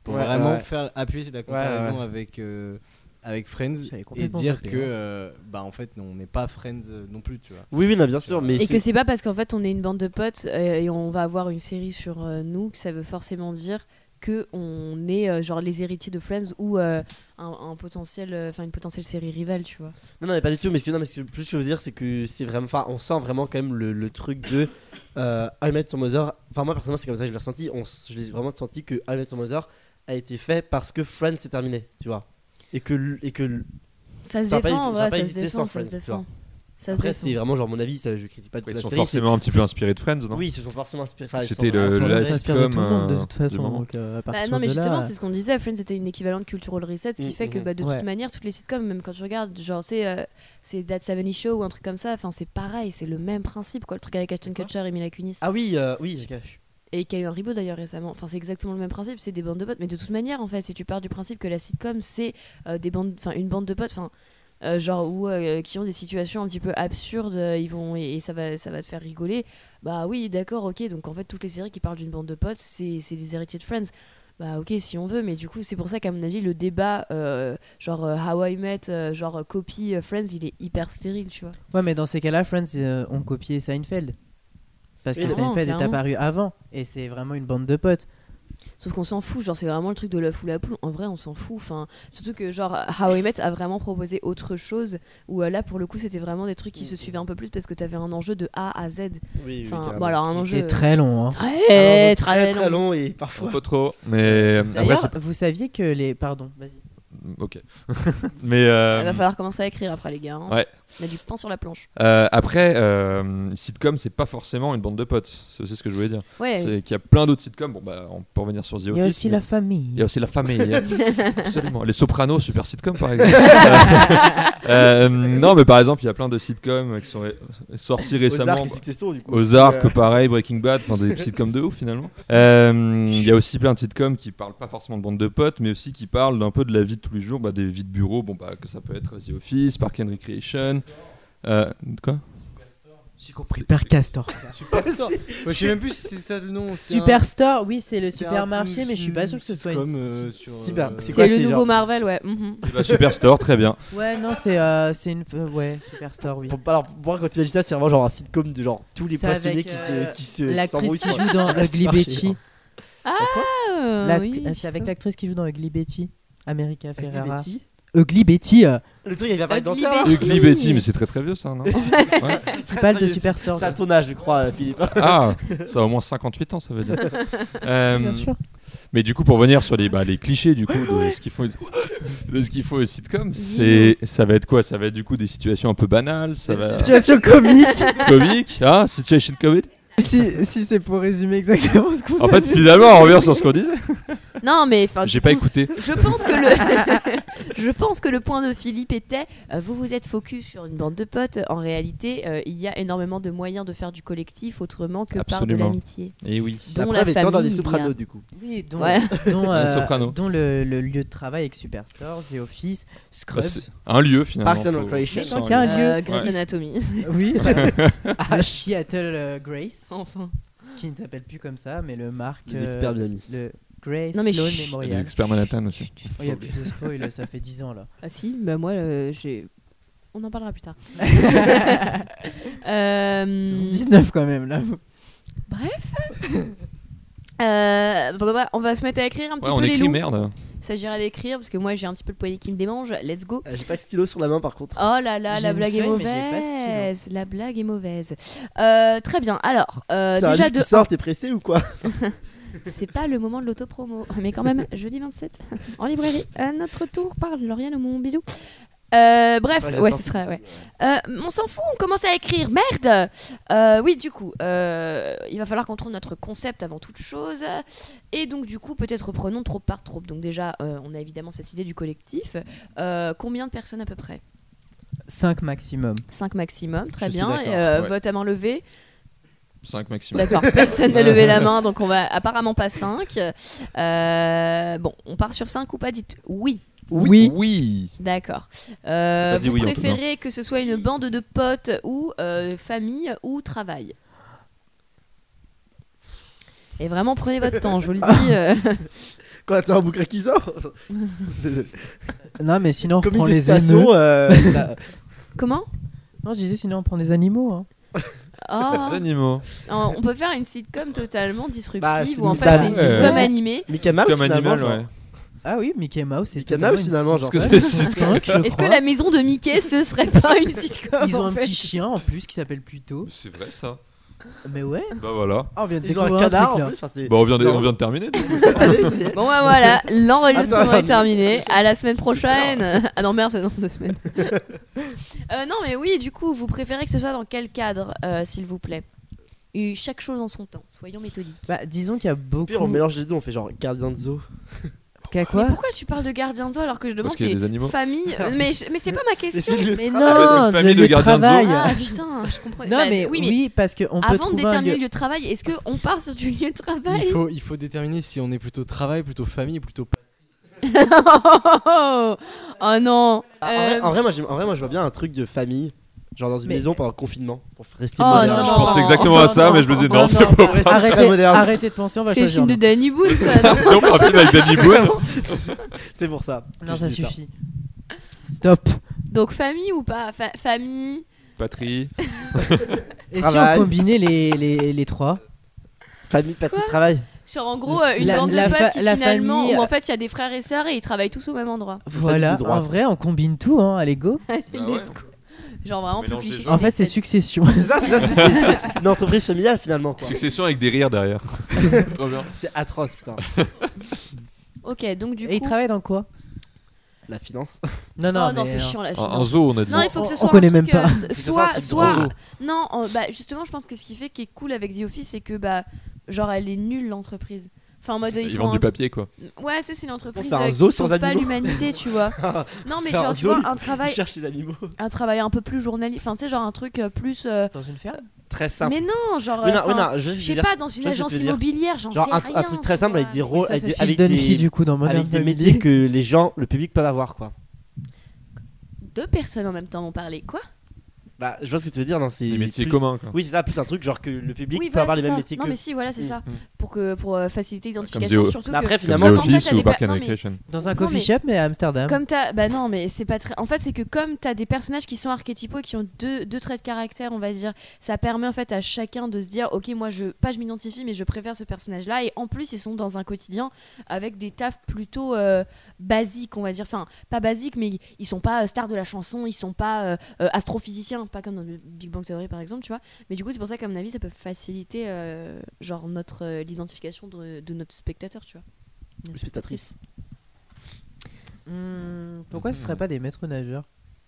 Speaker 9: Pour
Speaker 8: Ouais,
Speaker 9: vraiment
Speaker 8: ouais.
Speaker 9: faire appuyer sur la comparaison avec euh, avec Friends
Speaker 6: J'avais
Speaker 9: et
Speaker 6: complètement
Speaker 9: dire
Speaker 6: zappé,
Speaker 9: que
Speaker 6: ouais.
Speaker 9: euh, bah en fait non, on n'est pas Friends euh, non plus tu vois.
Speaker 8: Oui, oui, non, bien sûr, mais
Speaker 5: Et que
Speaker 8: c'est-
Speaker 5: c'est pas parce qu'en fait on est une bande de potes euh, et on va avoir une série sur euh, nous que ça veut forcément dire que on est euh, genre les héritiers de Friends ou euh, un, un potentiel, euh, enfin une potentielle série rivale, tu vois.
Speaker 8: non, non, mais pas du tout. Mais ce que, non, mais ce que plus je veux dire, c'est que c'est vraiment, enfin, on sent vraiment quand même le, le truc de euh, I Met Your Mother. Enfin, moi personnellement, c'est comme ça que je l'ai ressenti. On, s- je l'ai vraiment senti que I Met Your Mother a été fait parce que Friends s'est terminé, tu vois. Et que, l- et que l-
Speaker 5: Ça se
Speaker 8: Ça va pas
Speaker 5: défend, en vrai,
Speaker 8: hésiter- ça va pas
Speaker 5: ça se
Speaker 8: hésiter
Speaker 5: défend,
Speaker 8: sans
Speaker 5: ça se
Speaker 8: Friends, tu
Speaker 5: défend.
Speaker 8: vois.
Speaker 5: Ça se
Speaker 8: après,
Speaker 5: défend.
Speaker 8: c'est vraiment genre mon avis. Ça, je critique pas toute
Speaker 7: Ils
Speaker 8: la
Speaker 7: sont
Speaker 8: série. c'est-
Speaker 7: forcément un petit peu inspirés de Friends, non
Speaker 8: Oui, ils se sont forcément inspirés. enfin, ils se
Speaker 7: C'était
Speaker 8: sont-
Speaker 7: le-
Speaker 6: Ils sont
Speaker 7: la
Speaker 6: inspirés de
Speaker 7: sitcom,
Speaker 6: tout le monde, de
Speaker 7: euh,
Speaker 6: toute
Speaker 7: du
Speaker 6: façon.
Speaker 7: moment.
Speaker 6: donc, euh, à
Speaker 5: Bah,
Speaker 6: partir
Speaker 5: non, mais
Speaker 6: de
Speaker 5: justement,
Speaker 6: là,
Speaker 5: c'est ce qu'on disait. Friends, c'était une équivalente cultural reset, ce qui
Speaker 8: Mm,
Speaker 5: fait que
Speaker 8: mm,
Speaker 5: bah, de
Speaker 6: ouais.
Speaker 5: toute manière, toutes les sitcoms, même quand tu regardes, genre, c'est euh, c'est That 70 Show ou un truc comme ça, enfin, c'est pareil, c'est le même principe, quoi. Le truc avec Ashton
Speaker 8: Quoi
Speaker 5: Kutcher et Mila Kunis.
Speaker 8: Ah oui, euh, oui, j'ai caché.
Speaker 5: Et qui a eu un reboot d'ailleurs récemment. Enfin, c'est exactement le même principe, c'est des bandes de potes. Mais de toute manière, en fait, si tu pars du principe que la sitcom, c'est euh, des bandes, enfin, une bande de potes, enfin. euh, genre où euh, qui ont des situations un petit peu absurdes euh, ils vont et, et ça va ça va te faire rigoler bah oui d'accord ok donc en fait toutes les séries qui parlent d'une bande de potes c'est c'est des héritiers de Friends bah ok si on veut mais du coup c'est pour ça qu'à mon avis le débat euh, genre euh, How I Met euh, genre euh, copy euh, Friends il est hyper stérile tu vois
Speaker 6: Ouais, mais dans ces cas-là, Friends euh, ont copié Seinfeld. Parce que
Speaker 8: Oui,
Speaker 5: clairement,
Speaker 6: Seinfeld est
Speaker 5: clairement.
Speaker 6: apparu avant. Et c'est vraiment une bande de potes.
Speaker 5: Sauf qu'on s'en fout, genre c'est vraiment le truc de l'œuf ou la poule. En vrai, on s'en fout. Enfin, surtout que genre How I Met a vraiment proposé autre chose. Où euh, là, pour le coup, c'était vraiment des trucs qui se suivaient un peu plus parce que t'avais un enjeu de A à Z.
Speaker 8: Oui, oui,
Speaker 5: Enfin,
Speaker 8: carrément.
Speaker 5: bon alors un
Speaker 6: Qui
Speaker 5: enjeu euh,
Speaker 6: était très long. hein.
Speaker 5: très très,
Speaker 8: très,
Speaker 5: long.
Speaker 8: très long et parfois.
Speaker 7: Pas trop. Mais euh, après,
Speaker 6: D'ailleurs,
Speaker 7: c'est.
Speaker 6: vous saviez que les. Pardon, vas-y.
Speaker 7: Ok. mais. euh,
Speaker 8: Ah,
Speaker 5: Il va falloir commencer à écrire après les gars. hein.
Speaker 7: Ouais.
Speaker 5: On a du pain sur la planche.
Speaker 7: euh, après, euh, une sitcom, c'est pas forcément une bande de potes. C'est aussi ce que je voulais dire.
Speaker 5: Ouais.
Speaker 7: C'est qu'il y a plein d'autres sitcoms. Bon, bah, on peut revenir sur The Office.
Speaker 6: Il y a aussi
Speaker 7: mais-
Speaker 6: la famille.
Speaker 7: Il y a aussi la famille. Absolument. Les Sopranos, super sitcom par exemple. Euh, euh, non, mais par exemple, il y a plein de sitcoms qui sont ré- sortis récemment.
Speaker 8: Ozark et Succession, du coup.
Speaker 7: Ozark,
Speaker 8: Euh,
Speaker 7: pareil, Breaking Bad, enfin des sitcoms de ouf finalement. Euh, Il y a aussi plein de sitcoms qui parlent pas forcément de bande de potes, mais aussi qui parlent un peu de la vie de tous les jours, bah, des vies de bureau, bon, bah, que ça peut être The Office, Park and Recreation. Euh, quoi
Speaker 6: J'ai compris. Supercastor.
Speaker 9: Superstore. je sais même plus si c'est ça le nom. c'est un-
Speaker 6: Superstore, oui, c'est le
Speaker 9: c'est un
Speaker 6: supermarché,
Speaker 9: film-
Speaker 6: mais je suis pas sûr que ce soit
Speaker 9: sitcom,
Speaker 6: une.
Speaker 9: euh, sur,
Speaker 8: Cyber-
Speaker 9: euh,
Speaker 8: c'est quoi,
Speaker 5: C'est le
Speaker 8: c'est
Speaker 5: nouveau
Speaker 8: genre-
Speaker 5: Marvel, ouais. mhm.
Speaker 7: Eh bah, Superstore, très bien.
Speaker 6: Ouais, non, c'est euh, c'est une. euh, Ouais, Superstore, oui.
Speaker 8: Pour- alors, pour moi, quand tu imagines ça, c'est vraiment genre un sitcom de genre tous les
Speaker 6: C'est
Speaker 8: passionnés
Speaker 6: avec,
Speaker 8: qui
Speaker 6: euh,
Speaker 8: se. qui se-
Speaker 6: L'actrice
Speaker 8: s'embrouillent
Speaker 6: qui
Speaker 8: sur-
Speaker 6: joue dans Ugly
Speaker 8: marché,
Speaker 6: Betty.
Speaker 8: hein.
Speaker 5: Ah,
Speaker 6: La-
Speaker 5: oui,
Speaker 6: euh, C'est avec
Speaker 5: putain.
Speaker 6: l'actrice qui joue dans Ugly Betty. America
Speaker 8: Avec les
Speaker 6: Ferrara.
Speaker 8: Betty.
Speaker 6: Ugly Betty, euh,
Speaker 8: Le truc, il apparaît dans hein.
Speaker 5: Ugly
Speaker 8: Thor.
Speaker 6: Ah,
Speaker 5: Betty.
Speaker 7: Ugly Betty, mais c'est très très vieux ça, non Ouais.
Speaker 6: tu parles de
Speaker 8: C'est-
Speaker 6: Superstore.
Speaker 8: C'est un tournage, je crois, Philippe.
Speaker 7: Ah, ça a au moins 58 ans, ça veut dire. Euh,
Speaker 6: Bien sûr.
Speaker 7: Mais du coup, pour venir sur les, bah, les clichés du coup de ce qu'il faut, de ce qu'il faut aux sitcoms, c'est, ça va être quoi Ça va être du coup des situations un peu banales, ça va
Speaker 6: Situation comique.
Speaker 7: comique, hein Situation comedy.
Speaker 6: si si c'est pour résumer exactement ce qu'on
Speaker 7: En
Speaker 6: a
Speaker 7: fait,
Speaker 6: dit.
Speaker 7: finalement, on revient sur ce qu'on disait.
Speaker 5: Non, mais enfin,
Speaker 7: J'ai pas écouté.
Speaker 5: Je pense que le, je pense que le point de Philippe était, euh, vous vous êtes focus sur une bande de potes. En réalité, euh, il y a énormément de moyens de faire du collectif autrement que par de
Speaker 7: Absolument.
Speaker 5: l'amitié,
Speaker 7: Et Eh oui.
Speaker 5: dont
Speaker 8: Après,
Speaker 5: la
Speaker 8: avec toi,
Speaker 5: famille.
Speaker 8: dans les
Speaker 5: bien.
Speaker 8: sopranos, du coup.
Speaker 6: Oui, dont,
Speaker 5: Ouais.
Speaker 6: dont, euh,
Speaker 7: Un soprano.
Speaker 6: dont le, le lieu de travail avec Superstore, The Office,
Speaker 7: Bah,
Speaker 6: Scrubs.
Speaker 7: c'est un lieu finalement.
Speaker 8: Parks and
Speaker 7: faut-
Speaker 8: Recreation.
Speaker 7: faut s'en
Speaker 6: Tiens,
Speaker 7: aller.
Speaker 6: un lieu.
Speaker 5: Euh, Grey's
Speaker 7: Ouais.
Speaker 5: Anatomy.
Speaker 6: Oui.
Speaker 5: Ah.
Speaker 6: le Seattle euh, Grace,
Speaker 5: enfin.
Speaker 6: qui ne s'appelle plus comme ça, mais le Marc.
Speaker 8: Les
Speaker 6: euh,
Speaker 8: experts Miami.
Speaker 6: Le Grace
Speaker 5: Non, mais
Speaker 6: Sloan
Speaker 5: chut.
Speaker 7: Il y a des
Speaker 6: Memorial. Oh,
Speaker 7: experts Manhattan aussi.
Speaker 6: Il n'y a plus de spoil, ça fait 10 ans là.
Speaker 5: Ah si, bah moi, euh, j'ai. On en parlera plus tard. Euh,
Speaker 6: Saison 19 quand même là.
Speaker 5: euh, bah, bah, bah, on va se mettre à écrire un petit
Speaker 7: Ouais, on
Speaker 5: peu les
Speaker 7: écrit
Speaker 5: loups.
Speaker 7: merde.
Speaker 5: Il s'agira d'écrire parce que moi j'ai un petit peu le poignet qui me démange. Let's go.
Speaker 8: Euh, J'ai pas de stylo sur la main, par contre.
Speaker 5: Oh là là,
Speaker 6: J'ai
Speaker 5: la
Speaker 6: une
Speaker 5: blague est
Speaker 6: feuille, mais j'ai pas de stylo.
Speaker 5: mauvaise. La blague est mauvaise. Euh, très bien. Alors, euh,
Speaker 8: C'est un
Speaker 5: déjà
Speaker 8: livre
Speaker 5: de
Speaker 8: qui sort, t'es pressé ou quoi
Speaker 5: c'est pas le moment de l'autopromo, mais quand même, jeudi 27, en librairie, à notre tour par Lauriane Aumont. Bisous. Euh, bref,
Speaker 8: Ça, j'ai
Speaker 5: ouais, ce
Speaker 8: sorti.
Speaker 5: sera. Ouais. Euh, on s'en fout, on commence à écrire, merde Euh, Oui, du coup, euh, il va falloir qu'on trouve notre concept avant toute chose. Et donc, du coup, peut-être reprenons troupe par troupe. Donc, déjà, euh, on a évidemment cette idée du collectif. Euh, combien de personnes à peu près
Speaker 6: 5 maximum.
Speaker 5: 5 maximum, très
Speaker 7: Je suis
Speaker 5: bien.
Speaker 7: d'accord,
Speaker 5: Et, euh,
Speaker 7: ouais.
Speaker 5: Vote à main levée.
Speaker 7: 5 maximum.
Speaker 5: D'accord, personne n'a levé la main, donc on va apparemment pas 5. bon, on part sur 5 ou pas Dites oui.
Speaker 6: Oui.
Speaker 7: Oui.
Speaker 5: D'accord. Euh,
Speaker 7: On a dit
Speaker 5: vous
Speaker 7: oui, Antonin.
Speaker 5: préférez que ce soit une bande de potes ou euh, famille ou travail Et vraiment, prenez votre temps, je vous le dis. euh.
Speaker 8: Quand t'as un bouquin qui sort Désolé.
Speaker 6: Non mais sinon on
Speaker 8: Comme une
Speaker 6: reprend les
Speaker 8: destination,
Speaker 6: animaux.
Speaker 8: euh, ça-
Speaker 5: Comment
Speaker 6: Non je disais sinon on prend des animaux. Hein.
Speaker 5: Ah,
Speaker 7: Les animaux.
Speaker 5: On on peut faire une sitcom totalement disruptive
Speaker 8: Bah, c'est
Speaker 5: où en
Speaker 8: une
Speaker 5: fait
Speaker 8: balle.
Speaker 5: c'est une
Speaker 7: Ouais.
Speaker 5: sitcom animée.
Speaker 8: Mickey Mouse,
Speaker 7: Comme
Speaker 8: finalement,
Speaker 7: animal,
Speaker 8: genre.
Speaker 7: ouais.
Speaker 6: Ah oui Mickey Mouse c'est
Speaker 8: Mickey
Speaker 6: totalement
Speaker 8: Mouse,
Speaker 6: une
Speaker 8: finalement, genre.
Speaker 7: Parce que
Speaker 6: sitcom.
Speaker 7: c'est- c'est-
Speaker 6: Cinq, je
Speaker 5: Est-ce que
Speaker 6: crois.
Speaker 5: la maison de Mickey ce serait pas une sitcom
Speaker 6: Ils ont
Speaker 5: en
Speaker 6: un
Speaker 5: fait
Speaker 6: petit chien en plus qui s'appelle Pluto.
Speaker 7: c'est vrai ça.
Speaker 6: Mais ouais.
Speaker 7: Bah voilà.
Speaker 6: Ah, on vient de
Speaker 8: Ils ont un
Speaker 6: découvrir un
Speaker 8: canard
Speaker 6: truc
Speaker 8: en
Speaker 6: là.
Speaker 8: plus. enfin, c'est-
Speaker 7: Bah on vient de,
Speaker 8: Non.
Speaker 7: on vient de terminer. donc.
Speaker 8: Allez, ça y est.
Speaker 5: Bon bah voilà, l'enregistrement
Speaker 8: Attends.
Speaker 5: est terminé. À la semaine prochaine. Ah non merde, c'est dans deux semaines. Euh, non mais oui, du coup, vous préférez que ce soit dans quel cadre, euh, s'il vous plaît Euh, Chaque chose en son temps. Soyons méthodiques.
Speaker 6: Bah disons qu'il y a
Speaker 8: Au pire, on
Speaker 6: beaucoup.
Speaker 8: mélange les deux, on fait genre gardien de zoo.
Speaker 6: Qu'à
Speaker 5: mais
Speaker 6: quoi
Speaker 5: pourquoi tu parles de gardien de zoo alors que je demande
Speaker 7: Parce qu'il y a
Speaker 5: c'est
Speaker 7: des animaux.
Speaker 5: famille Euh, Mais je- mais c'est pas ma
Speaker 8: Et
Speaker 5: question.
Speaker 8: c'est le-
Speaker 6: Mais
Speaker 7: peut être
Speaker 6: non,
Speaker 7: Ah, une famille
Speaker 6: le
Speaker 7: de
Speaker 6: lieu
Speaker 7: gardiens de zoo.
Speaker 6: travail.
Speaker 5: Ah putain, je comprends.
Speaker 6: Non
Speaker 5: Bah,
Speaker 6: mais oui, parce qu'on peut
Speaker 5: Avant de
Speaker 6: trouver un
Speaker 5: déterminer
Speaker 6: lieu.
Speaker 5: le lieu de travail, est-ce que on part sur du lieu de travail
Speaker 9: Il faut, il faut déterminer si on est plutôt travail, plutôt famille, plutôt. pa-
Speaker 5: oh, non.
Speaker 8: Ah, en, vrai,
Speaker 5: Euh,
Speaker 8: en vrai, moi, j'aime- en vrai, moi, je vois bien un truc de famille, genre dans une
Speaker 6: Mais-
Speaker 8: maison pendant le confinement, pour rester
Speaker 5: Oh,
Speaker 8: moderne.
Speaker 5: non. Oh,
Speaker 7: Je pensais exactement à ça, mais je me disais non, c'est pas
Speaker 8: vrai.
Speaker 7: possible.
Speaker 8: Très
Speaker 6: Arrêtez,
Speaker 8: moderne.
Speaker 6: arrêtez de penser, on va
Speaker 5: c'est le
Speaker 6: choisir.
Speaker 5: film de
Speaker 6: un nom.
Speaker 5: Danny Boone, ça, non
Speaker 7: Donc un film avec Danny Boone.
Speaker 8: C'est pour ça. que
Speaker 6: Non,
Speaker 8: je
Speaker 6: ça
Speaker 8: dis
Speaker 6: suffit. Stop.
Speaker 5: Donc famille ou pas Fa- Famille
Speaker 6: Et
Speaker 7: Patrie.
Speaker 6: si on
Speaker 8: Travail.
Speaker 6: combinait les, les, les trois
Speaker 8: Famille, patrie, travail.
Speaker 5: Genre en gros euh, une
Speaker 6: La-
Speaker 5: bande
Speaker 6: la
Speaker 5: de
Speaker 6: fa-
Speaker 5: potes qui
Speaker 6: la
Speaker 5: finalement
Speaker 6: famille- euh,
Speaker 5: où en fait il y a des frères et sœurs et ils travaillent tous au même endroit.
Speaker 6: Voilà,
Speaker 8: droit.
Speaker 6: en vrai, on combine tout, hein, allez go.
Speaker 5: Genre vraiment plus
Speaker 7: Mélange des
Speaker 5: cliché.
Speaker 7: genres.
Speaker 6: En fait, c'est
Speaker 5: super.
Speaker 6: succession.
Speaker 8: C'est ça, c'est ça, c'est- c'est c'est une entreprise familiale finalement quoi.
Speaker 7: Succession avec des rires derrière. Trop bien.
Speaker 8: C'est atroce putain.
Speaker 5: Ok donc du
Speaker 6: Et ils
Speaker 5: coup.
Speaker 6: travaillent dans quoi
Speaker 8: La finance.
Speaker 6: Non, non,
Speaker 5: non non
Speaker 6: mais,
Speaker 5: c'est
Speaker 6: euh,
Speaker 5: chiant la
Speaker 7: Un,
Speaker 5: finance.
Speaker 7: un zoo on a dit.
Speaker 5: Non il faut que ce
Speaker 6: On-
Speaker 5: soit.
Speaker 6: on
Speaker 5: un
Speaker 6: connaît
Speaker 5: truc,
Speaker 6: même pas.
Speaker 5: euh,
Speaker 8: C'est ça, un
Speaker 5: soit
Speaker 8: truc de
Speaker 5: soit.
Speaker 8: réseau.
Speaker 5: Non euh, bah justement je pense que ce qui fait qui est cool avec The Office c'est que bah genre elle est nulle l'entreprise. Enfin en mode ils,
Speaker 7: Ils
Speaker 5: font
Speaker 7: vendent
Speaker 5: un-
Speaker 7: du papier quoi.
Speaker 5: Ouais ça c'est une entreprise
Speaker 8: fait un
Speaker 5: euh,
Speaker 8: zoo
Speaker 5: qui
Speaker 8: sans
Speaker 5: sauve pas
Speaker 8: animaux.
Speaker 5: l'humanité tu vois. Non mais
Speaker 8: Faire
Speaker 5: genre
Speaker 8: un
Speaker 5: tu
Speaker 8: zoo,
Speaker 5: vois un
Speaker 8: Ils
Speaker 5: travail
Speaker 8: cherchent les animaux.
Speaker 5: un travail un peu plus journalier. Enfin tu sais genre un truc euh, plus. euh,
Speaker 6: Dans une ferme
Speaker 8: Très simple.
Speaker 5: Mais non genre.
Speaker 8: Oui, non,
Speaker 5: euh,
Speaker 8: oui,
Speaker 5: enfin,
Speaker 8: non,
Speaker 5: Je
Speaker 8: je, je
Speaker 5: sais
Speaker 8: veux dire,
Speaker 5: pas, dans une
Speaker 8: je veux
Speaker 5: agence
Speaker 8: dire-
Speaker 5: immobilière, j'en sais
Speaker 8: Genre
Speaker 5: rien.
Speaker 8: un, un truc très
Speaker 5: tu
Speaker 8: simple
Speaker 5: vois.
Speaker 8: avec des
Speaker 6: Oui,
Speaker 8: rôles,
Speaker 6: ça,
Speaker 8: avec,
Speaker 6: c'est
Speaker 8: des,
Speaker 6: Phil
Speaker 8: avec
Speaker 6: Dunphy,
Speaker 8: des,
Speaker 6: du coup, dans Modern
Speaker 8: avec des
Speaker 6: Family.
Speaker 8: métiers que les gens, le public peuvent avoir quoi.
Speaker 5: Deux personnes en même temps m'ont parlé. Quoi
Speaker 8: Bah, je vois ce que tu veux dire, non c'est
Speaker 7: Des métiers
Speaker 8: plus-
Speaker 7: communs quoi.
Speaker 8: Oui, c'est ça, plus un truc genre que le public peut
Speaker 5: voilà,
Speaker 8: avoir les
Speaker 5: c'est
Speaker 8: mêmes
Speaker 5: ça.
Speaker 8: métiers
Speaker 5: Non,
Speaker 8: que.
Speaker 5: mais si, voilà, c'est ça.
Speaker 7: Mm.
Speaker 5: Pour, que, pour euh, faciliter
Speaker 7: Comme
Speaker 5: l'identification,
Speaker 7: The-
Speaker 5: surtout
Speaker 8: Mais après
Speaker 5: que.
Speaker 7: Comme The
Speaker 8: finalement,
Speaker 5: en fait,
Speaker 7: Office
Speaker 5: t'as
Speaker 7: ou
Speaker 5: des
Speaker 7: Park
Speaker 5: pa-
Speaker 7: and
Speaker 5: non, mais-
Speaker 7: Recreation.
Speaker 6: Dans un
Speaker 5: Non,
Speaker 6: coffee
Speaker 5: mais-
Speaker 6: shop, mais à Amsterdam.
Speaker 5: Comme t'as. Bah non, mais c'est pas très. En fait, c'est que comme t'as des personnages qui sont archétypaux et qui ont deux, deux traits de caractère, on va dire, ça permet en fait à chacun de se dire Ok, moi, je. Pas je m'identifie, mais je préfère ce personnage-là. Et en plus, ils sont dans un quotidien avec des tafs plutôt euh, basiques, on va dire. Enfin, pas basiques, mais ils sont pas euh, stars de la chanson, ils sont pas euh, euh, astrophysiciens, pas comme dans le Big Bang Theory par exemple, tu vois. Mais du coup, c'est pour ça qu'à mon avis, ça peut faciliter euh, genre notre euh, l'identification de, de notre spectateur, tu vois.
Speaker 8: Ou spectatrice.
Speaker 6: Hmm, pourquoi ce serait pas des maîtres nageurs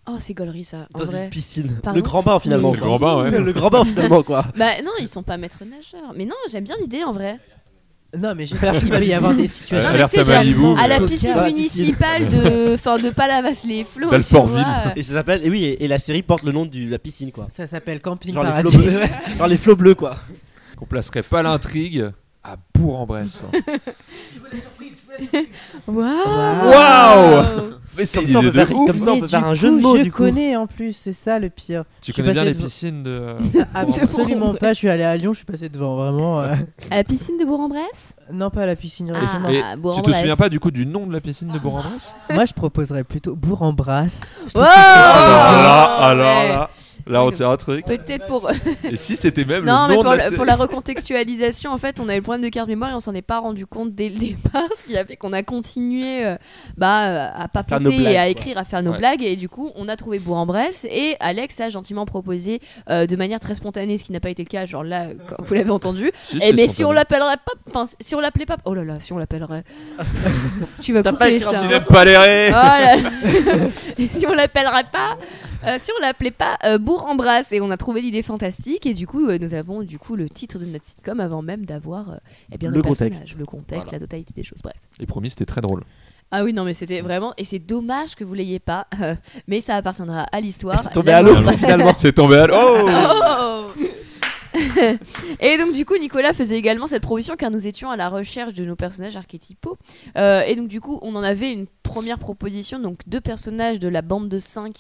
Speaker 5: Oh, c'est gaulerie ça, en
Speaker 8: Dans
Speaker 5: vrai.
Speaker 8: une piscine.
Speaker 5: Pardon,
Speaker 8: le grand bain finalement.
Speaker 5: c'est-
Speaker 7: Le grand bain, ouais.
Speaker 8: Le grand bain finalement quoi.
Speaker 5: Bah non, ils sont pas maîtres nageurs. Mais non, j'aime bien l'idée en vrai.
Speaker 6: Non, mais j'espère qu'il peut y avoir des situations.
Speaker 5: Non, mais tu sais, j'ai-
Speaker 7: Malibu,
Speaker 5: à la
Speaker 6: Coca,
Speaker 5: piscine
Speaker 6: pas
Speaker 5: municipale de, enfin, de Palavas les flots. tu
Speaker 7: D'Alfortville.
Speaker 5: vois.
Speaker 8: Et ça s'appelle. Et oui, et, et la série porte le nom de la piscine, quoi.
Speaker 6: Ça s'appelle Camping
Speaker 8: Genre les,
Speaker 6: Paradis.
Speaker 8: flots bleus, genre les flots bleus, quoi.
Speaker 7: qu'on placerait pas l'intrigue à Bourg-en-Bresse.
Speaker 5: Waouh.
Speaker 7: Waouh. Mais c'est
Speaker 8: Comme
Speaker 7: une
Speaker 8: ça, on
Speaker 7: idée
Speaker 8: peut
Speaker 7: de
Speaker 8: faire,
Speaker 7: ouf.
Speaker 8: comme ça, on
Speaker 6: Mais
Speaker 8: peut
Speaker 6: du
Speaker 8: faire un jeu de
Speaker 6: coup,
Speaker 8: mots,
Speaker 6: Je
Speaker 8: du coup.
Speaker 6: connais en plus, c'est ça le pire.
Speaker 7: Tu
Speaker 6: Je suis
Speaker 7: connais bien
Speaker 6: passé
Speaker 7: les
Speaker 6: devant-
Speaker 7: piscines de. euh,
Speaker 8: Ah,
Speaker 6: Absolument
Speaker 5: Bourg-en-Bresse.
Speaker 6: pas. Je suis allé à Lyon, je suis passé devant vraiment. euh,
Speaker 5: À la piscine de Bourg-en-Bresse
Speaker 6: Non, pas à la piscine.
Speaker 5: Ah,
Speaker 6: récemment.
Speaker 7: Et
Speaker 5: Bourg-en-Bresse. Ah.
Speaker 7: Tu te souviens pas du coup du nom de la piscine de Bourg-en-Bresse
Speaker 6: Moi, je proposerais plutôt Bourg-en-Brasse. Je trouve
Speaker 5: Oh
Speaker 6: que c'est-
Speaker 8: Ah,
Speaker 7: Alors là,
Speaker 5: Ah, Ouais.
Speaker 7: alors là, là on tient un truc.
Speaker 5: Peut-être pour.
Speaker 7: Et si c'était même
Speaker 5: Non,
Speaker 7: le
Speaker 5: mais
Speaker 7: nom
Speaker 5: pour
Speaker 7: de la
Speaker 5: la,
Speaker 7: série
Speaker 5: pour la recontextualisation, en fait, on avait le problème de carte mémoire et on s'en est pas rendu compte dès le départ, ce qui a fait qu'on a continué euh, bah, euh, à
Speaker 8: nos
Speaker 5: papoter
Speaker 8: blagues,
Speaker 5: et à
Speaker 8: quoi.
Speaker 5: écrire, à faire nos
Speaker 7: Ouais.
Speaker 5: blagues. Et du coup, on a trouvé Bourg-en-Bresse et Alex a gentiment proposé euh, de manière très spontanée, ce qui n'a pas été le cas, genre là, euh, quand vous l'avez entendu.
Speaker 7: Si,
Speaker 5: Et
Speaker 7: c'était
Speaker 5: Eh, mais
Speaker 7: son
Speaker 5: si on
Speaker 7: prénom.
Speaker 5: l'appellerait pas, enfin, si on l'appelait pas, oh là là, si on l'appellerait, tu vas
Speaker 8: T'as
Speaker 5: couper
Speaker 8: pas écrit
Speaker 5: ça.
Speaker 8: un
Speaker 5: hein.
Speaker 7: Il aime pas les
Speaker 5: Oh
Speaker 7: raies
Speaker 5: là là. et si on l'appellerait pas, euh, si on l'appelait pas euh, Bourg embrasse et on a trouvé l'idée fantastique et du coup euh, nous avons du coup le titre de notre sitcom avant même d'avoir euh, eh bien
Speaker 8: Le contexte.
Speaker 5: personnage, le contexte,
Speaker 7: Voilà.
Speaker 5: la totalité des choses, bref.
Speaker 7: Et promis, c'était très drôle.
Speaker 5: Ah oui non mais c'était vraiment et c'est dommage que vous l'ayez pas, euh, mais ça appartiendra à l'histoire.
Speaker 8: C'est tombé
Speaker 5: La
Speaker 8: à l'eau,
Speaker 5: vôtre.
Speaker 8: finalement.
Speaker 7: C'est tombé à l'eau
Speaker 5: Oh et donc du coup Nicolas faisait également cette proposition car nous étions à la recherche de nos personnages archétypaux Euh, et donc du coup on en avait une première proposition donc deux personnages de la bande de 5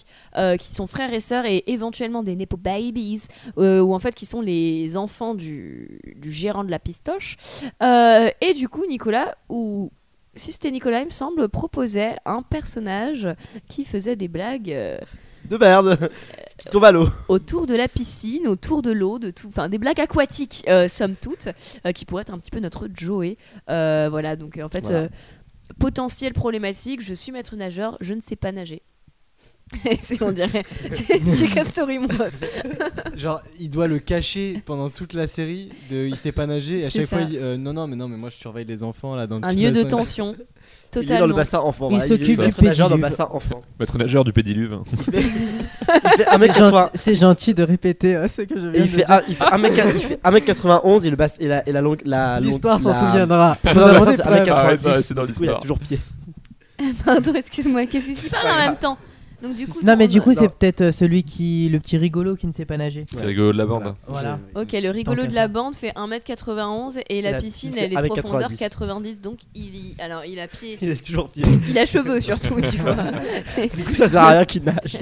Speaker 5: qui sont frères et sœurs et éventuellement des Nepo Babies euh, ou en fait qui sont les enfants du, du gérant de la pistoche Euh, et du coup Nicolas ou si c'était Nicolas il me semble proposait un personnage qui faisait des blagues euh,
Speaker 8: De merde. Qui tombe à l'eau.
Speaker 5: autour de la piscine, autour de l'eau, de tout, enfin des blagues aquatiques, euh, somme toute, euh, qui pourraient être un petit peu notre Joey. Euh, voilà, donc euh, en fait,
Speaker 7: Voilà.
Speaker 5: euh, potentiel problématique, je suis maître nageur, je ne sais pas nager. Et c'est on dirait, c'est Secret Story mon pote.
Speaker 9: Genre, il doit le cacher pendant toute la série. De, il sait pas nager. Et à
Speaker 5: C'est
Speaker 9: chaque fois,
Speaker 5: ça.
Speaker 9: il dit euh, Non, non, mais non, mais moi je surveille les enfants là dans le
Speaker 5: un
Speaker 9: petit
Speaker 5: lieu de
Speaker 9: bassin.
Speaker 5: tension.
Speaker 8: Il est dans le
Speaker 5: Totalement.
Speaker 8: bassin enfant.
Speaker 6: Il
Speaker 8: voilà,
Speaker 6: s'occupe
Speaker 8: est
Speaker 6: du
Speaker 8: maître nageur dans le
Speaker 6: pédiluve.
Speaker 8: bassin enfant.
Speaker 7: Maître nageur du pédiluve. hein.
Speaker 8: Il fait
Speaker 6: C'est gentil,
Speaker 8: 1m80.
Speaker 6: c'est gentil de répéter euh, ce que je
Speaker 8: Et
Speaker 6: viens
Speaker 8: il
Speaker 6: de
Speaker 8: fait, ah,
Speaker 6: dire.
Speaker 8: un- il fait 1m80 il fait 1m91 et, le basse, et la, et la longue. La, longue-
Speaker 6: L'histoire s'en
Speaker 8: la-
Speaker 6: souviendra.
Speaker 8: Non,
Speaker 6: Nous
Speaker 8: non,
Speaker 6: avons
Speaker 8: ça,
Speaker 6: des
Speaker 8: c'est
Speaker 6: preuves.
Speaker 8: 1m90,
Speaker 7: Ah ouais, ça, c'est dans
Speaker 8: du coup, il a
Speaker 7: l'histoire.
Speaker 8: toujours pied.
Speaker 5: Pardon, excuse-moi, qu'est-ce qui se passe en même temps Donc du coup.
Speaker 6: Non,
Speaker 5: tout
Speaker 6: mais
Speaker 5: le
Speaker 6: du
Speaker 5: monde-
Speaker 6: coup, c'est peut-être euh, celui qui. le petit rigolo qui ne sait pas nager.
Speaker 7: C'est rigolo de la bande.
Speaker 8: Voilà.
Speaker 6: Voilà.
Speaker 5: Ok, le rigolo
Speaker 6: qu'à
Speaker 5: de la
Speaker 6: faire.
Speaker 5: bande fait 1m91 et la
Speaker 8: Il a-
Speaker 5: piscine,
Speaker 8: il fait
Speaker 5: elle est de
Speaker 8: avec
Speaker 5: profondeur
Speaker 8: 90.
Speaker 5: 90. donc il y... Alors, il a pied,
Speaker 8: Il a toujours pied.
Speaker 5: il a cheveux surtout, tu vois.
Speaker 8: Du coup, ça sert à rien qu'il nage.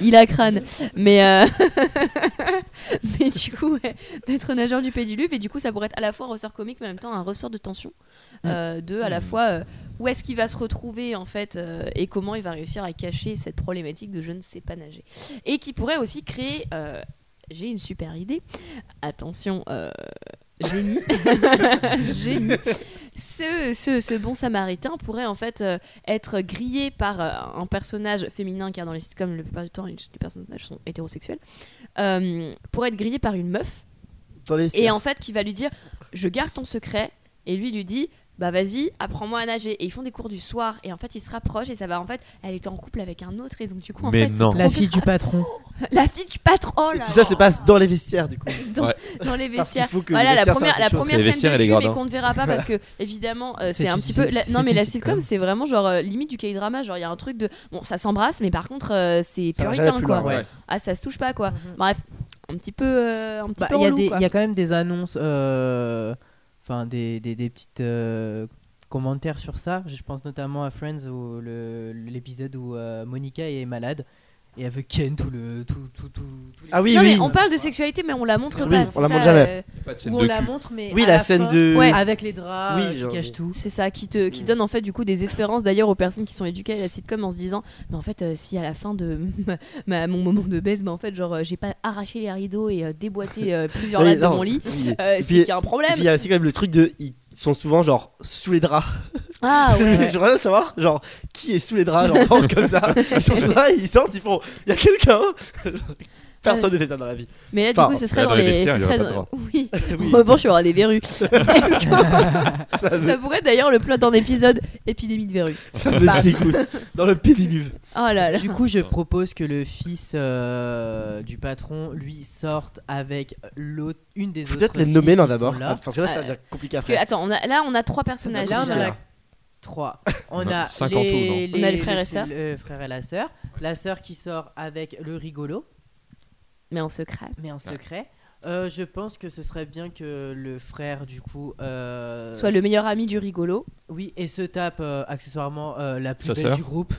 Speaker 5: Il a crâne. Mais, euh, mais du coup, ouais, maître nageur du pédiluve. Et du coup, ça pourrait être à la fois un ressort comique, mais en même temps un ressort de tension.
Speaker 8: Mm.
Speaker 5: Euh, de à la fois euh, où est-ce qu'il va se retrouver en fait euh, et comment il va réussir à cacher cette problématique de je ne sais pas nager. Et qui pourrait aussi créer. euh, j'ai une super idée. Attention, euh, génie. génie. Ce, ce, ce bon samaritain pourrait en fait euh, être grillé par euh, un personnage féminin, car dans les sitcoms, la plupart du temps, les, les personnages sont hétérosexuels, euh, pour être grillé par une meuf,
Speaker 8: Dans les
Speaker 5: et en fait, qui va lui dire Je garde ton secret, et lui lui dit bah vas-y, apprends-moi à nager. Et ils font des cours du soir. Et en fait, ils se rapprochent. Et ça va en fait, elle était en couple avec un autre. Et donc, du coup, en
Speaker 7: Mais
Speaker 5: fait, c'est
Speaker 7: non.
Speaker 5: trop
Speaker 6: La fille du
Speaker 5: grave.
Speaker 6: patron.
Speaker 5: La fille du patron. Oh
Speaker 8: Et
Speaker 5: là
Speaker 8: tout ça
Speaker 5: là.
Speaker 8: se passe dans les vestiaires, du coup.
Speaker 5: dans,
Speaker 7: Ouais.
Speaker 5: dans les
Speaker 8: Parce qu'il
Speaker 5: vestiaires.
Speaker 8: faut que
Speaker 5: Voilà
Speaker 8: les
Speaker 5: la
Speaker 8: vestiaires, ça
Speaker 5: première, la
Speaker 8: reste quelque
Speaker 5: première
Speaker 7: chose.
Speaker 5: scène de
Speaker 7: Les vestiaires et les
Speaker 5: cul, mais
Speaker 7: gradins.
Speaker 5: qu'on ne verra pas parce que évidemment euh,
Speaker 6: C'est
Speaker 5: c'est un
Speaker 6: une
Speaker 5: petit peu.
Speaker 6: sitcom,
Speaker 5: la-
Speaker 6: c'est
Speaker 5: non mais
Speaker 6: une
Speaker 5: la
Speaker 6: sitcom.
Speaker 5: sitcom c'est vraiment genre euh, limite du k-drama, genre il y a un truc de bon ça s'embrasse mais par contre euh, c'est
Speaker 8: Ça va
Speaker 5: puritain
Speaker 8: jamais plus
Speaker 5: quoi.
Speaker 8: loin, ouais.
Speaker 5: Ah ça se touche pas quoi.
Speaker 7: Mm-hmm.
Speaker 5: Bref un petit peu euh, un petit
Speaker 6: Bah,
Speaker 5: peu
Speaker 6: Il y, a
Speaker 5: relou,
Speaker 6: des-
Speaker 5: quoi.
Speaker 6: il y a quand même des annonces, euh, enfin des, des, des petites euh, commentaires sur ça. Je pense notamment à Friends, où le- l'épisode où euh, Monica est malade et elle veut Ken tout le tout tout tout. tout les-
Speaker 8: Ah oui,
Speaker 5: non
Speaker 8: oui.
Speaker 5: mais on parle de sexualité mais on la montre
Speaker 8: Oui,
Speaker 5: pas.
Speaker 8: on
Speaker 5: c'est
Speaker 8: la
Speaker 5: ça,
Speaker 8: montre jamais.
Speaker 5: euh,
Speaker 6: Où on la montre, mais
Speaker 8: Oui,
Speaker 6: à
Speaker 8: la, scène
Speaker 6: fin,
Speaker 8: de.
Speaker 5: Ouais.
Speaker 6: avec les draps
Speaker 8: Oui,
Speaker 6: euh,
Speaker 8: genre-
Speaker 6: qui cachent tout.
Speaker 5: C'est ça qui te qui donne en fait du coup des espérances d'ailleurs aux personnes qui sont éduquées à la sitcom en se disant mais en fait euh, si à la fin de ma- ma- mon moment de baisse mais en fait genre euh, j'ai pas arraché les rideaux et euh, déboîté euh, plusieurs
Speaker 8: Oui,
Speaker 5: lattes de
Speaker 8: non.
Speaker 5: mon lit
Speaker 8: Oui.
Speaker 5: euh,
Speaker 8: Et
Speaker 5: c'est
Speaker 8: puis-
Speaker 5: qu'il y a un
Speaker 8: et puis,
Speaker 5: problème
Speaker 8: il y a aussi euh, quand même le truc de. Ils sont souvent genre sous les draps.
Speaker 5: ah ouais
Speaker 8: J'aimerais bien savoir, genre, qui est sous les draps, genre, vraiment comme ça. Ils sont sous les draps, ils sortent, ils font. Il y a quelqu'un Personne ne fait ça dans la vie.
Speaker 5: Mais là, du
Speaker 8: Enfin,
Speaker 5: coup, ce serait
Speaker 7: là,
Speaker 5: dans,
Speaker 7: dans les
Speaker 5: les.
Speaker 7: vestiaires,
Speaker 5: ce
Speaker 7: il y aurait
Speaker 5: serait
Speaker 7: pas
Speaker 5: dans- Oui.
Speaker 8: Oui.
Speaker 5: En revanche, il y aura des verrues. Est-ce que-
Speaker 8: ça me,
Speaker 5: ça pourrait être d'ailleurs le plot d'un épisode épidémie de verrues.
Speaker 8: ça me
Speaker 5: Bah.
Speaker 8: dégoûte. Dans le pédiluve.
Speaker 5: Oh là là.
Speaker 6: Du coup, je propose que le fils euh, du patron lui sorte avec l'autre, une des autres.
Speaker 8: Peut-être les
Speaker 6: filles
Speaker 8: nommer
Speaker 6: qui
Speaker 8: l'un
Speaker 6: sont
Speaker 8: d'abord.
Speaker 6: là.
Speaker 8: Parce que là, ça
Speaker 5: Euh,
Speaker 8: devient compliqué
Speaker 5: Parce que,
Speaker 8: après.
Speaker 5: attends, on a, là, on a trois personnages. hein,
Speaker 6: Là, on en
Speaker 5: déjà.
Speaker 6: a trois. On
Speaker 7: On a
Speaker 6: a
Speaker 7: cinq en
Speaker 6: les,
Speaker 5: tout, non On a le frère et
Speaker 6: les-
Speaker 5: sœur.
Speaker 6: Le frère et la sœur. La sœur qui sort avec le rigolo,
Speaker 5: Mais en secret.
Speaker 6: mais
Speaker 7: Ah.
Speaker 6: en secret. Euh, je pense que ce serait bien que le frère, du coup, euh,
Speaker 5: Soit le meilleur ami du rigolo.
Speaker 6: Oui, et se tape euh, accessoirement euh, la plus
Speaker 7: Sa
Speaker 6: belle
Speaker 7: sœur.
Speaker 6: du groupe.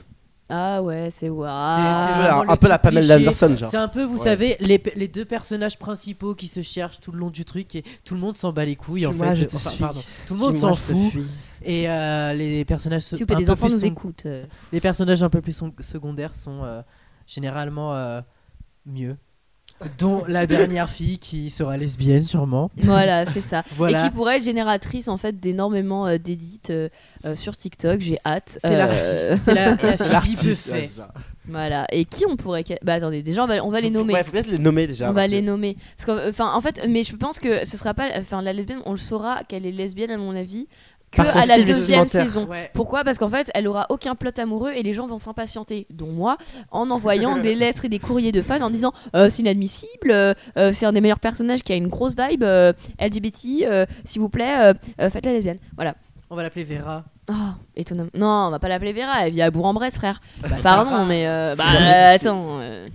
Speaker 5: Ah ouais, c'est waouh.
Speaker 6: c'est
Speaker 8: Ouais,
Speaker 6: le- vraiment
Speaker 8: un peu
Speaker 6: les
Speaker 8: la
Speaker 6: trucs
Speaker 8: Pamela
Speaker 6: clichés.
Speaker 8: Anderson, genre.
Speaker 7: Ah.
Speaker 6: C'est un peu, vous savez, les, pe- les deux personnages principaux qui se cherchent tout le long du truc et tout le monde s'en bat les couilles en
Speaker 8: Fuis-moi,
Speaker 6: fait.
Speaker 8: je
Speaker 5: euh,
Speaker 8: te
Speaker 6: Enfin,
Speaker 8: suis.
Speaker 6: pardon. Tout le monde
Speaker 8: Suis-moi,
Speaker 6: s'en
Speaker 8: je te
Speaker 6: fout
Speaker 8: suis.
Speaker 6: et euh, les personnages se-
Speaker 5: Si vous
Speaker 6: un
Speaker 5: pouvez des
Speaker 6: peu
Speaker 5: enfants
Speaker 6: plus
Speaker 5: nous
Speaker 6: sont-
Speaker 5: écoutent. euh.
Speaker 6: les personnages un peu plus son- secondaires sont euh, généralement euh, mieux. Dont la dernière fille qui sera lesbienne sûrement.
Speaker 5: Voilà, c'est ça.
Speaker 6: Voilà.
Speaker 5: Et qui pourrait être génératrice en fait d'énormément euh, d'édits euh, euh, sur TikTok. J'ai hâte.
Speaker 6: C'est
Speaker 5: Euh,
Speaker 6: l'artiste, c'est la, la Phoebe
Speaker 8: L'artiste.
Speaker 6: Buffet.
Speaker 5: Voilà. Et qui on pourrait ca- Bah attendez, déjà on va, on va les
Speaker 8: Faut-
Speaker 5: nommer.
Speaker 8: Ouais, faut peut-être les nommer déjà.
Speaker 5: on va
Speaker 8: parce
Speaker 5: les
Speaker 8: que-
Speaker 5: nommer. Parce que, enfin, en fait, mais je pense que ce sera pas. Enfin, la lesbienne, on le saura qu'elle est lesbienne à mon avis que
Speaker 8: Par son
Speaker 5: à la
Speaker 8: style
Speaker 5: deuxième
Speaker 8: vestimentaire.
Speaker 5: saison.
Speaker 6: Ouais.
Speaker 5: Pourquoi Parce qu'en fait, elle aura aucun plot amoureux et les gens vont s'impatienter, dont moi, en envoyant des lettres et des courriers de fans en disant Euh, c'est inadmissible, euh, euh, c'est un des meilleurs personnages qui a une grosse vibe euh, LGBT, euh, s'il vous plaît, euh, euh, faites-la lesbienne. Voilà.
Speaker 6: On va l'appeler Vera.
Speaker 5: Oh, étonnant. Non, on va pas l'appeler Vera, elle vit à Bourg-en-Bresse, frère.
Speaker 6: Bah, ça va.
Speaker 5: Pardon, mais euh, bah euh, attends. euh,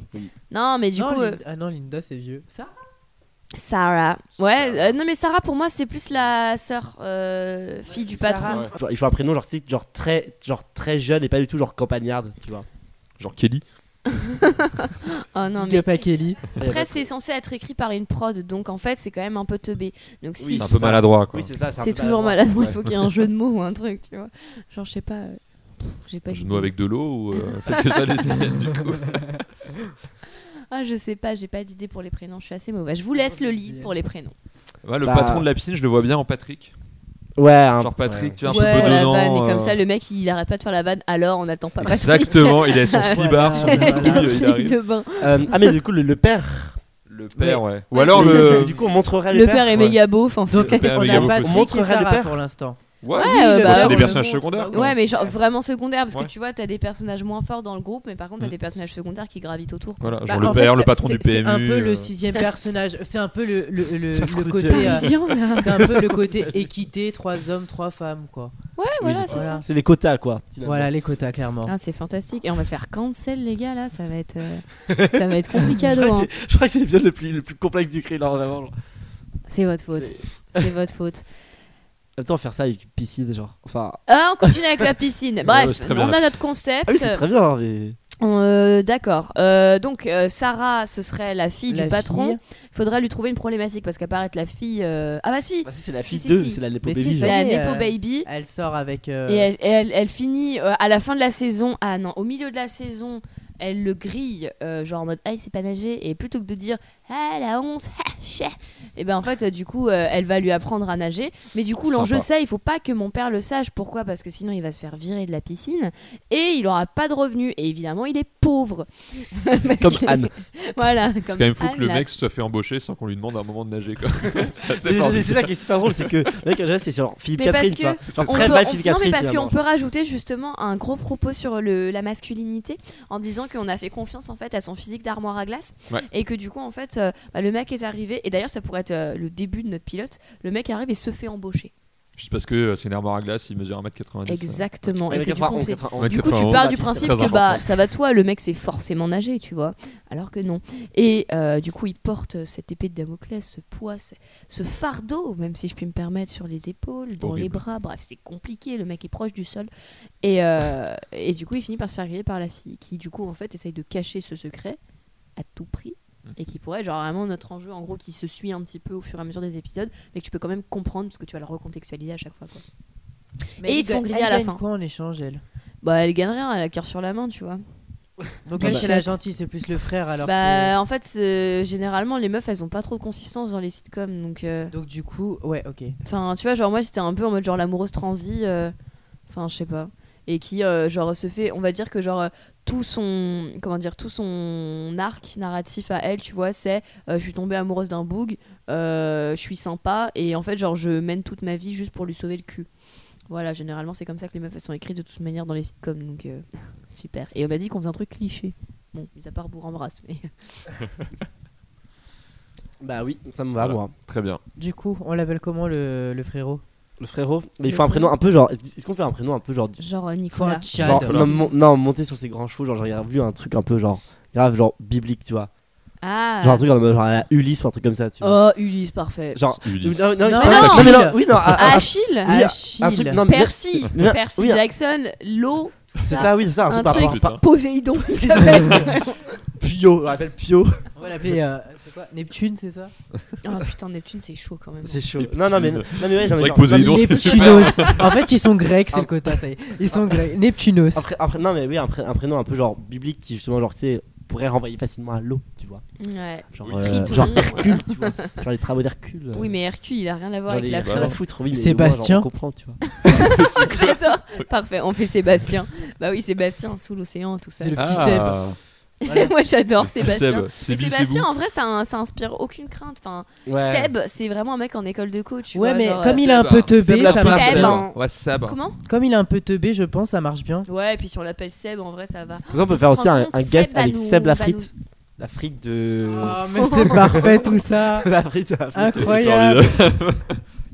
Speaker 5: Non, mais du
Speaker 6: Non,
Speaker 5: coup, euh,
Speaker 6: Lin- ah non, Linda c'est vieux. Ça
Speaker 5: Sarah. Ouais, euh, non mais Sarah pour moi c'est plus la sœur euh, fille du patron.
Speaker 6: Sarah.
Speaker 7: Ouais.
Speaker 8: Genre, Il faut un prénom genre, c'est genre, très, genre très jeune et pas du tout genre campagnarde, tu vois.
Speaker 7: hein. Genre Kelly.
Speaker 5: Oh non
Speaker 6: Big
Speaker 5: mais
Speaker 6: up à Kelly.
Speaker 5: après c'est censé être écrit par une prod donc en fait c'est quand même un peu teubé. Donc si
Speaker 8: Oui,
Speaker 7: C'est un
Speaker 8: c'est
Speaker 7: peu
Speaker 8: ça.
Speaker 7: maladroit quoi.
Speaker 8: Oui, c'est ça. un
Speaker 5: c'est
Speaker 8: peu
Speaker 5: toujours
Speaker 8: maladroit.
Speaker 5: maladroit, il
Speaker 7: Ouais.
Speaker 5: faut qu'il y ait un jeu de mots ou un truc, tu vois. Genre je sais pas euh, pff, j'ai pas
Speaker 7: Je
Speaker 5: d'idée.
Speaker 7: noue avec de l'eau ou euh, faites que ça lesbienne du coup.
Speaker 5: Ah je sais pas, j'ai pas d'idée pour les prénoms, je suis assez mauvaise. Je vous laisse le lead pour les prénoms.
Speaker 7: Ouais, le
Speaker 8: Bah.
Speaker 7: patron de la piscine, je le vois bien en Patrick.
Speaker 8: Ouais, hein. un-
Speaker 7: Genre Patrick, tu vois, un
Speaker 5: Ouais,
Speaker 7: peu
Speaker 5: la
Speaker 7: bedonnant.
Speaker 5: vanne et comme
Speaker 7: euh,
Speaker 5: ça le mec il arrête pas de faire la vanne alors on attend pas Patrick.
Speaker 7: Exactement, il a son slibard, son
Speaker 6: Voilà.
Speaker 7: hoodie, euh, il
Speaker 5: Truc
Speaker 7: arrive.
Speaker 5: de bain.
Speaker 8: euh, ah, mais du coup, le, le père.
Speaker 7: Le père, ouais. Ou
Speaker 5: Ouais,
Speaker 7: alors
Speaker 5: c'est
Speaker 7: le.
Speaker 8: Du coup, on montrerait Ah, le,
Speaker 5: Le père est
Speaker 7: ouais.
Speaker 5: méga beau, enfin
Speaker 6: Donc
Speaker 7: Le père
Speaker 6: on
Speaker 7: est
Speaker 6: a
Speaker 7: méga
Speaker 6: pas
Speaker 7: beau,
Speaker 8: On montre
Speaker 6: et
Speaker 8: Harry
Speaker 6: Sarah
Speaker 8: Potter.
Speaker 6: pour l'instant.
Speaker 7: Ouais,
Speaker 5: Ouais,
Speaker 7: oui,
Speaker 5: euh,
Speaker 7: bah,
Speaker 5: bah,
Speaker 7: c'est
Speaker 5: on
Speaker 7: des
Speaker 5: le
Speaker 7: personnages
Speaker 5: montre.
Speaker 7: secondaires. quoi.
Speaker 5: Ouais, mais genre vraiment secondaire parce
Speaker 7: Ouais.
Speaker 5: que tu vois, t'as des personnages moins forts dans le groupe, mais par contre, t'as des personnages secondaires qui gravitent autour. quoi.
Speaker 7: Voilà,
Speaker 6: Bah,
Speaker 7: genre le
Speaker 6: en fait,
Speaker 7: père, le
Speaker 6: c'est-
Speaker 7: patron du
Speaker 6: c'est-
Speaker 7: PMU.
Speaker 6: C'est un peu
Speaker 7: euh,
Speaker 6: le sixième personnage. C'est un peu le, le, le-
Speaker 8: Patron
Speaker 6: le
Speaker 8: du
Speaker 6: côté.
Speaker 8: PMU.
Speaker 6: euh,
Speaker 5: Parisien, là.
Speaker 6: c'est un peu le côté équité, trois hommes, trois femmes, quoi.
Speaker 5: Ouais, voilà, c'est ça.
Speaker 6: Voilà.
Speaker 8: C'est les quotas, quoi. finalement.
Speaker 6: Voilà les quotas, clairement.
Speaker 5: Ah, c'est fantastique. Et on va se faire cancel, les gars, là, ça va être, euh, ça va être compliqué à
Speaker 8: Je
Speaker 5: dos,
Speaker 8: crois
Speaker 5: hein.
Speaker 8: que c'est- je crois que c'est l'épisode le plus, le plus complexe du cri, là, vraiment.
Speaker 5: C'est votre faute. C'est votre faute.
Speaker 8: Attends, faire ça avec une piscine, genre. Enfin.
Speaker 5: Ah, on continue avec la piscine.
Speaker 7: Ouais,
Speaker 5: Bref,
Speaker 7: c'est très
Speaker 5: on
Speaker 7: bien, la
Speaker 5: a notre concept.
Speaker 8: Ah oui, c'est très bien, hein, mais.
Speaker 5: Euh, D'accord. Euh, donc, euh, Sarah, ce serait la fille
Speaker 6: La
Speaker 5: du patron.
Speaker 6: fille.
Speaker 5: Il faudrait lui trouver une problématique parce qu'à part être la fille. euh, Ah, bah si
Speaker 8: Bah, si, c'est la
Speaker 5: Si,
Speaker 8: fille
Speaker 5: si,
Speaker 8: 2,
Speaker 5: si.
Speaker 8: c'est la
Speaker 6: Mais si,
Speaker 8: Népo-Baby.
Speaker 6: ça-
Speaker 8: genre.
Speaker 5: la
Speaker 6: Oui,
Speaker 5: Nepo
Speaker 6: euh,
Speaker 5: Baby.
Speaker 6: Elle sort avec. euh,
Speaker 5: Et elle, et elle- elle finit euh, à la fin de la saison. Ah non, au milieu de la saison, elle le grille, euh, genre en mode ah, il sait pas nager. Et plutôt que de dire ah, la honte, ah, chais, et ben en fait, euh, du coup, euh, elle va lui apprendre à nager. Mais du coup,
Speaker 7: Sympa.
Speaker 5: l'enjeu, c'est il faut pas que mon père le sache. Pourquoi Parce que sinon, il va se faire virer de la piscine et il aura pas de revenus. Et évidemment, il est pauvre. Parce
Speaker 8: Comme
Speaker 5: que-
Speaker 8: Anne.
Speaker 5: voilà,
Speaker 7: C'est quand même fou
Speaker 5: Anne,
Speaker 7: que le
Speaker 5: la
Speaker 7: mec se soit fait embaucher sans qu'on lui demande à un moment de nager. quoi. Ça,
Speaker 8: Mais
Speaker 7: c'est
Speaker 8: C'est mais
Speaker 7: formidable.
Speaker 8: c'est ça qui est super drôle, c'est que le mec, en général, c'est genre Philippe
Speaker 5: Mais parce
Speaker 8: Catherine,
Speaker 5: que
Speaker 8: tu vois. Genre
Speaker 5: On
Speaker 8: très
Speaker 5: peut-
Speaker 8: belle
Speaker 5: on-
Speaker 8: Philippe
Speaker 5: non mais
Speaker 8: Catherine.
Speaker 5: parce qu'on
Speaker 8: finalement.
Speaker 5: peut rajouter justement un gros propos sur le, la masculinité en disant qu'on a fait confiance en fait à son physique d'armoire à glace
Speaker 7: Ouais.
Speaker 5: et que du coup en fait euh, bah, le mec est arrivé et d'ailleurs ça pourrait être euh, le début de notre pilote le mec arrive et se fait embaucher
Speaker 7: Juste parce que euh, c'est une armoire à glace, il mesure 1m90.
Speaker 5: exactement
Speaker 8: Ouais,
Speaker 5: et que du, coup, on
Speaker 8: 91,
Speaker 5: sait-
Speaker 8: 91.
Speaker 5: du coup, tu
Speaker 7: 91,
Speaker 5: pars du
Speaker 8: c'est
Speaker 5: principe
Speaker 7: très
Speaker 5: que bah
Speaker 7: important.
Speaker 5: ça va de soi le mec c'est forcément nager tu vois alors que non et euh, du coup il porte cette épée de Damoclès ce poids ce, ce fardeau même si je puis me permettre sur les épaules dans les
Speaker 7: Horrible.
Speaker 5: bras bref c'est compliqué le mec est proche du sol et, euh, et du coup, il finit par se faire griller par la fille, qui du coup, en fait, essaye de cacher ce secret à tout prix. Et qui pourrait, être, genre, vraiment notre enjeu, en gros, qui se suit un petit peu au fur et à mesure des épisodes, mais que tu peux quand même comprendre parce que tu vas le recontextualiser à chaque fois. Quoi.
Speaker 6: mais
Speaker 5: et
Speaker 6: elle
Speaker 5: ils se font
Speaker 6: gagne-
Speaker 5: griller
Speaker 6: elle
Speaker 5: à la
Speaker 6: gagne
Speaker 5: fin.
Speaker 6: quoi en échange, elle
Speaker 5: Bah, elle gagne rien, elle a le cœur sur la main, tu vois.
Speaker 6: Donc
Speaker 5: Bah,
Speaker 6: elle,
Speaker 5: bah.
Speaker 6: c'est la gentille, c'est plus le frère alors.
Speaker 5: bah, en fait, c'est- généralement, les meufs, elles ont pas trop de consistance dans les sitcoms, donc. euh,
Speaker 6: que- Donc du coup, ouais, ok.
Speaker 5: Enfin, tu vois, genre, moi, j'étais un peu en mode, genre, l'amoureuse transi. euh, Enfin, je sais pas. et qui euh, genre se fait on va dire que genre euh, tout son comment dire tout son arc narratif à elle tu vois c'est euh, je suis tombée amoureuse d'un boug euh, je suis sympa et en fait genre je mène toute ma vie juste pour lui sauver le cul voilà généralement c'est comme ça que les meufs elles sont écrites de toute manière dans les sitcoms donc euh, super et on a dit qu'on faisait un truc cliché bon mis à part Bourg-en-Brasse mais
Speaker 8: Bah oui, ça me va,
Speaker 7: Voilà.
Speaker 8: moi.
Speaker 7: Très bien.
Speaker 6: Du coup, on l'appelle comment le, le frérot
Speaker 8: Le frérot. Mais il
Speaker 5: Le
Speaker 8: faut un prénom
Speaker 5: frérot.
Speaker 8: un peu genre. Est-ce est-ce qu'on fait un prénom un peu genre.
Speaker 5: genre euh,
Speaker 6: Faut
Speaker 5: Nicolas
Speaker 6: un
Speaker 8: genre-
Speaker 6: Chad.
Speaker 8: non, mon- non, monter sur ses grands chevaux, genre j'ai vu un truc un peu genre. Grave, genre biblique, tu vois.
Speaker 5: ah
Speaker 8: Genre un truc en mode, genre à Ulysse ou un truc comme ça, tu vois.
Speaker 5: oh Ulysse parfait
Speaker 8: Genre.
Speaker 7: Ulysse.
Speaker 8: Non, non,
Speaker 6: Non,
Speaker 8: c'est pas-
Speaker 5: mais
Speaker 8: non, mais
Speaker 6: non.
Speaker 8: non, oui, non, ah, à- à-
Speaker 5: Ah, Achille
Speaker 8: oui,
Speaker 6: Achille.
Speaker 8: un truc. Non, mais
Speaker 5: Percy
Speaker 8: mais-
Speaker 5: Percy
Speaker 8: oui, un-
Speaker 5: Jackson l'eau
Speaker 8: c'est ça, oui, c'est ça, un
Speaker 5: Un
Speaker 8: truc
Speaker 5: truc.
Speaker 8: par rapport. par-
Speaker 5: Poséidon il s'appelle.
Speaker 8: Pio, on l'appelle Pio.
Speaker 6: On va l'appeler. euh, c'est quoi Neptune, c'est ça
Speaker 5: Oh putain, Neptune, c'est chaud quand même.
Speaker 8: C'est chaud. Non, non, mais. Non, mais ouais, non, Bah,
Speaker 7: C'est
Speaker 8: mais
Speaker 7: vrai que
Speaker 8: genre-
Speaker 7: Poséidon, c'est super.
Speaker 6: Neptunos. en fait, ils sont grecs, c'est le quota, ça y est. Ils sont grecs. Neptunos.
Speaker 8: Après, après, non, mais oui, un, pré- un prénom un peu genre biblique qui justement, genre, tu sais, pourrait renvoyer facilement à l'eau, tu vois.
Speaker 5: Ouais.
Speaker 8: Genre,
Speaker 5: Oui,
Speaker 8: euh,
Speaker 5: Triton.
Speaker 8: genre Hercule, tu vois. Genre les travaux d'Hercule. euh,
Speaker 5: Oui, mais Hercule, il a rien à voir
Speaker 8: genre
Speaker 5: avec
Speaker 8: les-
Speaker 5: la
Speaker 8: rien à
Speaker 5: flotte.
Speaker 8: foutre, oui, mais au moins,
Speaker 6: Sébastien.
Speaker 8: genre, on comprend, tu vois.
Speaker 5: J'adore. Parfait, on fait Sébastien. Bah oui, Sébastien, sous l'océan, tout ça.
Speaker 6: C'est le petit
Speaker 7: Ah,
Speaker 5: Moi, j'adore
Speaker 7: petit
Speaker 5: Sébastien.
Speaker 7: Seb. C'est
Speaker 5: Mais
Speaker 7: Bill,
Speaker 5: Sébastien,
Speaker 7: c'est
Speaker 5: en vrai, ça, ça inspire aucune crainte. Enfin,
Speaker 8: Ouais.
Speaker 5: Seb, c'est vraiment un mec en école de coach. tu
Speaker 6: ouais,
Speaker 5: vois,
Speaker 6: mais
Speaker 5: genre,
Speaker 6: comme
Speaker 5: euh,
Speaker 6: il est un peu teubé,
Speaker 8: Seb la
Speaker 6: ça
Speaker 5: Seb,
Speaker 6: marche.
Speaker 5: Seb,
Speaker 6: bien.
Speaker 5: hein.
Speaker 7: Ouais, bah. Seb.
Speaker 5: Comment
Speaker 6: Comme il est un peu teubé, je pense, ça marche bien.
Speaker 5: Ouais, et puis si on l'appelle Seb, en vrai, ça va.
Speaker 8: Par exemple, on peut faire aussi un,
Speaker 5: Franchement,
Speaker 8: un guest
Speaker 5: Seb va
Speaker 8: avec
Speaker 5: nous-
Speaker 8: Seb la
Speaker 5: va
Speaker 8: frite. La frite de.
Speaker 6: Oh, mais c'est parfait tout ça.
Speaker 8: la frite, la frite.
Speaker 6: Incroyable.
Speaker 7: formidable.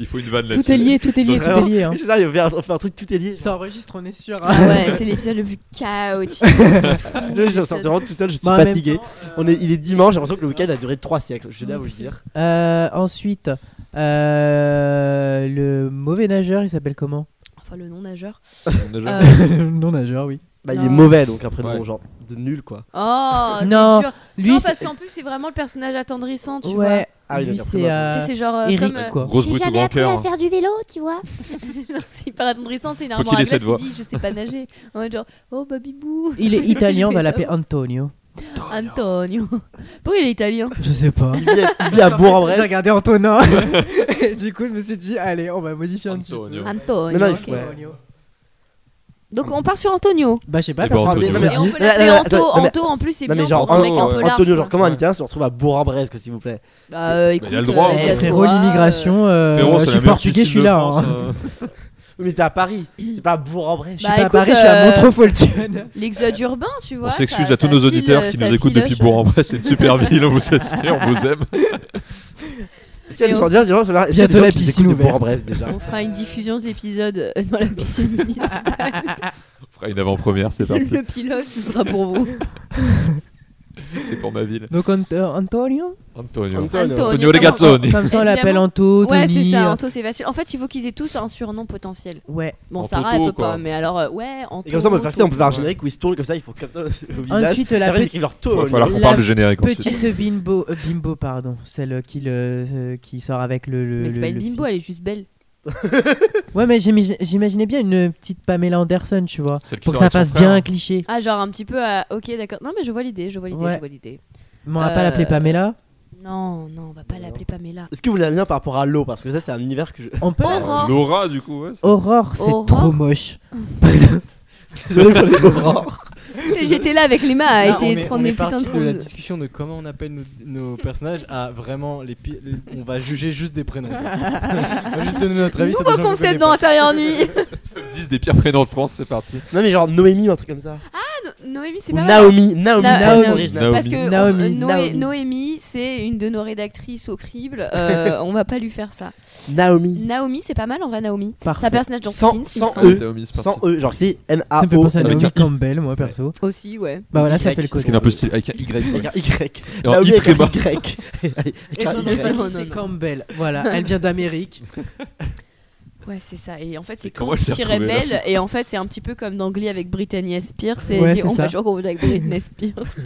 Speaker 7: Il faut une vanne là-dessus.
Speaker 6: Tout est lié, tout est lié, tout est lié. hein.
Speaker 8: C'est ça, il va faire- on fait un truc tout est lié.
Speaker 6: Ça enregistre, on est sûr.
Speaker 5: Ah
Speaker 6: hein.
Speaker 5: ouais, c'est l'épisode le plus chaotique.
Speaker 8: Deux, je sors vraiment tout seul, je suis
Speaker 6: Bah, en même
Speaker 8: fatigué.
Speaker 6: temps, euh,
Speaker 8: On est, il est dimanche, j'ai l'impression que le week-end a duré 3 siècles, je suis là à vous le dire.
Speaker 6: Euh, ensuite, euh, le mauvais nageur, il s'appelle comment
Speaker 5: Enfin, le non-nageur.
Speaker 7: On a jamais-
Speaker 5: Euh,
Speaker 6: Non nageur, oui.
Speaker 8: Bah, il
Speaker 5: Non.
Speaker 8: est mauvais donc après,
Speaker 7: Ouais.
Speaker 8: bon, genre de nul quoi.
Speaker 5: Oh, t'es
Speaker 6: Non,
Speaker 5: dur.
Speaker 6: Lui,
Speaker 5: non,
Speaker 6: c'est-
Speaker 5: parce qu'en plus, c'est vraiment le personnage attendrissant, tu vois.
Speaker 6: ouais.
Speaker 8: Ah oui,
Speaker 6: lui
Speaker 8: d'accord, c'est
Speaker 6: c'est
Speaker 8: moi,
Speaker 5: Tu sais,
Speaker 6: euh,
Speaker 5: c'est genre euh,
Speaker 6: Eric,
Speaker 5: comme, euh,
Speaker 6: quoi.
Speaker 7: Grosse brute au grand cœur.
Speaker 10: faire du vélo, tu vois.
Speaker 5: Non, c'est hyper attendrissant, c'est une
Speaker 7: Faut
Speaker 5: armoire
Speaker 7: qu'il
Speaker 5: à
Speaker 7: ait cette
Speaker 5: glace
Speaker 7: voix.
Speaker 5: qui dit je sais pas nager. On est genre oh babibou.
Speaker 6: Il est italien, on va l'appeler Antonio.
Speaker 5: Antonio. Pourquoi il est italien
Speaker 6: Je sais pas.
Speaker 8: Il vit à- il vit à
Speaker 6: J'ai
Speaker 8: Bourg-en-Bresse.
Speaker 6: regardé Antonin. Et du coup, je me suis dit, allez, on va modifier un petit
Speaker 7: Antonio.
Speaker 6: peu.
Speaker 5: Antonio.
Speaker 8: Mais non,
Speaker 5: ok.
Speaker 8: il- ouais.
Speaker 5: Donc on part sur Antonio.
Speaker 6: Bah, je sais pas.
Speaker 7: Eh ben,
Speaker 6: personne-
Speaker 7: Antonio.
Speaker 8: Mais non,
Speaker 5: Et on peut
Speaker 8: mais-
Speaker 5: l'appeler
Speaker 8: mais-
Speaker 5: Anto.
Speaker 8: attends, mais-
Speaker 5: Anto en plus c'est
Speaker 8: Non,
Speaker 5: bien
Speaker 8: mais
Speaker 5: pour
Speaker 8: genre,
Speaker 5: un mec
Speaker 7: Anto,
Speaker 5: un peu
Speaker 7: ouais.
Speaker 5: large.
Speaker 8: Antonio,
Speaker 5: quoi.
Speaker 8: genre, comment un italien se retrouve à Bourg-en-Bresse, que s'il vous plaît
Speaker 5: Bah, euh, écoute,
Speaker 7: il a le droit,
Speaker 5: euh,
Speaker 7: hein.
Speaker 5: il a le
Speaker 6: Eh, Frérot,
Speaker 5: droit,
Speaker 6: l'immigration, euh, je
Speaker 7: Frérot, c'est la
Speaker 6: suis
Speaker 7: meilleure
Speaker 6: portugais,
Speaker 7: piscine
Speaker 6: je suis
Speaker 7: de
Speaker 6: là.
Speaker 7: France,
Speaker 6: hein.
Speaker 7: euh.
Speaker 8: Oui, Mais t'es à Paris, t'es pas à Bourg-en-Bresse.
Speaker 6: Je
Speaker 5: Bah,
Speaker 6: suis pas à
Speaker 5: écoute,
Speaker 6: Paris, je suis à
Speaker 5: euh,
Speaker 6: Montreux-Foltienne.
Speaker 5: euh, L'exode urbain, tu vois.
Speaker 7: On
Speaker 5: ça-
Speaker 7: s'excuse
Speaker 5: ça
Speaker 7: à tous nos
Speaker 5: file, euh,
Speaker 7: auditeurs qui
Speaker 5: ça
Speaker 7: nous écoutent depuis
Speaker 5: filoche.
Speaker 7: Bourg-en-Bresse. C'est une super ville, on vous satisfait, on vous aime.
Speaker 8: Est-ce qu'il y a
Speaker 5: Et
Speaker 8: des
Speaker 5: on-
Speaker 8: gens dire, genre, ça va- est-ce qu'il y a des
Speaker 6: Bientôt
Speaker 8: gens
Speaker 6: la
Speaker 8: qui
Speaker 6: piscine
Speaker 8: s'écoutent de
Speaker 6: ouverte.
Speaker 8: Bourg-en-Bresse déjà.
Speaker 5: On fera une diffusion de l'épisode euh, dans la piscine municipale.
Speaker 7: On fera une avant-première, c'est parti.
Speaker 5: Le pilote, ce sera pour vous.
Speaker 7: C'est pour ma ville.
Speaker 6: Donc, Ant- euh, Antonio
Speaker 7: Antonio.
Speaker 5: Antonio
Speaker 7: Antonio Regazzoni.
Speaker 6: Comme ça, on l'appelle
Speaker 5: Évidemment.
Speaker 6: Anto,
Speaker 5: Ouais, c'est
Speaker 6: Tony,
Speaker 5: ça,
Speaker 6: euh,
Speaker 5: Anto, c'est facile. En fait, il faut qu'ils aient tous un surnom potentiel.
Speaker 6: Ouais.
Speaker 5: Bon,
Speaker 7: En
Speaker 5: Sarah,
Speaker 7: Toto,
Speaker 5: elle peut
Speaker 7: quoi.
Speaker 5: pas, mais alors, euh, ouais, en
Speaker 8: Et comme ça, on peut
Speaker 5: Toto,
Speaker 8: faire ça, on peut faire un
Speaker 7: Ouais.
Speaker 8: générique où ils se tournent comme ça, ils font comme ça au au visage.
Speaker 6: Ensuite, la
Speaker 8: Après, ils
Speaker 6: petite.
Speaker 8: écrivent leur
Speaker 7: Il
Speaker 8: taux.
Speaker 7: va falloir qu'on
Speaker 6: La
Speaker 7: parle du générique ensuite.
Speaker 6: Petite bimbo, euh, bimbo pardon, celle qui, le, euh, qui sort avec le. le-
Speaker 5: Mais c'est
Speaker 6: le-
Speaker 5: pas une
Speaker 6: le
Speaker 5: bimbo,
Speaker 6: fils.
Speaker 5: elle est juste belle.
Speaker 6: Ouais, mais j'imi- j'imaginais bien une petite Pamela Anderson, tu vois.
Speaker 7: Celle qui
Speaker 6: Pour que
Speaker 7: sort
Speaker 6: ça
Speaker 7: avec son
Speaker 6: fasse
Speaker 7: frère.
Speaker 6: bien un cliché.
Speaker 5: Ah, genre un petit peu à. Ok, d'accord. Non, mais je vois l'idée, je vois l'idée,
Speaker 6: Ouais.
Speaker 5: je vois l'idée.
Speaker 6: Mais on va pas
Speaker 5: Euh,
Speaker 6: l'appeler Pamela.
Speaker 5: Non, non, on va pas l'appeler Pamela.
Speaker 8: Est-ce que vous l'aimez bien par rapport à l'eau Parce que ça, c'est un univers que je.
Speaker 6: On peut.
Speaker 5: Oh. Aurore.
Speaker 7: Laura, du coup, ouais. c'est-
Speaker 6: Aurore, c'est
Speaker 5: Aurore.
Speaker 6: trop moche.
Speaker 8: Désolé pour les Aurores.
Speaker 5: J'étais là avec Lema à
Speaker 9: Là,
Speaker 5: essayer
Speaker 9: on
Speaker 5: de
Speaker 9: est-
Speaker 5: prendre
Speaker 9: on
Speaker 5: des
Speaker 9: est
Speaker 5: putains
Speaker 9: parti
Speaker 5: de
Speaker 9: de la
Speaker 5: poules.
Speaker 9: discussion de comment on appelle nos, nos personnages à vraiment les pi- les- on va juger juste des prénoms. quoi. on va juste donner notre avis sur des
Speaker 5: Nouveau
Speaker 9: gens qu'on connaît
Speaker 5: concept dans
Speaker 9: pas.
Speaker 5: Intérieur Nuit.
Speaker 7: Top 10 des pires prénoms de France, c'est parti.
Speaker 8: Non, mais genre Noémie ou un truc comme ça.
Speaker 5: Ah, No- Noémie, c'est
Speaker 8: Ou
Speaker 5: pas mal.
Speaker 8: Naomi. Naomi.
Speaker 5: Na-
Speaker 8: Naomi.
Speaker 6: Naomi.
Speaker 8: original.
Speaker 7: Naomi.
Speaker 5: Parce que euh,
Speaker 6: Naomi,
Speaker 5: Noé- Noémie,
Speaker 6: Naomi.
Speaker 5: c'est une de nos rédactrices au crible. euh, on va pas lui faire ça.
Speaker 8: Naomi.
Speaker 5: Naomi, c'est pas mal en vrai, Naomi. C'est un
Speaker 6: Parfait.
Speaker 5: personnage dans
Speaker 8: Sans-
Speaker 5: Skins, il me
Speaker 8: sans
Speaker 5: semble.
Speaker 8: eux.
Speaker 7: Naomi, c'est
Speaker 8: Ah Sans
Speaker 7: parti.
Speaker 8: E, genre c'est
Speaker 6: Ça me fait
Speaker 8: N-A-O.
Speaker 6: penser à
Speaker 7: Ah, oh, Avec
Speaker 6: Naomi
Speaker 7: un i.
Speaker 6: Campbell, moi perso.
Speaker 5: Aussi, ouais.
Speaker 6: Bah voilà, ça
Speaker 8: Y.
Speaker 6: fait le
Speaker 7: Parce
Speaker 6: côté.
Speaker 7: qu'il est un peu stylé. Avec un Y.
Speaker 8: Avec
Speaker 7: ouais.
Speaker 8: un Y.
Speaker 7: Et en
Speaker 8: Naomi
Speaker 7: I très
Speaker 8: Ah avec un
Speaker 7: bas.
Speaker 8: Y. Avec
Speaker 6: Et
Speaker 8: un
Speaker 6: son nom de
Speaker 8: Y.
Speaker 5: Non,
Speaker 6: famille,
Speaker 5: non,
Speaker 6: c'est
Speaker 5: non.
Speaker 6: Campbell. Voilà, elle vient d'Amérique.
Speaker 5: Ouais, c'est ça. Et en fait, c'est
Speaker 7: Et comment elle s'est retrouvée, là
Speaker 5: Campbell. Et en fait, c'est un petit peu comme dans Glee avec Britney Spears. Et
Speaker 6: Ouais,
Speaker 5: dit,
Speaker 6: c'est
Speaker 5: on
Speaker 6: ça.
Speaker 5: va jouer au avec Britney Spears.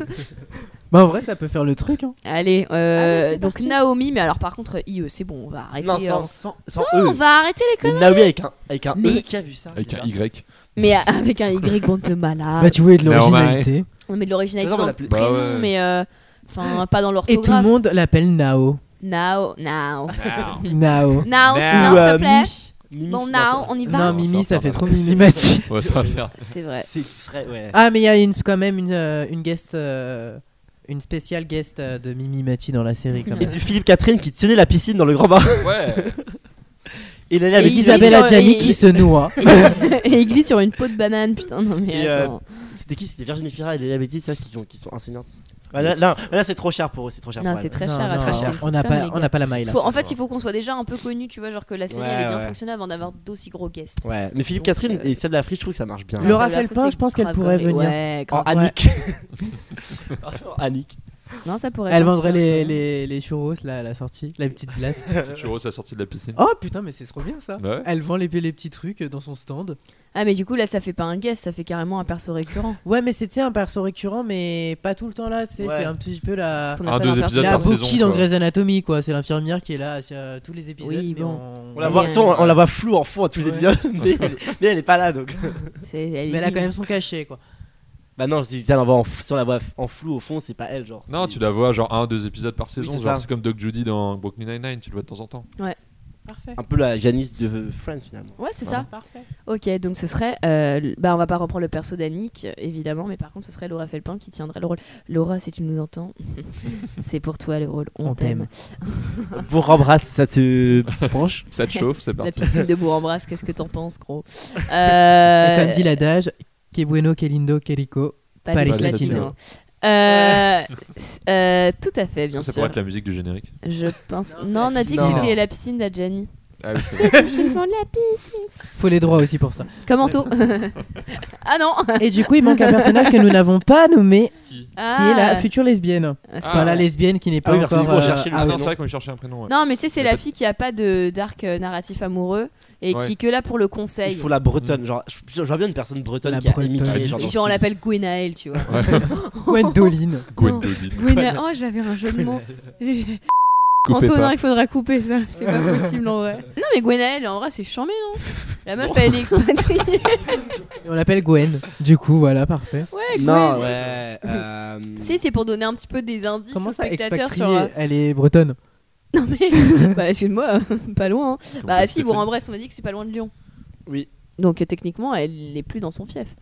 Speaker 6: Bah en vrai, ça peut faire le truc. Hein.
Speaker 5: Allez, euh,
Speaker 10: Allez, c'est
Speaker 5: donc
Speaker 10: parti.
Speaker 5: Naomi, mais alors par contre, IE, c'est bon, on va arrêter.
Speaker 8: Non,
Speaker 5: euh,
Speaker 8: sans- sans sans
Speaker 5: on
Speaker 8: E.
Speaker 5: va arrêter les
Speaker 8: Mais
Speaker 5: conneries.
Speaker 8: Naomi avec un avec un E.
Speaker 5: Mais-
Speaker 8: Qui a vu ça
Speaker 7: Avec
Speaker 8: déjà
Speaker 7: un Y.
Speaker 5: Mais euh, avec un Y, bande de
Speaker 6: Bah
Speaker 5: malade.
Speaker 6: tu voulais de
Speaker 7: Naomi.
Speaker 6: l'originalité.
Speaker 5: On met de l'originalité
Speaker 8: Attends, on
Speaker 5: dans
Speaker 8: va
Speaker 5: le
Speaker 8: l'appeler-
Speaker 5: prénom,
Speaker 7: Bah ouais.
Speaker 5: mais euh, enfin, pas dans
Speaker 6: Et tout le
Speaker 5: l'orthographe.
Speaker 6: monde l'appelle Nao.
Speaker 5: Nao, Nao. Nao, tu
Speaker 6: Nao.
Speaker 8: Ou
Speaker 5: viens, s'il te
Speaker 8: euh,
Speaker 5: plaît.
Speaker 8: Mi. Mimi.
Speaker 10: Bon,
Speaker 8: Non, c'est
Speaker 10: now,
Speaker 8: vrai.
Speaker 10: on y va.
Speaker 6: Non, Mimi, ça fait trop
Speaker 9: C'est-
Speaker 6: Mimi Mati.
Speaker 7: Ouais, ça va faire.
Speaker 5: C'est vrai.
Speaker 8: C'est très. Ouais.
Speaker 6: Ah, mais il y a une, quand même une, euh, une guest. euh, une spéciale guest euh, de Mimi Mati dans la série, quand
Speaker 8: Et
Speaker 6: même.
Speaker 8: du Philippe Catherine qui tirait la piscine dans le grand bain.
Speaker 7: Ouais.
Speaker 8: Et il allait
Speaker 5: Et
Speaker 8: avec
Speaker 5: il
Speaker 6: Isabelle
Speaker 5: vit sur-
Speaker 6: Adjani
Speaker 5: et-
Speaker 6: qui se hein. noie.
Speaker 5: Et il glisse sur une peau de banane, putain, non mais
Speaker 8: Et, euh,
Speaker 5: attends.
Speaker 8: C'était qui C'était Virginie Fira et Léla Betty, ça, qui, qui sont enseignantes. Voilà,
Speaker 5: Yes.
Speaker 8: Bah, là, là, c'est trop cher pour eux, c'est trop cher.
Speaker 5: Non,
Speaker 8: pour
Speaker 5: c'est
Speaker 8: elles.
Speaker 5: très
Speaker 6: Non,
Speaker 5: cher à
Speaker 6: non,
Speaker 5: tracer.
Speaker 6: on n'a pas, on n'a pas la maille là.
Speaker 5: Faut- en fait, il faut qu'on soit déjà un peu connu, tu vois, genre que la série
Speaker 8: Ouais,
Speaker 5: elle est bien
Speaker 8: ouais.
Speaker 5: fonctionnée avant d'avoir d'aussi gros guests.
Speaker 8: Ouais, mais Philippe
Speaker 5: Donc,
Speaker 8: Catherine
Speaker 5: euh,
Speaker 8: et celle de la friche, je trouve que ça marche bien.
Speaker 6: Laura
Speaker 5: Ça, la
Speaker 6: Felpin,
Speaker 5: faute,
Speaker 6: je pense
Speaker 5: c'est
Speaker 6: qu'elle
Speaker 5: grave
Speaker 6: pourrait
Speaker 5: comme-
Speaker 6: venir.
Speaker 5: Ouais,
Speaker 8: En
Speaker 5: grave. Ah,
Speaker 8: Annick. En Annick.
Speaker 5: Non, ça pourrait.
Speaker 6: Elle
Speaker 5: être un
Speaker 6: vendrait
Speaker 5: super
Speaker 6: les,
Speaker 5: film.
Speaker 6: les, les churros là, à la sortie, la petite glace.
Speaker 7: Tu vois, sa sortie de la piscine.
Speaker 6: oh putain, mais c'est trop bien ça.
Speaker 7: Bah ouais.
Speaker 6: Elle vend les, les petits trucs euh, dans son stand.
Speaker 5: Ah, mais du coup, là, ça fait pas un guest, ça fait carrément un perso récurrent.
Speaker 6: Ouais, mais c'est tu sais, un perso récurrent, mais pas tout le temps là. tu sais,
Speaker 8: Ouais.
Speaker 6: C'est un petit peu
Speaker 5: Ce
Speaker 6: la.
Speaker 5: qu'on
Speaker 7: Ah,
Speaker 5: appelle
Speaker 7: deux
Speaker 5: un perso-
Speaker 7: épisodes
Speaker 6: La
Speaker 7: par saison,
Speaker 6: Bucky dans
Speaker 7: quoi.
Speaker 6: Grey's Anatomy, quoi. C'est l'infirmière qui est là sur euh, tous les épisodes.
Speaker 5: Oui,
Speaker 6: mais
Speaker 5: bon.
Speaker 6: on-
Speaker 8: On la
Speaker 5: Mais
Speaker 8: voit,
Speaker 5: elle-
Speaker 8: ça, on, on la voit flou en fond à tous les
Speaker 6: Ouais.
Speaker 8: épisodes, mais, elle- mais elle est pas là donc.
Speaker 5: c'est-
Speaker 6: Mais
Speaker 5: Elle
Speaker 6: elle a quand
Speaker 5: est
Speaker 6: même son cachet, quoi.
Speaker 8: Bah non, si, ça, on la voit en flou- si on la voit en flou au fond, c'est pas elle genre.
Speaker 7: Non,
Speaker 8: C'est-
Speaker 7: tu la vois genre un, deux épisodes par saison.
Speaker 8: c'est ça.
Speaker 7: genre, c'est comme Doc Judy dans Brooklyn Nine-Nine, tu le vois de temps en temps.
Speaker 6: Parfait.
Speaker 8: Un peu la Janice de euh, Friends finalement.
Speaker 5: Ouais, c'est ça.
Speaker 6: Parfait.
Speaker 5: Ok, donc ce serait. euh, l- bah, on va pas reprendre le perso d'Annick, évidemment, mais par contre, ce serait Laura Felpin qui tiendrait le rôle. Laura, si tu nous entends, c'est pour toi le rôle. On,
Speaker 6: On
Speaker 5: t'aime.
Speaker 6: t'aime.
Speaker 8: Pour embrasse, ça te penche
Speaker 7: Ça te chauffe, c'est
Speaker 5: La
Speaker 7: parti.
Speaker 5: piscine de Bourg-en-Brasse, qu'est-ce que t'en penses, gros
Speaker 6: Et
Speaker 5: euh...
Speaker 6: Comme dit l'adage, que bueno, que lindo, que rico.
Speaker 5: Pas
Speaker 6: Paris
Speaker 5: les
Speaker 7: Latino.
Speaker 5: Latino. Euh, c- euh, tout à fait, bien
Speaker 7: Ça
Speaker 5: sûr.
Speaker 7: pourrait être la musique du générique.
Speaker 5: Je pense. Non, on a dit que
Speaker 6: Non.
Speaker 5: c'était la piscine d'Adjani.
Speaker 7: Ah oui, c'est vrai.
Speaker 6: Faut les droits aussi pour ça.
Speaker 5: Comment tout Ah non
Speaker 6: Et du coup, il manque un personnage que nous n'avons pas nommé, qui est la
Speaker 5: Ah.
Speaker 6: future lesbienne. Enfin, la lesbienne qui n'est pas
Speaker 8: Ah oui, parce que
Speaker 6: encore.
Speaker 8: du coup, on
Speaker 6: euh,
Speaker 8: cherchait le
Speaker 7: Ah
Speaker 6: out.
Speaker 7: non, c'est vrai qu'on cherchait un prénom. ouais.
Speaker 5: Non, mais tu sais, c'est
Speaker 7: Y a
Speaker 5: la
Speaker 7: pas de-
Speaker 5: fille qui a pas de d'arc euh, narratif amoureux et
Speaker 7: Ouais.
Speaker 5: qui que là pour le conseil.
Speaker 8: Il faut la bretonne, genre je, je vois bien une personne bretonne
Speaker 6: La
Speaker 8: qui a
Speaker 6: bretonne.
Speaker 7: Ah,
Speaker 8: émigré genre.
Speaker 5: Et
Speaker 8: dans
Speaker 5: genre, on
Speaker 8: le sud.
Speaker 5: l'appelle Gwenaël, tu vois.
Speaker 6: Gwendoline.
Speaker 7: Gwendoline.
Speaker 5: Gwenaël, oh, j'avais un jeu de mots.
Speaker 7: Coupez
Speaker 5: Antonin,
Speaker 7: pas.
Speaker 5: il faudra couper ça, c'est pas possible en vrai. Non, mais Gwenaël, en vrai, c'est charmé, non La meuf, elle est expatriée.
Speaker 6: Et on l'appelle Gwen. Du coup, voilà, parfait.
Speaker 5: Ouais,
Speaker 8: Non,
Speaker 5: Gwen.
Speaker 8: ouais. euh,
Speaker 5: Si, c'est pour donner un petit peu des indices
Speaker 6: Comment
Speaker 5: aux
Speaker 6: ça,
Speaker 5: spectateurs
Speaker 6: expatriée
Speaker 5: sur. euh,
Speaker 6: Elle est bretonne.
Speaker 5: Non, mais. bah, excuse-moi, pas loin. hein. Bah, si,
Speaker 7: Stéphane.
Speaker 5: Bourg-en-Bresse, on m'a dit que c'est pas loin de Lyon.
Speaker 8: Oui.
Speaker 5: Donc, euh, techniquement, elle est plus dans son fief.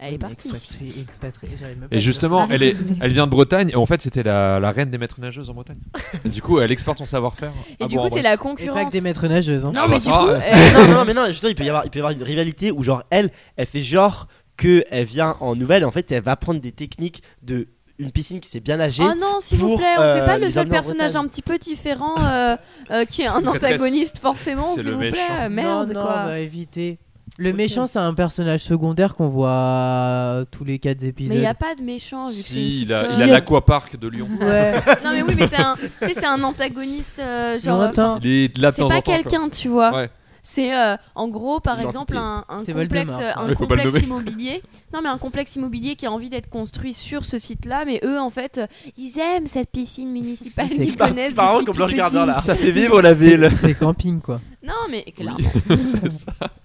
Speaker 7: Ah,
Speaker 5: Elle est partie.
Speaker 6: Expatriée, expatriée, j'arrive même pas à
Speaker 7: Et
Speaker 6: dire.
Speaker 7: justement, elle,
Speaker 5: Arrêtez,
Speaker 7: est,
Speaker 5: vous allez-
Speaker 7: elle vient de Bretagne et en fait c'était la, la reine des maîtres nageuses en Bretagne. Et du coup, elle exporte son savoir-faire.
Speaker 5: Et
Speaker 7: à
Speaker 5: du coup, c'est
Speaker 7: Bourg-en-Bresse.
Speaker 5: la
Speaker 6: Et pas que
Speaker 5: concurrence.
Speaker 6: des maîtres nageuses. hein.
Speaker 5: Non,
Speaker 7: Ah
Speaker 5: mais
Speaker 7: bah,
Speaker 5: du
Speaker 7: ça
Speaker 5: coup,
Speaker 7: va,
Speaker 5: euh,
Speaker 8: Eh, non, non, non, mais non, justement, il peut y avoir, il peut y avoir une rivalité où, genre, elle, elle fait genre que elle vient en nouvelle et en fait, elle va prendre des techniques de une piscine qui s'est bien nagée.
Speaker 5: Oh non, s'il vous
Speaker 8: pour,
Speaker 5: plaît, on
Speaker 8: euh,
Speaker 5: fait pas le
Speaker 8: les
Speaker 5: seul
Speaker 8: emmener en
Speaker 5: personnage
Speaker 8: Bretagne.
Speaker 5: un petit peu différent euh, euh, qui est un
Speaker 7: Maîtresse.
Speaker 5: antagoniste forcément,
Speaker 7: C'est
Speaker 5: s'il
Speaker 7: le
Speaker 5: vous
Speaker 7: méchant.
Speaker 5: plaît. Merde
Speaker 6: Non, non,
Speaker 5: quoi.
Speaker 6: bah, évitez. Le méchant, c'est un personnage secondaire qu'on voit tous les 4 épisodes.
Speaker 5: Mais il n'y a pas de méchant vu que c'est une
Speaker 7: Si, il a
Speaker 5: sitcom.
Speaker 7: il a l'aquapark de Lyon.
Speaker 6: Ouais.
Speaker 5: Non mais oui, mais c'est un, tu sais, c'est un antagoniste euh, genre.
Speaker 6: Non, attends.
Speaker 7: Il est là de
Speaker 5: C'est
Speaker 7: temps en
Speaker 5: pas
Speaker 7: temps. quoi.
Speaker 5: quelqu'un, tu vois.
Speaker 7: Ouais.
Speaker 5: C'est euh, en gros, par
Speaker 8: Une
Speaker 5: exemple,
Speaker 8: entité.
Speaker 5: un, un
Speaker 6: C'est
Speaker 5: complexe,
Speaker 6: Voldemort.
Speaker 5: euh, un
Speaker 7: Ouais, faut pas le
Speaker 5: complexe
Speaker 7: nommer.
Speaker 5: immobilier. Non, mais un complexe immobilier qui a envie d'être construit sur ce site-là, mais eux, en fait, euh, ils aiment cette piscine municipale
Speaker 6: C'est
Speaker 5: qu'ils connaissent.
Speaker 8: marrant
Speaker 5: depuis
Speaker 8: comme
Speaker 5: tout
Speaker 8: Blanche Gardin,
Speaker 5: petit.
Speaker 8: là.
Speaker 7: Ça fait vivre la ville.
Speaker 6: C'est camping, quoi.
Speaker 5: Non, mais clairement.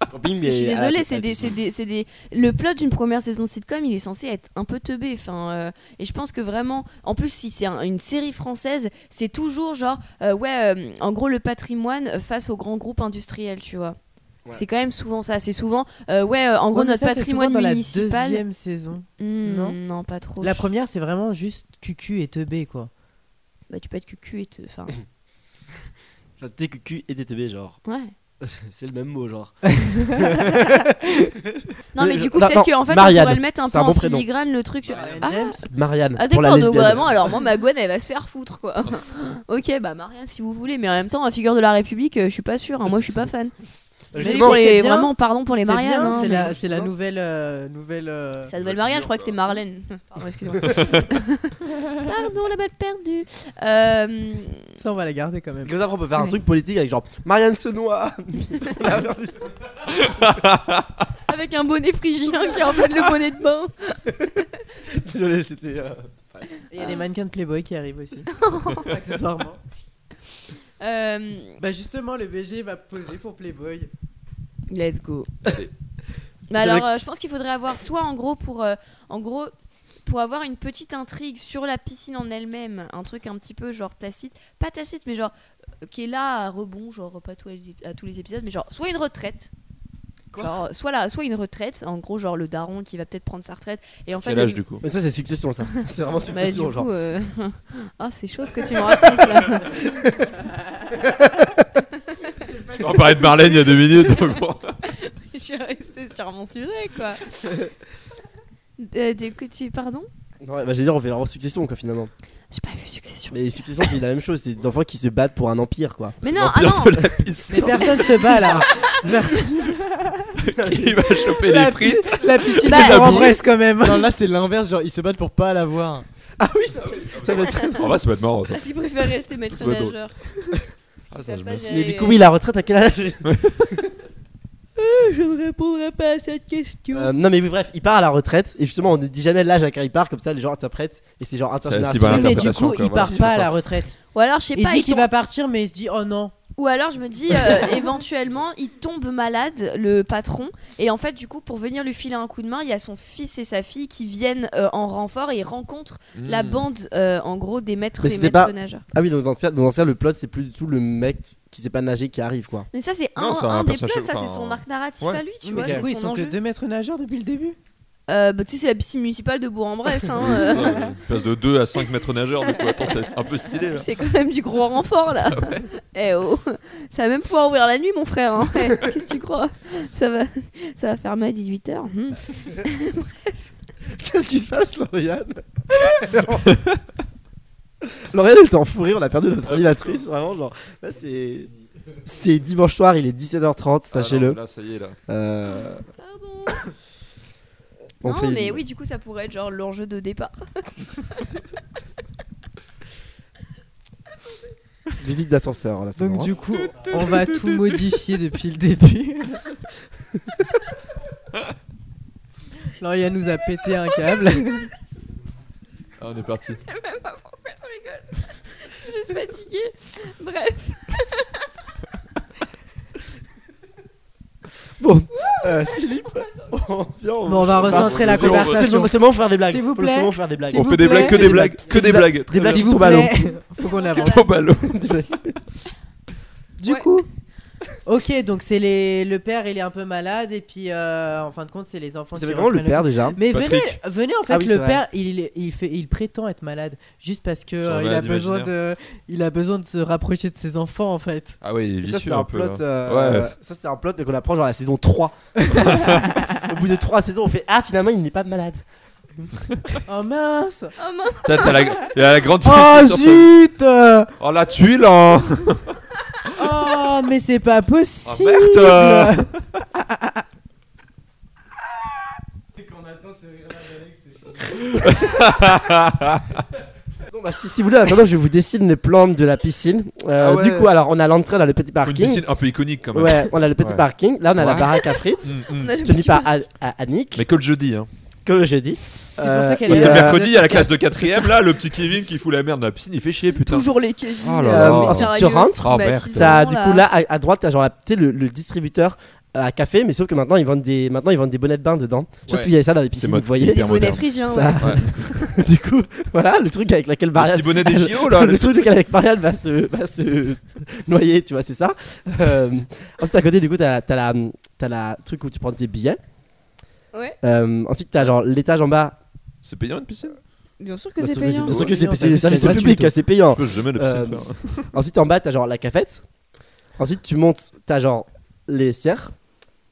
Speaker 8: Camping,
Speaker 5: Je suis
Speaker 8: mais à la-
Speaker 5: désolée,
Speaker 8: à
Speaker 5: c'est
Speaker 8: la
Speaker 5: des, c'est
Speaker 8: piscine.
Speaker 5: des, c'est des- Le plot d'une première saison de sitcom, il est censé être un peu teubé. Enfin, euh, et je pense que vraiment, en plus, si c'est un- une série française, c'est toujours genre, euh, ouais, euh, en gros, le patrimoine face aux grands groupes industriels, tu vois.
Speaker 8: Ouais.
Speaker 5: C'est quand même souvent ça. C'est souvent, euh, ouais, euh, en gros, notre patrimoine
Speaker 6: dans La
Speaker 5: municipal.
Speaker 6: deuxième saison.
Speaker 5: Hmm, non.
Speaker 6: non.
Speaker 5: pas trop.
Speaker 6: La
Speaker 5: Je-
Speaker 6: première, c'est vraiment juste cucu et teubé, quoi.
Speaker 5: Bah, tu peux être cucu et te. Enfin,
Speaker 8: Genre, TQQ et DTB, genre.
Speaker 5: ouais.
Speaker 8: C'est le même mot, genre.
Speaker 5: Ah, Non, mais
Speaker 8: je-
Speaker 5: du coup,
Speaker 8: non,
Speaker 5: peut-être
Speaker 8: non,
Speaker 5: qu'en fait, on
Speaker 8: Marianne,
Speaker 5: pourrait le mettre un
Speaker 8: c'est
Speaker 5: peu
Speaker 8: un
Speaker 5: en
Speaker 8: bon prénom.
Speaker 5: filigrane, le truc. tu- Ah,
Speaker 8: Marianne.
Speaker 5: Ah
Speaker 8: pour la
Speaker 5: d'accord, donc
Speaker 8: lesbienne.
Speaker 5: vraiment, alors moi, ma Gwen, elle va se faire foutre, quoi. ok, bah Marianne, si vous voulez, mais en même temps, un figure de la République, euh, je suis pas sûre, hein, moi je suis pas fan. Je dis
Speaker 6: Mais
Speaker 5: pour
Speaker 6: c'est
Speaker 5: les-
Speaker 6: bien.
Speaker 5: Vraiment, pardon pour les
Speaker 6: C'est
Speaker 5: Mariannes.
Speaker 6: bien,
Speaker 5: hein,
Speaker 6: C'est
Speaker 5: mais-
Speaker 6: la, c'est la nouvelle. euh, nouvelle euh,
Speaker 5: Sa nouvelle Marianne, je crois que c'était Marlène. Pardon, excusez-moi. pardon, la balle perdue. Euh,
Speaker 6: Ça, on va la garder quand même.
Speaker 8: Comme ça, après, on peut faire un
Speaker 5: Ouais.
Speaker 8: truc politique avec genre Marianne se noie.
Speaker 5: avec un bonnet phrygien qui est en fait le bonnet de bain.
Speaker 8: Désolé, c'était. euh,
Speaker 6: Et Il y a des mannequins de Playboy qui arrivent aussi. accessoirement.
Speaker 5: Euh,
Speaker 6: Bah, justement, le BG va poser pour Playboy.
Speaker 5: Let's go.
Speaker 7: Allez.
Speaker 5: Mais
Speaker 8: Vous
Speaker 5: Bah alors, euh, je pense qu'il faudrait avoir soit en gros pour, euh, en gros, pour avoir une petite intrigue sur la piscine en elle-même, un truc un petit peu genre tacite, pas tacite, mais genre euh, qui est là à rebond, genre pas tous les ép- à tous les épisodes, mais genre soit une retraite. Genre, soit là, soit une retraite, en gros, genre le daron qui va peut-être prendre sa retraite. Et en fait,
Speaker 7: Quel
Speaker 5: le-
Speaker 7: âge du coup
Speaker 8: Mais ça, c'est succession, ça. C'est vraiment
Speaker 5: Bah, du
Speaker 8: succession,
Speaker 5: coup,
Speaker 8: genre.
Speaker 5: euh, ah, c'est chaud ce que tu me racontes là.
Speaker 7: On parlait de Marlène il y a deux minutes.
Speaker 5: Je suis restée sur mon sujet, quoi. Euh, du coup, tu. Pardon
Speaker 8: Ouais, bah, j'allais dire, on fait vraiment succession, quoi, finalement.
Speaker 5: J'ai pas vu Succession.
Speaker 8: Mais succession, c'est la même chose. C'est des enfants qui se battent pour un empire, quoi.
Speaker 5: Mais non, ah non
Speaker 6: Mais personne se bat là. Personne-
Speaker 7: Qui va choper
Speaker 6: La
Speaker 7: les frites
Speaker 6: piscine- La piscine
Speaker 5: Bah,
Speaker 6: de Grand
Speaker 5: juste-
Speaker 6: Brest, quand même.
Speaker 9: Non, là c'est l'inverse, genre ils se battent pour pas l'avoir.
Speaker 8: Ah oui, ça, va être.
Speaker 7: En vrai, ça peut être marrant ça.
Speaker 5: Parce qu'il préfère rester maître
Speaker 7: Ça doit être drôle.
Speaker 5: nageur.
Speaker 7: Ah,
Speaker 5: Ça
Speaker 7: ça, je
Speaker 5: va,
Speaker 7: me-
Speaker 5: j'ai-
Speaker 8: Mais du coup, oui, la retraite à quel âge
Speaker 5: Je ne répondrai pas à cette question.
Speaker 8: Euh, Non, mais oui, bref, il part à la retraite. Et justement, on ne dit jamais l'âge à quel il part. Comme ça, les gens interprètent. Et c'est genre
Speaker 7: C'est ce qui va à
Speaker 8: intergénérationnel.
Speaker 6: Mais du
Speaker 7: l'interprétation,
Speaker 6: coup,
Speaker 7: quoi,
Speaker 6: il
Speaker 7: voilà,
Speaker 6: part
Speaker 7: c'est
Speaker 6: pas à
Speaker 7: ça.
Speaker 6: la retraite.
Speaker 5: Ou alors, je sais
Speaker 6: Il
Speaker 5: pas,
Speaker 6: dit
Speaker 5: il
Speaker 6: qu'il
Speaker 5: tombe-
Speaker 6: va partir, mais il se dit oh non.
Speaker 5: ou alors je me dis, euh, éventuellement, il tombe malade, le patron. Et en fait, du coup, pour venir lui filer un coup de main, il y a son fils et sa fille qui viennent euh, en renfort et ils rencontrent
Speaker 7: Hmm.
Speaker 5: la bande, euh, en gros, des maîtres
Speaker 8: Mais
Speaker 5: des
Speaker 8: c'était
Speaker 5: maîtres
Speaker 8: pas-
Speaker 5: nageurs.
Speaker 8: Ah oui, donc dans Ancien- dans Ancien, le plot, c'est plus du tout le mec qui sait pas nager qui arrive, quoi.
Speaker 5: Mais ça, c'est un,
Speaker 7: Non, c'est un
Speaker 5: un des plots,
Speaker 7: personnage-
Speaker 5: ça, c'est
Speaker 7: enfin,
Speaker 5: son arc narratif
Speaker 7: ouais.
Speaker 5: à lui, tu
Speaker 6: Mais
Speaker 5: vois.
Speaker 6: du coup,
Speaker 5: C'est
Speaker 6: ils
Speaker 5: son
Speaker 6: sont que
Speaker 5: enjeu.
Speaker 6: deux maîtres nageurs depuis le début.
Speaker 5: Euh, bah, tu sais, c'est la piscine municipale de Bourg-en-Bresse. hein,
Speaker 7: C'est
Speaker 5: euh.
Speaker 7: ça, Il passe de 2 à 5 mètres nageurs, donc attends, c'est un peu stylé là.
Speaker 5: C'est quand même du gros renfort là.
Speaker 7: Ah
Speaker 5: Eh oh, ça va même pouvoir ouvrir la nuit, mon frère. hein. Eh, Qu'est-ce que tu crois ça va, ça va fermer à 18h.
Speaker 8: Qu'est-ce qui se passe, Lauriane Alors- Lauriane est en fou rire, on a perdu notre animatrice, vraiment, genre, là, c'est... C'est dimanche soir, il est 17h30,
Speaker 7: Ah,
Speaker 8: sachez-le.
Speaker 7: Là, ça y est, là.
Speaker 8: Euh,
Speaker 5: Pardon.
Speaker 8: on
Speaker 5: non,
Speaker 8: fait
Speaker 5: mais
Speaker 8: une-
Speaker 5: oui, du coup, ça pourrait être genre l'enjeu de départ.
Speaker 8: Musique d'ascenseur, là.
Speaker 6: Donc du coup, on va tout modifier depuis le début. Lauriane nous a pété un câble.
Speaker 7: Ah, on est parti.
Speaker 5: même pas pourquoi je rigole. Je suis fatiguée. Bref.
Speaker 8: Bon, euh, Philippe, on vient, on...
Speaker 6: Bon, on va recentrer la
Speaker 7: Zéro,
Speaker 8: C'est
Speaker 6: conversation.
Speaker 8: bon, c'est bon, faire des blagues.
Speaker 6: S'il vous
Speaker 8: Faut le
Speaker 6: plaît.
Speaker 8: savoir faire des blagues.
Speaker 6: S'il
Speaker 7: On
Speaker 6: vous
Speaker 7: fait des
Speaker 6: plaît.
Speaker 7: blagues, que des blagues, que des blagues.
Speaker 8: Des blagues
Speaker 6: S'il
Speaker 8: qui
Speaker 6: vous
Speaker 8: tombent à l'eau.
Speaker 6: plaît, faut qu'on avance.
Speaker 7: Au ballon.
Speaker 6: Du
Speaker 5: Ouais.
Speaker 6: coup, ok, donc c'est les... le père, il est un peu malade et puis euh, en fin de compte, c'est les enfants.
Speaker 8: C'est
Speaker 6: qui
Speaker 8: vraiment le
Speaker 6: reprennent tout.
Speaker 8: père déjà.
Speaker 6: Mais venez,
Speaker 7: Patrick.
Speaker 6: venez en fait,
Speaker 8: Ah oui,
Speaker 6: le
Speaker 8: c'est vrai.
Speaker 6: père, il, il, fait, il prétend être malade juste parce que
Speaker 7: C'est un
Speaker 6: euh, il a
Speaker 7: malade
Speaker 6: besoin
Speaker 7: imaginaire.
Speaker 6: de, il a besoin de se rapprocher de ses enfants en fait.
Speaker 7: Ah, ouais, il est
Speaker 8: Ça c'est
Speaker 7: vicieux un
Speaker 8: un
Speaker 7: peu.
Speaker 8: plot,
Speaker 7: là.
Speaker 8: euh,
Speaker 7: Ouais.
Speaker 8: ça c'est un plot mais qu'on apprend genre à la saison 3. Au bout de 3 saisons, on fait ah finalement il n'est pas malade.
Speaker 6: Oh mince
Speaker 5: Oh mince.
Speaker 7: Tiens, t'as la, il y a la grande
Speaker 8: Ah,
Speaker 6: Oh
Speaker 7: tristesse sur ce-
Speaker 6: zut euh,
Speaker 7: Oh la tuile hein
Speaker 6: Oh mais c'est pas possible
Speaker 7: Oh,
Speaker 8: Ah,
Speaker 7: merde.
Speaker 8: Bon, bah, si, si vous voulez, en attendant, je vous dessine les plans de la piscine. Euh,
Speaker 7: Ah ouais.
Speaker 8: Du coup, alors on a l'entrée, on a le petit
Speaker 7: Une
Speaker 8: parking.
Speaker 7: piscine un peu iconique quand même.
Speaker 8: Ouais, on a le petit
Speaker 7: Ouais.
Speaker 8: parking. Là, on a la
Speaker 7: Ouais.
Speaker 8: baraque à frites,
Speaker 7: Mm, mm.
Speaker 5: On a le
Speaker 8: tenue
Speaker 5: petit
Speaker 8: par An- à Annick,
Speaker 7: Mais que le jeudi. Hein.
Speaker 8: que le jeudi.
Speaker 6: C'est pour ça qu'elle
Speaker 8: et,
Speaker 7: Parce
Speaker 6: est
Speaker 7: que
Speaker 8: euh,
Speaker 7: le mercredi, il y a la classe de 4ème. Là, le petit Kevin qui fout la merde dans la piscine, il fait chier putain.
Speaker 5: Toujours les Kevin.
Speaker 7: Oh là
Speaker 8: là.
Speaker 5: euh,
Speaker 8: Ensuite, tu
Speaker 5: sérieux,
Speaker 8: rentres.
Speaker 7: Ah, merde.
Speaker 5: traumatisant,
Speaker 8: Ça, du coup, là, à, à droite, t'as genre la- tu sais, le, le distributeur euh, à café, mais sauf que maintenant ils vendent des, maintenant ils vendent des bonnets de bain dedans. Je sais
Speaker 7: Ouais.
Speaker 8: pas si vous avez ça dans les piscines, vous
Speaker 7: mode
Speaker 5: C'est
Speaker 8: voyez.
Speaker 5: des
Speaker 7: hyper
Speaker 5: bonnets
Speaker 7: moderne.
Speaker 5: phrygiens, ouais.
Speaker 8: Ça- du coup, voilà le truc avec laquelle
Speaker 7: Le
Speaker 8: Marianne.
Speaker 7: petit bonnet des JO là.
Speaker 8: le,
Speaker 7: le-
Speaker 8: truc lequel avec Marianne va se, va se noyer, tu vois, c'est ça. Euh, ensuite, à côté, du coup, t'as t'as la, t'as la truc où tu prends tes billets.
Speaker 5: Ouais.
Speaker 8: Euh, ensuite, t'as genre l'étage en bas.
Speaker 7: C'est payant une piscine
Speaker 5: Bien sûr que
Speaker 7: Bah,
Speaker 8: Bien
Speaker 5: c'est
Speaker 8: sûr que
Speaker 5: payant.
Speaker 8: bien sûr
Speaker 6: Ouais,
Speaker 8: que c'est
Speaker 6: non,
Speaker 8: c'est des
Speaker 6: parce
Speaker 8: services
Speaker 6: que c'est
Speaker 8: publics,
Speaker 6: gratuit,
Speaker 8: hein, c'est payant.
Speaker 7: Je peux jamais la piscine.
Speaker 8: Euh,
Speaker 7: frère.
Speaker 8: Ensuite, en bas, t'as genre la cafette. Ensuite, tu montes, t'as genre les serres.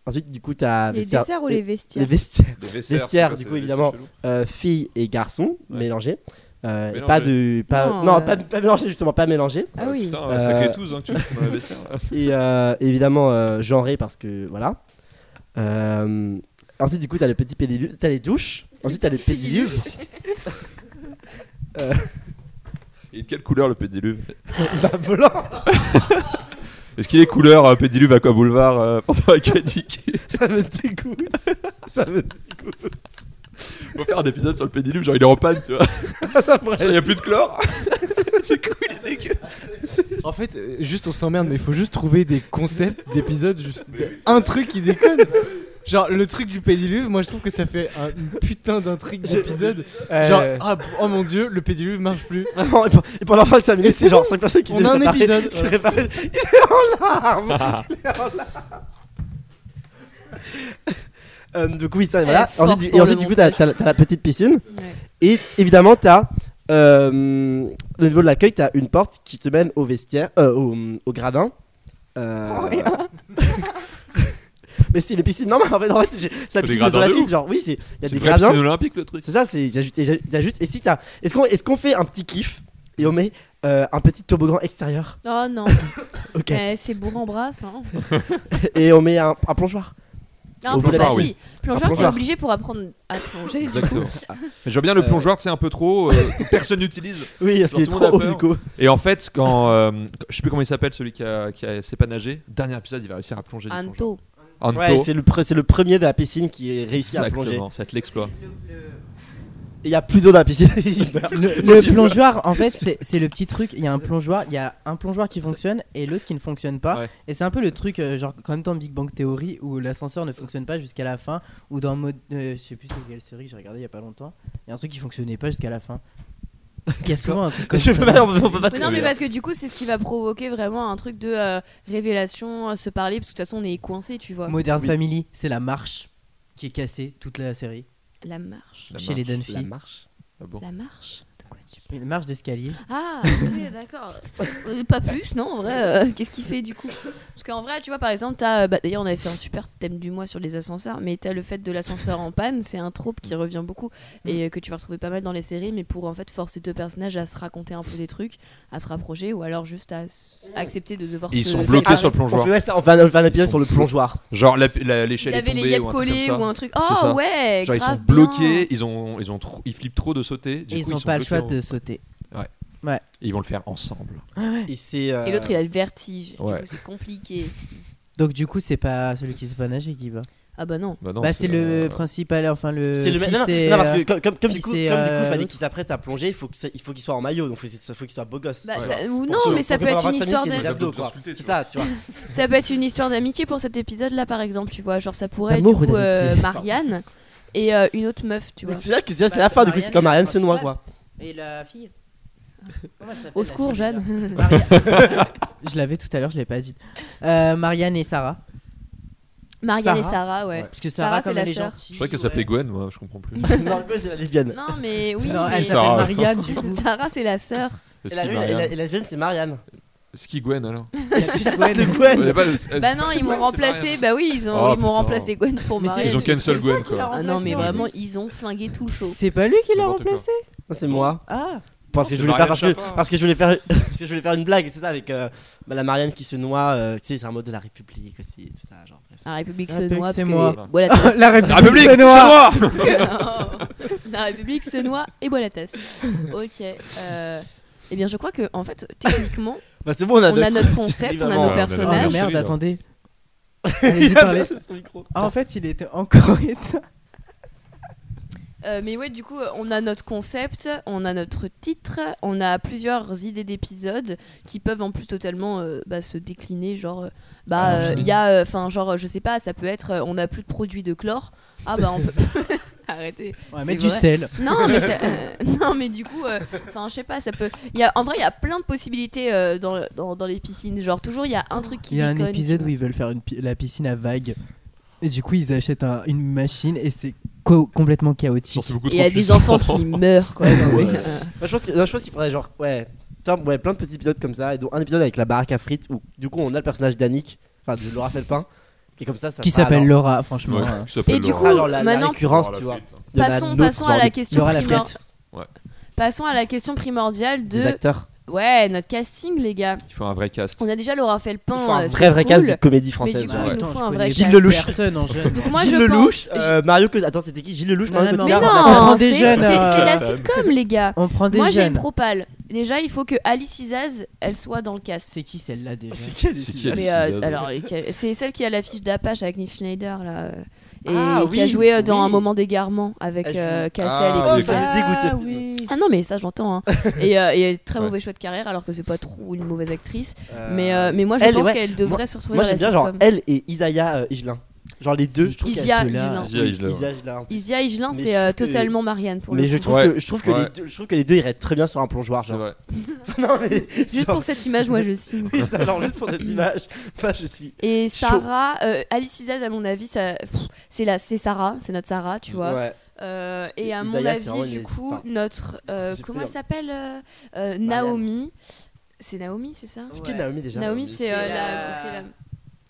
Speaker 8: Ensuite, du coup, t'as
Speaker 5: Les
Speaker 8: serres-
Speaker 5: desserts ou les vestiaires
Speaker 8: Ah, les vestiaires.
Speaker 7: Les
Speaker 8: Vestiaire,
Speaker 7: c'est
Speaker 8: du
Speaker 7: quoi,
Speaker 8: coup,
Speaker 7: c'est-
Speaker 8: évidemment.
Speaker 7: c'est chelou.
Speaker 8: Euh, filles et garçons
Speaker 7: Ouais.
Speaker 8: mélangés. Euh, et
Speaker 7: Mélangés.
Speaker 8: Pas de. Pas, non,
Speaker 5: Non, euh,
Speaker 8: pas, pas mélangés, justement, pas mélangés.
Speaker 5: Ah oui.
Speaker 7: Putain,
Speaker 8: Euh,
Speaker 7: euh, sacré tous hein, que tu fais dans la vestiaire. là.
Speaker 8: et euh, évidemment euh, genré parce que voilà. Euh, ensuite, du coup, t'as le petit pédilu, t'as les douches. Ensuite, t'as le pédiluve.
Speaker 7: Et de quelle couleur le pédiluve
Speaker 8: bah, volant.
Speaker 7: Est-ce qu'il est couleur euh, pédiluve Aqua Boulevard euh, pendant Acadic
Speaker 8: Ça me dégoûte. Ça me
Speaker 7: On va faire un épisode sur le pédiluve, genre il est en panne, tu vois.
Speaker 8: ça me
Speaker 7: Il n'y a plus de chlore. du coup, il est dégueu.
Speaker 9: En fait, euh, juste on s'emmerde, mais il faut juste trouver des concepts d'épisodes, juste un truc qui déconne. Genre, le truc du pédiluve, moi je trouve que ça fait un- une putain d'intrigue
Speaker 8: J'ai-
Speaker 9: d'épisode.
Speaker 10: Euh,
Speaker 9: Genre, ah, oh mon dieu, le pédiluve marche plus.
Speaker 8: Vraiment, et, pour, et pour la fin de 5 minutes, c'est genre 5 personnes qui
Speaker 9: On a un
Speaker 8: séparées.
Speaker 9: épisode.
Speaker 8: Il se réparent. Il est en larmes. Il est en larmes. Euh, donc oui, ça, voilà.
Speaker 5: Eh, force
Speaker 8: Ensuite, du-
Speaker 5: pour
Speaker 8: et
Speaker 5: le
Speaker 8: ensuite, du coup, t'as
Speaker 5: montage.
Speaker 8: t'as la t'as la petite piscine.
Speaker 5: Ouais.
Speaker 8: Et évidemment, t'as euh, au niveau de l'accueil, t'as une porte qui te mène au vestiaire, euh, au, au gradin. Euh,
Speaker 5: Oh,
Speaker 8: mais c'est une piscine. Non, mais en fait, en fait, j'ai- c'est la
Speaker 1: Des
Speaker 8: piscine de
Speaker 1: gradins de
Speaker 8: Zola
Speaker 1: ouf.
Speaker 8: Genre, oui, c'est- il y a
Speaker 7: C'est
Speaker 8: des
Speaker 7: une vraie piscine
Speaker 8: gradins.
Speaker 7: olympique le truc.
Speaker 8: C'est ça, c'est t'as juste, t'as juste. Et si t'as, est-ce qu'on, est-ce qu'on fait un petit kiff et on met euh, un petit toboggan extérieur,
Speaker 5: Oh non,
Speaker 8: ok,
Speaker 5: Eh, c'est bourre en brasse. Hein.
Speaker 8: et on met un, un plongeoir.
Speaker 5: Un
Speaker 8: Au
Speaker 5: plongeur,
Speaker 7: plongeur,
Speaker 5: Ah, si.
Speaker 7: oui.
Speaker 5: Plongeur qui est
Speaker 8: plongeur.
Speaker 5: obligé pour apprendre à plonger. du coup.
Speaker 7: Exactement. Mais je vois bien le
Speaker 8: Euh,
Speaker 7: plongeoir, c'est un peu trop, euh, que personne n'utilise.
Speaker 8: Oui, parce
Speaker 7: Genre,
Speaker 8: qu'il est
Speaker 7: tout le
Speaker 8: trop haut
Speaker 7: monde
Speaker 8: du
Speaker 7: a peur.
Speaker 8: coup.
Speaker 7: Et en fait, quand euh, je sais plus comment il s'appelle celui qui, a, qui a- sait pas nager, dernier épisode, il va réussir à plonger. du plongeoir.
Speaker 5: Anto.
Speaker 7: Anto.
Speaker 8: Ouais, c'est le, pre- c'est le premier de la piscine qui est réussi à plonger.
Speaker 7: Exactement, ça te l'exploit.
Speaker 8: Et il y a plus d'eau dans la piscine. Il meurt.
Speaker 6: Le, le plongeoir, en fait, c'est c'est le petit truc. Il y a un plongeoir, il y a un plongeoir qui fonctionne et l'autre qui ne fonctionne pas.
Speaker 7: Ouais.
Speaker 6: Et c'est un peu le truc, euh, genre quand même dans Big Bang Theory où l'ascenseur ne fonctionne pas jusqu'à la fin, ou dans mode, euh, je sais plus c'est quelle série que j'ai regardé il y a pas longtemps, il y a un truc qui fonctionnait pas jusqu'à la fin. Parce qu'il y a souvent un truc comme
Speaker 8: Je
Speaker 6: ça.
Speaker 8: peux pas, on peut- on peut pas
Speaker 5: Mais
Speaker 8: te-
Speaker 5: non, mais parce que du coup, c'est ce qui va provoquer vraiment un truc de euh, révélation, euh, se parler, parce que de toute façon, on est coincé, tu vois.
Speaker 6: Modern
Speaker 8: Oui.
Speaker 6: Family, c'est la marche qui est cassée toute la série
Speaker 5: La marche.
Speaker 7: La
Speaker 6: chez les
Speaker 8: La
Speaker 6: Dunphy.
Speaker 8: marche.
Speaker 7: Ah bon.
Speaker 5: La marche De quoi tu
Speaker 6: Une marche d'escalier.
Speaker 5: Ah, oui, d'accord. Euh, Pas plus, non, en vrai. euh, Qu'est-ce qu'il fait du coup Parce qu'en vrai, tu vois, par exemple, t'as. euh, bah, D'ailleurs, on avait fait un super thème du mois sur les ascenseurs, mais t'as le fait de l'ascenseur en panne, c'est un trope qui revient beaucoup et euh, que tu vas retrouver pas mal dans les séries, mais pour en fait forcer deux personnages à se raconter un peu des trucs, à se rapprocher ou alors juste à s- accepter de devoir
Speaker 7: Ils
Speaker 5: se
Speaker 7: sont bloqués
Speaker 5: séparer.
Speaker 7: sur le
Speaker 8: On
Speaker 7: plongeoir.
Speaker 8: fait, ouais, ça, on fait un, on fait un épisode
Speaker 7: sont
Speaker 8: sur le
Speaker 7: fous.
Speaker 8: plongeoir.
Speaker 7: Genre la- la-
Speaker 5: Ils
Speaker 7: l'échelle est
Speaker 5: avaient
Speaker 7: tombée
Speaker 5: les yeux
Speaker 7: ou un truc comme
Speaker 5: collés
Speaker 7: ça.
Speaker 5: ou un truc.
Speaker 7: C'est
Speaker 5: Oh
Speaker 7: ça.
Speaker 5: ouais
Speaker 7: Genre ils sont
Speaker 5: grave bien.
Speaker 7: bloqués, ils ont, ils ont trop- ils flippent trop de sauter. Du
Speaker 6: Et
Speaker 7: coup,
Speaker 6: ils ont
Speaker 7: sont
Speaker 6: pas le
Speaker 7: bloqués
Speaker 6: choix
Speaker 7: en-
Speaker 6: de sauter.
Speaker 7: Et ils vont le faire ensemble.
Speaker 8: Et c'est.
Speaker 6: euh,
Speaker 5: Et l'autre, il a le vertige. Du
Speaker 7: euh, Ouais.
Speaker 5: coup, c'est compliqué.
Speaker 6: Donc du coup, c'est pas celui qui sait pas nager qui va.
Speaker 5: Ah bah non.
Speaker 7: Bah, non,
Speaker 6: bah c'est le
Speaker 7: euh,
Speaker 6: principal, hein, enfin le.
Speaker 8: C'est le même.
Speaker 6: fils
Speaker 8: Non, non,
Speaker 6: et,
Speaker 8: non, parce que
Speaker 6: euh,
Speaker 8: comme, comme, comme
Speaker 6: si
Speaker 8: du coup, comme
Speaker 6: c'est,
Speaker 8: du coup,
Speaker 6: euh,
Speaker 8: fallait
Speaker 6: l'autre.
Speaker 8: qu'il s'apprête à plonger, il faut que ça- il faut qu'il soit en maillot, donc faut qu'il soit- faut qu'il soit beau gosse.
Speaker 5: Bah,
Speaker 8: Ouais.
Speaker 5: ça- ou
Speaker 8: Pour
Speaker 5: non,
Speaker 8: que-
Speaker 5: mais ça
Speaker 8: pour
Speaker 5: peut
Speaker 8: que
Speaker 5: être
Speaker 8: avoir
Speaker 5: une
Speaker 8: cinq
Speaker 5: histoire
Speaker 8: minutes, il y ait des
Speaker 5: d'am-
Speaker 8: abdos, quoi. C'est ça, tu vois.
Speaker 5: ça peut être une histoire d'amitié pour cet épisode-là, par exemple, tu vois. Genre, ça pourrait être du
Speaker 6: D'amour ou
Speaker 5: coup, euh,
Speaker 6: d'amitié
Speaker 5: Marianne et euh, une autre meuf, tu vois.
Speaker 8: Donc C'est là que c'est là, c'est la
Speaker 6: Bah,
Speaker 8: fin, du coup, c'est comme Ariane se noie, quoi.
Speaker 6: Et la fille
Speaker 5: Au secours, Jeanne.
Speaker 6: Je l'avais tout à l'heure, je l'ai pas dit. Euh, Marianne et Sarah.
Speaker 5: Marianne et
Speaker 6: Sarah.
Speaker 5: Sarah, ouais.
Speaker 9: Ouais.
Speaker 6: Parce que
Speaker 5: Sarah,
Speaker 6: Sarah,
Speaker 5: c'est
Speaker 6: comme
Speaker 5: la
Speaker 6: elle est
Speaker 5: sœur.
Speaker 6: gentille.
Speaker 7: Je croyais qu'elle s'appelait Gwen, moi je comprends plus.
Speaker 8: Margot, c'est la lesbienne.
Speaker 5: Non, mais oui.
Speaker 6: Non,
Speaker 5: mais-
Speaker 6: elle
Speaker 7: Sarah.
Speaker 6: s'appelle Marianne du coup.
Speaker 5: Sarah, c'est la sœur.
Speaker 7: Le
Speaker 8: Et
Speaker 7: ski
Speaker 8: la, et
Speaker 7: Marianne.
Speaker 8: la- et la lesbienne, c'est Marianne.
Speaker 7: Est-ce qu'il Gwen alors
Speaker 8: de
Speaker 7: Il y
Speaker 8: Gwen.
Speaker 7: a pas de-
Speaker 5: Bah non, ils m'ont
Speaker 7: Gwen, c'est
Speaker 5: remplacé.
Speaker 7: Marianne.
Speaker 5: Bah oui, ils ont,
Speaker 7: Oh,
Speaker 5: ils m'ont
Speaker 7: putain.
Speaker 5: remplacé Gwen pour
Speaker 6: Mais c'est-
Speaker 5: Marianne.
Speaker 7: Ils ont cancel Gwen
Speaker 6: qui l'a
Speaker 7: quoi.
Speaker 5: Ah non, mais
Speaker 6: remplacé,
Speaker 5: vraiment, ils ont flingué tout le show.
Speaker 6: C'est pas lui qui l'a
Speaker 7: N'importe quoi.
Speaker 6: remplacé
Speaker 8: C'est moi.
Speaker 6: Ah
Speaker 8: Parce que
Speaker 7: C'est
Speaker 8: je voulais faire,
Speaker 7: Marianne
Speaker 8: parce que,
Speaker 7: Chapin.
Speaker 8: parce que je voulais faire, parce que je voulais faire une blague, c'est ça, avec euh, bah, la Marianne qui se noie. euh, tu sais, c'est un mot de la République aussi, tout ça, genre. bref.
Speaker 5: La République se
Speaker 6: République,
Speaker 5: noie.
Speaker 6: c'est
Speaker 5: parce que-
Speaker 6: moi.
Speaker 5: Bois la tasse.
Speaker 6: La
Speaker 9: bah-
Speaker 6: République,
Speaker 7: La République, c'est noir
Speaker 5: La République se noie et boit la tasse. Ok. euh, Eh bien, je crois que, en fait, techniquement,
Speaker 8: Bah, c'est bon, on a,
Speaker 5: on a notre concept, on a nos
Speaker 7: Ouais, on a
Speaker 6: Ah
Speaker 7: la
Speaker 5: personnages.
Speaker 6: merde,
Speaker 7: série, là.
Speaker 6: attendez.
Speaker 8: Il
Speaker 6: Allez-y,
Speaker 8: a
Speaker 6: parlez.
Speaker 8: placé son micro.
Speaker 6: Ah, en fait, il était encore éteint.
Speaker 5: Euh, mais ouais, du coup, euh, on a notre concept, on a notre titre, on a plusieurs idées d'épisodes qui peuvent en plus totalement euh, bah, se décliner. Genre, euh, bah,
Speaker 6: Ah,
Speaker 5: euh, il y a, enfin, genre, euh, je sais pas, ça peut être, euh, on a plus de produits de chlore. Ah bah, on peut. Arrêtez.
Speaker 6: On va
Speaker 5: C'est
Speaker 6: mettre du
Speaker 5: vrai.
Speaker 6: sel.
Speaker 5: Non, mais ça- euh, non, mais du coup, enfin, je sais pas, ça peut. Il y a, en vrai, il y a plein de possibilités euh, dans, dans, dans les piscines. Genre, toujours, il y a un truc qui.
Speaker 6: Il y a un
Speaker 5: déconne,
Speaker 6: épisode
Speaker 5: tu
Speaker 6: où
Speaker 5: vois.
Speaker 6: ils veulent faire une pi- la piscine à vagues. Et du coup, ils achètent un- une machine et c'est co- complètement
Speaker 7: Non,
Speaker 6: chaotique.
Speaker 7: c'est beaucoup
Speaker 5: Et il y a
Speaker 7: trop
Speaker 5: des
Speaker 7: puissant.
Speaker 5: enfants qui meurent, quoi. Non, mais, euh,
Speaker 8: Moi, je pense que- non, je pense qu'il faudrait genre ouais, putain, ouais, plein de petits épisodes comme ça, et dont un épisode avec la baraque à frites où du coup on a le personnage d'Annick, enfin de Laura Felpin, et comme ça, ça
Speaker 6: Qui
Speaker 8: fera,
Speaker 6: s'appelle
Speaker 8: alors,
Speaker 6: Laura, franchement.
Speaker 7: Ouais,
Speaker 6: euh,
Speaker 7: qui s'appelle
Speaker 5: Et du
Speaker 7: Laura.
Speaker 5: coup,
Speaker 8: ah, genre, la, la
Speaker 5: maintenant-
Speaker 8: récurrence,
Speaker 7: Laura
Speaker 8: tu vois.
Speaker 7: Flint.
Speaker 8: Il y en a
Speaker 5: Passons-
Speaker 8: un autre,
Speaker 5: passons à
Speaker 8: genre,
Speaker 5: la
Speaker 8: des-
Speaker 5: question
Speaker 6: Laura la
Speaker 5: primordiale.
Speaker 6: frette.
Speaker 5: Passons à la question primordiale
Speaker 8: des
Speaker 5: de
Speaker 8: acteurs.
Speaker 5: Ouais, notre casting, les gars.
Speaker 7: Il faut un vrai cast.
Speaker 5: On a déjà Laura Felpin.
Speaker 8: Il faut un
Speaker 5: euh,
Speaker 8: vrai
Speaker 5: c'est
Speaker 8: vrai
Speaker 5: cool,
Speaker 8: cast de comédie
Speaker 5: mais du
Speaker 8: française.
Speaker 5: coup,
Speaker 8: genre,
Speaker 5: il
Speaker 8: ouais.
Speaker 5: nous
Speaker 6: Attends,
Speaker 5: faut
Speaker 6: je
Speaker 5: un
Speaker 6: connais
Speaker 5: vrai
Speaker 8: Gilles
Speaker 5: cast.
Speaker 8: Lelouch.
Speaker 6: Personne en jeune.
Speaker 5: Donc moi,
Speaker 8: Gilles
Speaker 5: je pense-
Speaker 8: Lelouch, euh, Mario Cos- Attends, c'était qui Gilles Lelouch,
Speaker 6: Non,
Speaker 8: Mario
Speaker 6: non, mais
Speaker 5: Mais
Speaker 8: Cotillard,
Speaker 6: on
Speaker 8: Nathan-
Speaker 5: non,
Speaker 6: prend
Speaker 5: c'est
Speaker 6: des
Speaker 5: c'est
Speaker 6: jeunes,
Speaker 5: la
Speaker 7: euh,
Speaker 5: sitcom, les gars.
Speaker 6: On prend des
Speaker 5: Moi, j'ai une
Speaker 6: jeunes.
Speaker 5: propale. Déjà, il faut que Alice Isaz, elle soit dans le cast.
Speaker 6: C'est qui celle-là déjà
Speaker 8: C'est qui elle,
Speaker 7: C'est
Speaker 8: ici
Speaker 7: qui, elle
Speaker 5: Mais euh,
Speaker 7: Isaz
Speaker 5: alors, et quelle- c'est celle qui a l'affiche d'Apache avec Neil Schneider là. euh, Et
Speaker 8: Ah,
Speaker 5: qui a
Speaker 8: oui,
Speaker 5: joué euh, dans
Speaker 8: oui.
Speaker 5: un moment d'égarement avec
Speaker 8: Elle
Speaker 5: euh,
Speaker 8: joue-
Speaker 5: Cassel
Speaker 7: Ah,
Speaker 5: et
Speaker 8: Oh,
Speaker 5: tout
Speaker 8: ça
Speaker 5: ça.
Speaker 8: me dégoûte ce film.
Speaker 5: Ah non mais ça j'entends hein. et, euh, et très
Speaker 7: Ouais.
Speaker 5: mauvais choix de carrière alors que c'est pas trop une mauvaise actrice
Speaker 8: Euh,
Speaker 5: mais euh, mais moi je
Speaker 8: Elle,
Speaker 5: pense
Speaker 8: ouais.
Speaker 5: qu'elle devrait se retrouver
Speaker 8: Moi
Speaker 5: dans la
Speaker 8: j'aime bien genre
Speaker 5: sitcom.
Speaker 8: elle et Isaiah euh, Higelin. Genre les deux, je
Speaker 5: trouve
Speaker 8: trouve qu'il
Speaker 5: qu'il y a
Speaker 8: ceux-là-
Speaker 5: Igelin.
Speaker 7: Isia Igelin,
Speaker 8: Oui, Isia Igelin.
Speaker 5: Isia Higelin,
Speaker 8: Mais
Speaker 5: c'est euh,
Speaker 8: je-
Speaker 5: totalement Marianne pour
Speaker 8: Mais
Speaker 5: le
Speaker 8: je
Speaker 5: coup.
Speaker 8: trouve,
Speaker 7: Ouais.
Speaker 8: que, je, trouve que les
Speaker 7: Ouais.
Speaker 8: deux, je trouve que les deux iraient très bien sur un plongeoir.
Speaker 7: C'est
Speaker 8: Genre.
Speaker 7: vrai.
Speaker 8: non, mais.
Speaker 5: Juste
Speaker 8: genre-
Speaker 5: pour cette image, moi je signe.
Speaker 8: oui, ça, genre, juste pour cette image. Bah, je suis.
Speaker 5: Et
Speaker 8: Chaud.
Speaker 5: Sarah, euh, Alice Isaz, à mon avis, ça- pff, c'est la, c'est Sarah, c'est notre Sarah, tu vois.
Speaker 8: Ouais.
Speaker 5: Euh, et à
Speaker 8: Isaiah,
Speaker 5: mon
Speaker 8: c'est vraiment
Speaker 5: avis, du
Speaker 8: une-
Speaker 5: coup,
Speaker 8: enfin,
Speaker 5: notre euh,
Speaker 8: j'ai
Speaker 5: comment
Speaker 8: plus
Speaker 5: elle s'appelle euh, euh,
Speaker 8: Marianne.
Speaker 5: Naomi. C'est Naomi, c'est ça
Speaker 8: C'est qui Naomi déjà
Speaker 5: Naomi, c'est euh,
Speaker 8: c'est-
Speaker 5: la,
Speaker 10: la-
Speaker 5: c'est la-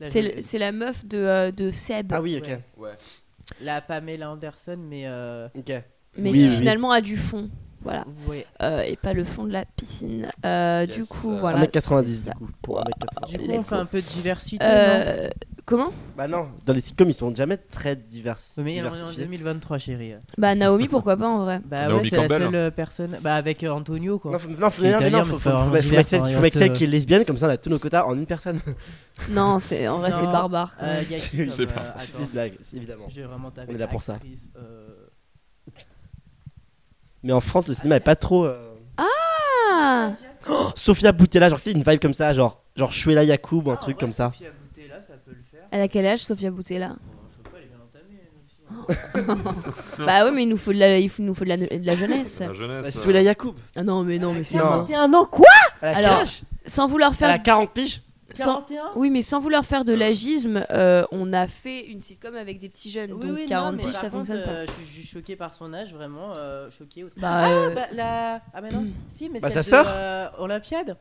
Speaker 5: c'est le- c'est la meuf de, euh, de Seb,
Speaker 8: Ah oui, ok.
Speaker 6: Ouais. La Pamela Anderson, mais euh,
Speaker 8: Ok.
Speaker 5: mais
Speaker 8: Oui,
Speaker 5: qui
Speaker 8: oui.
Speaker 5: finalement a du fond, voilà,
Speaker 6: ouais.
Speaker 5: Euh, et pas le fond de la piscine. Euh,
Speaker 7: Yes.
Speaker 5: Du coup,
Speaker 7: Euh,
Speaker 5: voilà.
Speaker 8: 1m90
Speaker 5: c'est
Speaker 8: du
Speaker 5: ça.
Speaker 8: coup. Pour 1m90.
Speaker 6: Du coup,
Speaker 5: Let's
Speaker 6: on fait
Speaker 5: go.
Speaker 6: un peu de diversité. non
Speaker 5: Euh, comment
Speaker 8: Bah non, dans les sitcoms ils sont jamais très divers.
Speaker 6: Oui, mais on est en
Speaker 8: diversifiés.
Speaker 6: 2023, chérie.
Speaker 5: Bah Naomi, pourquoi pas en vrai.
Speaker 6: Bah
Speaker 7: Naomi
Speaker 6: ouais, c'est la
Speaker 7: Campbell,
Speaker 6: seule euh, personne. Bah avec euh, Antonio, quoi.
Speaker 8: Non, faut, non, faut,
Speaker 6: Qui est
Speaker 8: non, mais
Speaker 6: italien,
Speaker 8: non,
Speaker 6: mais
Speaker 8: faut,
Speaker 6: c'est
Speaker 8: faut,
Speaker 6: pas
Speaker 8: faut,
Speaker 6: vraiment
Speaker 8: faut
Speaker 6: divers,
Speaker 8: accepter-
Speaker 6: hein, il
Speaker 8: faut
Speaker 6: reste,
Speaker 8: accepter
Speaker 6: euh,
Speaker 8: qu'il est lesbienne, comme ça on a tous nos quotas en une personne.
Speaker 5: Non, c'est en vrai c'est
Speaker 6: Non.
Speaker 5: barbare. quoi.
Speaker 6: Euh, y a qui
Speaker 7: Je
Speaker 6: comme,
Speaker 7: sais pas.
Speaker 6: euh,
Speaker 8: C'est une
Speaker 6: attends,
Speaker 8: blague, c'est évidemment.
Speaker 6: j'ai vraiment tapé
Speaker 8: On est là pour ça.
Speaker 6: actrice, euh,
Speaker 8: Mais en France, le cinéma est pas trop. euh,
Speaker 5: Ah
Speaker 8: oh, Sofia Boutella, genre c'est une vibe comme ça, genre, genre Shuela Yacoub ou un
Speaker 6: Ah,
Speaker 8: truc
Speaker 6: ouais,
Speaker 8: comme ça.
Speaker 6: Sophia Boutella, ça peut le faire.
Speaker 5: elle a quel âge, Sofia Boutella
Speaker 6: Bon, je sais pas, elle est bien entamée, elle aussi.
Speaker 5: Bah ouais, mais il nous faut de la, il faut- il nous faut de la, de la jeunesse.
Speaker 7: La jeunesse.
Speaker 8: Bah,
Speaker 7: euh,
Speaker 8: Shuela Yacoub,
Speaker 5: Ah non, mais non, mais c'est
Speaker 8: Non.
Speaker 5: mort.
Speaker 6: 41 ans, quoi
Speaker 8: elle a
Speaker 5: Alors,
Speaker 8: quel âge
Speaker 5: Sans vouloir
Speaker 8: Elle a
Speaker 5: faire,
Speaker 8: 40 piges
Speaker 5: sans-
Speaker 6: 41
Speaker 5: oui, mais sans vouloir faire de l'agisme, euh, on a fait une sitcom avec des petits jeunes,
Speaker 6: Oui,
Speaker 5: donc
Speaker 6: oui, non,
Speaker 5: 40
Speaker 6: mais
Speaker 5: plus,
Speaker 6: par
Speaker 5: ça
Speaker 6: contre,
Speaker 5: fonctionne pas.
Speaker 6: euh, Je suis- je suis choqué par son âge, vraiment euh, choqué.
Speaker 5: Bah, euh,
Speaker 6: Bah, la... Ah bah non, si, mais
Speaker 8: Bah,
Speaker 6: celle
Speaker 8: sa sœur
Speaker 6: de, euh, Olympiade.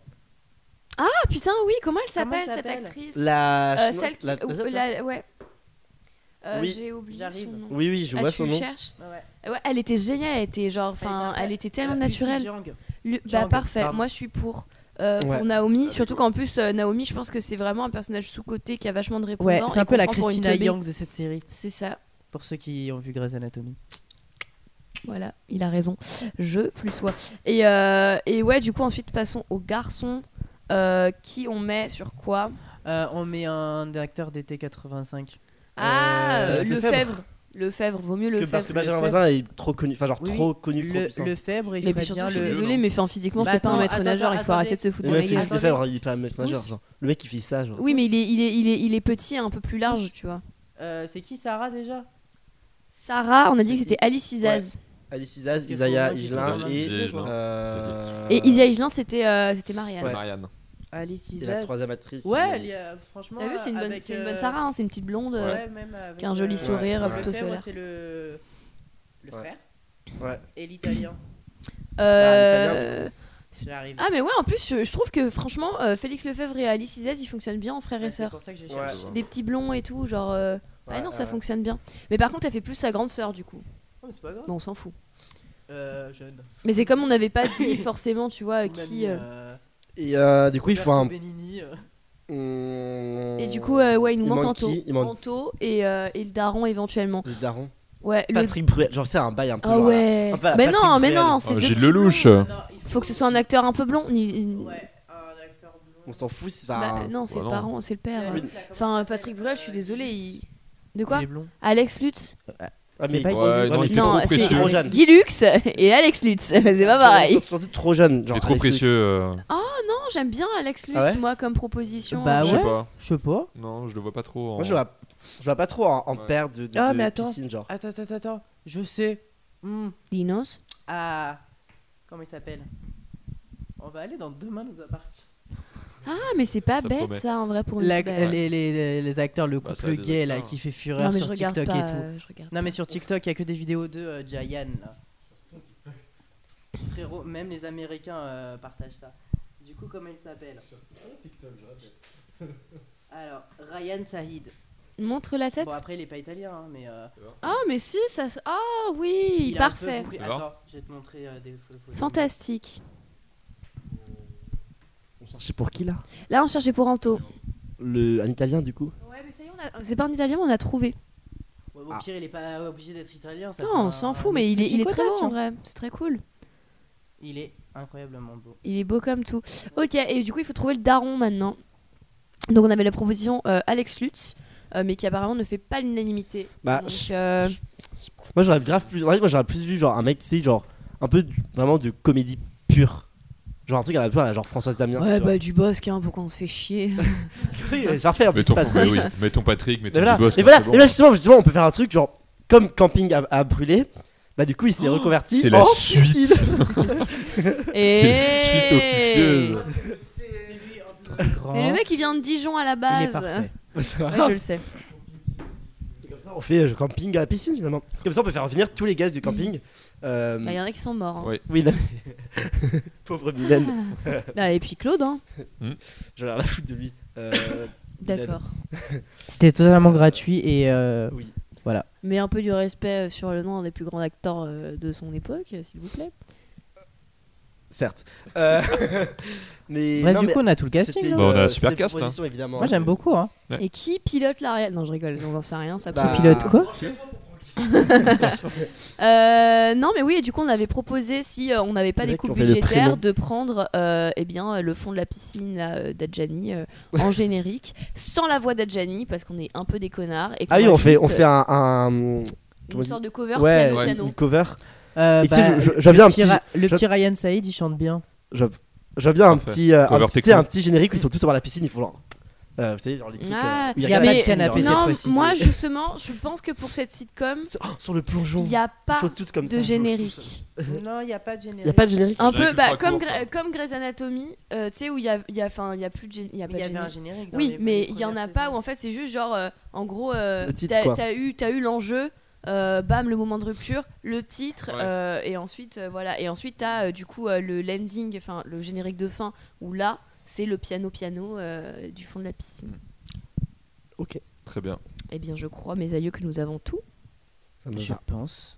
Speaker 5: ah putain, oui, comment elle
Speaker 6: Comment
Speaker 5: s'appelle
Speaker 6: elle
Speaker 5: cette
Speaker 6: s'appelle
Speaker 5: actrice
Speaker 8: La.
Speaker 5: Euh,
Speaker 8: chinoise-
Speaker 5: Celle qui,
Speaker 8: la-
Speaker 5: ou-
Speaker 8: la-
Speaker 5: la- ouais. Euh,
Speaker 8: Oui,
Speaker 5: J'ai oublié son
Speaker 6: j'arrive.
Speaker 5: nom.
Speaker 8: Oui, oui, je
Speaker 5: Ah,
Speaker 8: vois
Speaker 5: tu
Speaker 8: son
Speaker 5: le
Speaker 8: nom.
Speaker 5: cherches
Speaker 6: Ouais.
Speaker 5: Ouais, elle était géniale, elle était genre, enfin,
Speaker 6: Elle était-
Speaker 5: elle était tellement
Speaker 6: Ah,
Speaker 5: naturelle.
Speaker 6: Lucy Jang.
Speaker 5: Le- bah
Speaker 6: Django,
Speaker 5: parfait,
Speaker 6: pardon.
Speaker 5: moi je suis pour. euh,
Speaker 8: Ouais.
Speaker 5: Pour Naomi, surtout qu'en plus euh, Naomi, je pense que c'est vraiment un personnage sous-côté qui a vachement de répondants.
Speaker 6: Ouais, c'est un
Speaker 5: et
Speaker 6: peu la
Speaker 5: qu'on prend pour une
Speaker 6: Christina
Speaker 5: teubée.
Speaker 6: Yang de cette série,
Speaker 5: C'est ça,
Speaker 6: pour ceux qui ont vu Grey's Anatomy.
Speaker 5: voilà, il a raison. Je plus soi. Et, euh, et ouais, du coup, ensuite passons aux garçons. Euh, qui on met sur quoi
Speaker 6: Euh, on met un acteur d'été 85.
Speaker 5: Ah,
Speaker 6: Euh,
Speaker 5: euh,
Speaker 8: Alex
Speaker 5: le
Speaker 8: Lefebvre.
Speaker 5: Fèvre. Le Fèvre, vaut mieux
Speaker 8: Parce que,
Speaker 5: le
Speaker 8: parce que
Speaker 5: Fèvre.
Speaker 8: Benjamin
Speaker 6: fait.
Speaker 8: Voisin est trop connu, enfin genre
Speaker 6: Oui,
Speaker 8: trop connu, trop
Speaker 6: Le,
Speaker 8: puissant.
Speaker 6: le Fèvre, il
Speaker 5: Mais puis
Speaker 6: ferait
Speaker 5: surtout,
Speaker 6: bien
Speaker 5: je suis
Speaker 6: le.
Speaker 5: désolée, mais enfin, physiquement,
Speaker 6: Bah,
Speaker 5: c'est pas un
Speaker 6: attends,
Speaker 5: maître
Speaker 6: attends,
Speaker 5: nageur, il faut
Speaker 6: attendez.
Speaker 5: arrêter de se foutre
Speaker 8: Le
Speaker 5: de
Speaker 8: mec,
Speaker 5: ma
Speaker 8: il
Speaker 5: gueule.
Speaker 8: se Lefebvre, il est pas un mec nageur,
Speaker 6: Tous.
Speaker 8: genre. Le mec, il fait ça, genre.
Speaker 5: Oui, mais il est, il, est, il, est, il est petit et un peu plus large, tu vois.
Speaker 6: Euh, c'est qui Sarah déjà
Speaker 5: Sarah, on a dit que c'était Alice Isaz.
Speaker 8: Alice Isaz,
Speaker 6: Parce que
Speaker 8: Isaiah
Speaker 6: faut-
Speaker 8: Igelin
Speaker 7: Isaïe
Speaker 8: et.
Speaker 6: Isaïe
Speaker 7: Igelin.
Speaker 8: euh,
Speaker 5: Et Isia Higelin, c'était euh, c'était Marianne.
Speaker 7: C'est Marianne.
Speaker 6: Alice
Speaker 8: C'est la
Speaker 6: Isaz.
Speaker 8: troisième actrice.
Speaker 6: Ouais,
Speaker 8: mais-
Speaker 6: elle y a- franchement.
Speaker 5: T'as vu, c'est une, bonne,
Speaker 6: avec,
Speaker 5: c'est une bonne
Speaker 6: euh,
Speaker 5: Sarah, hein, c'est une petite blonde euh,
Speaker 6: Ouais, même avec.
Speaker 5: qui a un joli
Speaker 6: euh,
Speaker 5: sourire
Speaker 7: ouais.
Speaker 5: plutôt
Speaker 6: Le Fèvre,
Speaker 5: solaire.
Speaker 6: c'est le. Le
Speaker 8: Ouais.
Speaker 6: frère.
Speaker 8: Ouais.
Speaker 6: Et l'italien.
Speaker 8: Bah,
Speaker 5: Euh,
Speaker 6: J'arrive.
Speaker 5: Ah mais ouais, en plus, je, je trouve que franchement, euh, Félix Lefebvre et Alice Isaz, ils fonctionnent bien en frères et
Speaker 6: C'est
Speaker 5: sœurs.
Speaker 6: pour ça que j'ai
Speaker 8: Ouais.
Speaker 6: cherché.
Speaker 5: Des petits blonds et tout, genre... euh, ah
Speaker 8: Ouais,
Speaker 5: non, ça
Speaker 8: ouais.
Speaker 5: fonctionne bien. Mais par contre, elle fait plus sa grande sœur, du coup.
Speaker 6: Oh, mais c'est pas grave.
Speaker 5: Bon, on s'en fout.
Speaker 6: Euh, jeune.
Speaker 5: Mais c'est comme on n'avait pas dit forcément, tu vois,
Speaker 6: Ou
Speaker 5: qui...
Speaker 6: même,
Speaker 5: euh,
Speaker 6: euh,
Speaker 8: Et euh, du coup, il faut
Speaker 6: Roberto
Speaker 8: un.
Speaker 6: Benigni, euh.
Speaker 5: Et du coup, euh, ouais, il nous manque Anto.
Speaker 8: qui Il manque
Speaker 5: Anto et, euh, et le daron éventuellement.
Speaker 8: le daron.
Speaker 5: Ouais, le...
Speaker 8: Patrick Bruel, genre c'est un bail un peu.
Speaker 5: Ah
Speaker 8: genre,
Speaker 5: ouais
Speaker 8: un peu à la
Speaker 5: Mais
Speaker 8: Patrick
Speaker 5: non, mais
Speaker 8: Bruel.
Speaker 5: non, c'est
Speaker 7: Oh,
Speaker 5: deux
Speaker 7: Gilles
Speaker 5: petits
Speaker 7: Lelouch.
Speaker 5: blonds.
Speaker 6: Non, non, il
Speaker 5: Faut que ce soit un acteur un peu blond. ni- ni-
Speaker 6: Ouais, un acteur blond.
Speaker 8: On s'en fout, c'est pas.
Speaker 5: Bah,
Speaker 8: un-
Speaker 5: non, c'est
Speaker 7: Bah
Speaker 5: le
Speaker 7: non.
Speaker 5: parent, c'est le père.
Speaker 6: Euh,
Speaker 5: Ah. Enfin, Patrick Bruel, je suis désolée. il- De quoi
Speaker 6: Il est blond.
Speaker 5: Alex Lutz
Speaker 8: Ah, mais
Speaker 6: c'est pas
Speaker 8: il-
Speaker 6: Guy
Speaker 7: Ouais,
Speaker 6: Lux.
Speaker 7: non, il fait trop
Speaker 5: Non,
Speaker 8: c'est-
Speaker 7: précieux.
Speaker 8: trop jeune.
Speaker 5: c'est Guy Lux et Alex Lutz. C'est pas pareil.
Speaker 8: Surtout, surtout trop jeune.
Speaker 7: Il
Speaker 8: Genre,
Speaker 7: est trop
Speaker 8: Alex Lutz.
Speaker 7: précieux. euh,
Speaker 5: Non, j'aime bien Alex Lutz,
Speaker 8: Ah ouais
Speaker 5: moi, comme proposition.
Speaker 6: Bah
Speaker 7: Je
Speaker 6: ouais.
Speaker 7: sais pas.
Speaker 6: Je sais pas.
Speaker 7: Non, je le vois pas trop. hein. En...
Speaker 8: Moi, je vois, je vois pas trop en, en
Speaker 7: Ouais.
Speaker 8: paire de, de,
Speaker 6: Ah,
Speaker 8: de
Speaker 6: mais attends.
Speaker 8: piscine, genre.
Speaker 6: Attends, attends, attends, attends. Je sais. Hmm.
Speaker 5: Dinos.
Speaker 6: Ah. Comment il s'appelle On va aller dans Demain nous appartient.
Speaker 5: Ah, mais c'est pas
Speaker 7: Ça
Speaker 5: bête,
Speaker 7: promet.
Speaker 5: ça, en vrai, pour une
Speaker 6: La-
Speaker 5: semaine.
Speaker 6: les, les- les acteurs, le
Speaker 7: Bah,
Speaker 6: couple
Speaker 7: ça, les
Speaker 6: gay là
Speaker 7: acteurs.
Speaker 6: qui fait fureur
Speaker 5: Non, mais je
Speaker 6: sur
Speaker 5: regarde
Speaker 6: TikTok
Speaker 5: pas.
Speaker 6: et tout.
Speaker 5: euh, je regarde
Speaker 6: Non mais sur TikTok, il y a que des vidéos de euh, Jayan là. Frérot, même les Américains euh, partagent ça. Du coup, comment il s'appelle Alors, Ryan Sahid.
Speaker 5: pas. Montre la tête.
Speaker 6: Bon après, il est pas italien, hein, mais euh,
Speaker 5: Ah, mais si, ça. se- Ah, oui,
Speaker 6: il a un peu
Speaker 5: parfait.
Speaker 6: bouclé-
Speaker 7: Alors
Speaker 6: Attends, je vais te montrer euh, des photos.
Speaker 5: Fantastique.
Speaker 8: On cherchait pour qui là
Speaker 5: Là, on cherchait pour Anto.
Speaker 8: le, Un italien, du coup
Speaker 5: Ouais, mais ça y est, on a- c'est pas un italien, mais on a trouvé.
Speaker 6: Ouais,
Speaker 8: Ah.
Speaker 6: au pire, il est pas obligé d'être italien. Ça
Speaker 5: Non,
Speaker 6: fait un-
Speaker 5: on s'en fout, mais il est, il est très beau en vrai. C'est très cool.
Speaker 6: Il est incroyablement beau.
Speaker 5: Il est beau comme tout. Ok, et du coup, il faut trouver le daron maintenant. Donc, on avait la proposition euh, Alex Lutz, euh, mais qui apparemment ne fait pas l'unanimité.
Speaker 8: Bah,
Speaker 5: Donc, euh,
Speaker 8: moi j'aurais grave plus. En fait, moi j'aurais plus vu genre un mec, tu sais, genre un peu du- vraiment de comédie pure. Genre un truc à la toi, là, genre Françoise Damien.
Speaker 5: Ouais, bah du bosque, hein, pourquoi on se fait chier
Speaker 8: ça refait un peu
Speaker 10: Mettons,
Speaker 8: ce
Speaker 10: mais
Speaker 8: Patrick.
Speaker 10: oui, mettons Patrick, mettons
Speaker 8: Mais voilà.
Speaker 10: du boss.
Speaker 8: et,
Speaker 7: hein,
Speaker 8: voilà. et là, justement, justement, on peut faire un truc genre comme Camping a, a brûlé. Bah, du coup, il s'est
Speaker 6: Oh.
Speaker 8: reconverti.
Speaker 10: C'est la
Speaker 8: en
Speaker 10: suite.
Speaker 8: suicide.
Speaker 5: Et...
Speaker 10: Suite officieuse.
Speaker 5: C'est le mec qui vient de Dijon à la base.
Speaker 6: Il est parfait.
Speaker 8: C'est marrant.
Speaker 5: Ouais, je le sais.
Speaker 8: Comme ça, on fait euh, camping à la piscine finalement. Comme ça, on peut faire revenir tous les gaz du camping.
Speaker 6: Bah,
Speaker 8: Euh,
Speaker 5: Il y en a qui sont morts. hein.
Speaker 7: Ouais.
Speaker 8: Oui, non, mais- pauvre Mylène.
Speaker 5: Ah, et puis Claude, hein.
Speaker 8: J'en ai rien à foutre de lui. Euh,
Speaker 5: d'accord.
Speaker 6: C'était totalement gratuit et euh,
Speaker 8: oui.
Speaker 5: Mais un peu du respect euh, sur le nom d'un des plus grands acteurs euh, de son époque, euh, s'il vous plaît.
Speaker 8: Certes. Euh, mais
Speaker 6: bref,
Speaker 8: non,
Speaker 6: du
Speaker 8: mais
Speaker 6: coup, on a tout le casting.
Speaker 8: c'était,
Speaker 6: là.
Speaker 10: Bah, on a
Speaker 8: euh,
Speaker 10: un super
Speaker 8: ces
Speaker 10: cast,
Speaker 8: propositions, évidemment.
Speaker 6: Moi, j'aime beaucoup. Hein.
Speaker 10: Ouais.
Speaker 5: Et qui pilote l'Ariane Non, je rigole, on n'en sait rien. Ça
Speaker 8: Bah,
Speaker 5: peut-
Speaker 6: Pilote quoi
Speaker 8: Ah
Speaker 5: Euh, non, mais oui, et du coup, on avait proposé, si euh, on n'avait pas
Speaker 8: Le
Speaker 5: des
Speaker 8: mec qui
Speaker 5: coupes
Speaker 8: en fait le prénom.
Speaker 5: budgétaires, de prendre euh, eh bien, le fond de la piscine là, euh, d'Adjani euh, en générique, sans la voix d'Adjani, parce qu'on est un peu des connards. Et qu'on
Speaker 8: Ah oui,
Speaker 5: va
Speaker 8: on fait,
Speaker 5: juste,
Speaker 8: on fait
Speaker 5: euh,
Speaker 8: un. un- comment
Speaker 5: une
Speaker 8: on dit
Speaker 5: sorte de cover
Speaker 8: ouais,
Speaker 5: piano
Speaker 10: ouais.
Speaker 5: piano.
Speaker 8: une cover.
Speaker 6: Euh,
Speaker 8: Et tu sais, je- je-
Speaker 6: le-
Speaker 8: j'aime bien un
Speaker 6: le petit
Speaker 8: petit-
Speaker 6: Ra- Le
Speaker 8: j'aime-
Speaker 6: petit Ryan Saïd, il chante bien.
Speaker 8: J'aime bien un
Speaker 10: Parfait.
Speaker 8: petit, euh, un,
Speaker 10: Cover
Speaker 8: petit, tu sais,
Speaker 10: techno.
Speaker 8: un petit générique où ils sont tous sur la piscine. Ils font genre. euh, vous savez, genre les trucs.
Speaker 5: Ah,
Speaker 8: euh, où il
Speaker 6: y a
Speaker 8: rien
Speaker 6: pas de
Speaker 8: à piscine,
Speaker 6: canapé,
Speaker 8: genre,
Speaker 6: cette
Speaker 5: Non,
Speaker 6: fois-ci.
Speaker 5: moi justement, je pense que pour cette sitcom,
Speaker 8: Oh, sur le plongeon.
Speaker 5: il n'y a
Speaker 8: Ils
Speaker 5: pas
Speaker 8: sont toutes comme ça.
Speaker 5: de générique.
Speaker 6: Non, il n'y a pas de
Speaker 8: Il n'y a pas de générique
Speaker 5: Un
Speaker 10: J'avais
Speaker 5: peu
Speaker 10: vu
Speaker 5: bah,
Speaker 10: trois
Speaker 5: comme,
Speaker 10: cours,
Speaker 5: Grey-
Speaker 10: ça.
Speaker 5: comme Grey's Anatomy, euh, tu sais, où il y a, il y a, enfin, il y a plus de gén- il y a pas de générique.
Speaker 6: générique.
Speaker 5: Oui, mais il y en a pas où en fait c'est juste genre, euh, en gros, euh,
Speaker 8: Le titre,
Speaker 5: t'as
Speaker 8: quoi.
Speaker 5: t'as eu, t'as eu l'enjeu, euh, bam, le moment de rupture, le titre,
Speaker 10: Ouais.
Speaker 5: euh, et ensuite euh, voilà, et ensuite t'as euh, du coup euh, le landing, enfin le générique de fin où là c'est le piano piano euh, du fond de la piscine.
Speaker 8: Ok.
Speaker 10: Très bien.
Speaker 5: Eh bien, je crois mes aïeux que nous avons tout.
Speaker 8: Ça me
Speaker 6: Je
Speaker 8: va.
Speaker 6: pense.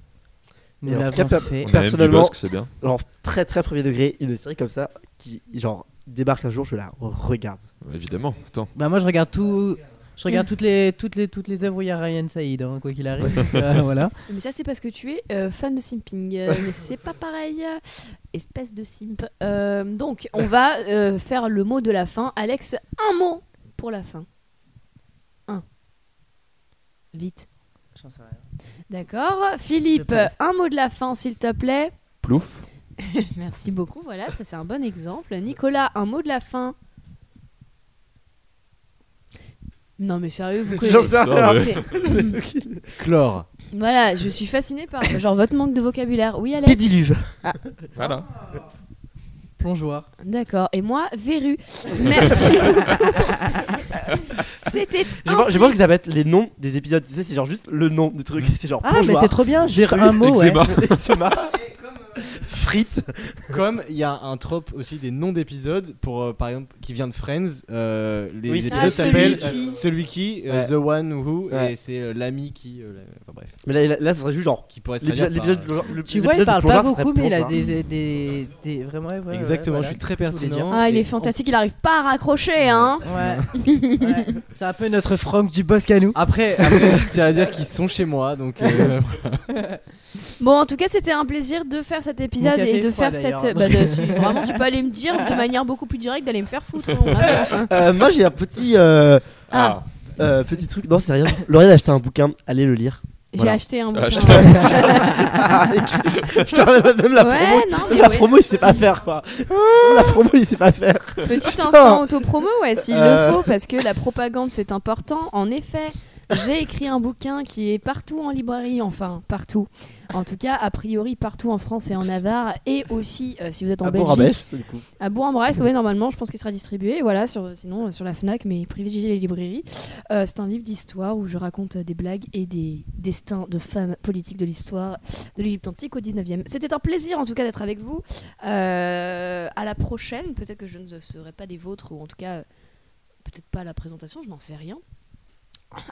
Speaker 8: Et
Speaker 6: Nous
Speaker 8: en tout
Speaker 6: l'avons
Speaker 10: On
Speaker 6: fait.
Speaker 8: cas,
Speaker 10: a même du
Speaker 8: Personnellement-
Speaker 10: boss, c'est bien.
Speaker 8: Genre très très premier degré, une série comme ça qui, genre, débarque un jour, je la regarde.
Speaker 10: Évidemment. Attends.
Speaker 6: Bah moi je regarde tout, je regarde toutes les toutes les toutes les œuvres où il y a Ryan Saïd, hein, quoi qu'il arrive. Euh, voilà.
Speaker 5: Mais ça, c'est parce que tu es euh, fan de simping. euh, mais c'est pas pareil. Espèce de simp. Euh, donc, on va euh, faire le mot de la fin. Alex, un mot pour la fin. Un. Vite. D'accord. Philippe,
Speaker 6: passe.
Speaker 5: un mot de la fin, s'il te plaît.
Speaker 7: Plouf.
Speaker 5: Merci beaucoup. Voilà, ça, c'est un bon exemple. Nicolas, un mot de la fin. Non, mais sérieux, vous
Speaker 8: J'en
Speaker 5: connaissez.
Speaker 8: sais rien.
Speaker 10: mais-
Speaker 5: C'est-
Speaker 9: Chlore.
Speaker 5: Voilà, je suis fascinée par genre votre manque de vocabulaire. Oui, Alex.
Speaker 8: Pédiluve.
Speaker 10: Voilà.
Speaker 6: Plongeoir.
Speaker 5: D'accord. Et moi, Véru. Merci. C'était.
Speaker 8: Je pense, je pense que ça va être les noms des épisodes. Tu sais, c'est genre juste le nom du truc. C'est genre.
Speaker 6: Ah mais c'est trop bien. J'ai
Speaker 8: J'ai
Speaker 6: un mot ouais.
Speaker 10: Eczéma.
Speaker 8: Eczéma. Frites.
Speaker 9: Comme il y a un trope aussi des noms d'épisodes, pour euh, par exemple, qui vient de Friends, euh, les
Speaker 8: Oui, c'est-
Speaker 9: épisodes
Speaker 5: Ah, celui
Speaker 9: s'appellent
Speaker 5: qui.
Speaker 9: euh, Celui qui, euh,
Speaker 8: Ouais.
Speaker 9: The One Who,
Speaker 8: Ouais.
Speaker 9: et c'est euh, l'ami qui. euh, la- enfin, bref.
Speaker 8: Mais là, là, là, ça serait juste genre.
Speaker 9: Qui pourrait se traduire
Speaker 8: L'épisode.
Speaker 9: par,
Speaker 8: l'épisode-
Speaker 9: euh,
Speaker 8: genre, le-
Speaker 6: Tu vois, il
Speaker 8: l'épisode
Speaker 6: parle
Speaker 8: du
Speaker 6: pas
Speaker 8: plongeur, ça
Speaker 6: beaucoup,
Speaker 8: serait
Speaker 6: mais il a
Speaker 8: plongeoir.
Speaker 6: des, des, des- vraiment. ouais, ouais,
Speaker 9: Exactement,
Speaker 6: ouais, voilà.
Speaker 9: je suis très
Speaker 6: Qu'est-ce que tu veux
Speaker 9: pertinent.
Speaker 5: Ah, il
Speaker 9: Et
Speaker 5: est
Speaker 9: on-
Speaker 5: fantastique. Il arrive pas à raccrocher, hein.
Speaker 6: dire. Ouais. ouais. C'est un peu notre Franck du Bosque à nous.
Speaker 9: Après, après, je tiens à dire qu'ils sont chez moi, donc. euh,
Speaker 5: Bon, en tout cas, c'était un plaisir de faire cet épisode
Speaker 6: café
Speaker 5: et
Speaker 6: est
Speaker 5: de
Speaker 6: froid,
Speaker 5: faire cette.
Speaker 6: d'ailleurs.
Speaker 5: bah, de- si- Vraiment, tu peux aller me dire de manière beaucoup plus directe d'aller me faire foutre. hein, vraiment.
Speaker 8: Euh, moi, j'ai un petit. euh,
Speaker 5: Ah,
Speaker 8: euh, petit truc. Non, c'est rien. Lauriane a acheté un bouquin. Allez le lire.
Speaker 5: j'ai
Speaker 8: Voilà.
Speaker 5: acheté un bouquin.
Speaker 10: Ah, je
Speaker 8: Putain, même la promo.
Speaker 5: Ouais, non, mais
Speaker 8: La
Speaker 5: ouais.
Speaker 8: promo, il sait pas faire quoi. La promo, il sait pas faire.
Speaker 5: Petit
Speaker 8: Putain.
Speaker 5: instant autopromo, ouais, s'il
Speaker 8: Euh.
Speaker 5: le faut, parce que la propagande c'est important. En effet, j'ai écrit un bouquin qui est partout en librairie, enfin partout. En tout cas, a priori partout en France et en Navarre, et aussi euh, si vous êtes en
Speaker 8: Ah bon,
Speaker 5: Belgique,
Speaker 8: Rabès, du coup.
Speaker 5: à Bourg-en-Bresse, ouais, normalement, je pense qu'il sera distribué, voilà, sur, sinon euh, sur la Fnac, mais privilégiez les librairies. Euh, c'est un livre d'histoire où je raconte euh, des blagues et des destins de femmes politiques de l'histoire de l'Égypte antique au 19e. C'était un plaisir en tout cas d'être avec vous. Euh, à la prochaine, peut-être que je ne serai pas des vôtres, ou en tout cas, euh, peut-être pas à la présentation, je n'en sais rien.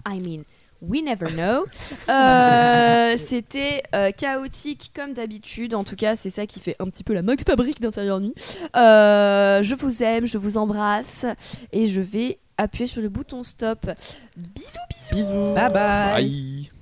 Speaker 5: I mean. We never know. Euh, c'était euh, chaotique comme d'habitude. En tout cas, c'est ça qui fait un petit peu la mode fabrique d'intérieur nuit. Euh, je vous aime, je vous embrasse et je vais appuyer sur le bouton stop. Bisous.
Speaker 8: Bisous.
Speaker 6: Bye bye.
Speaker 7: Aïe.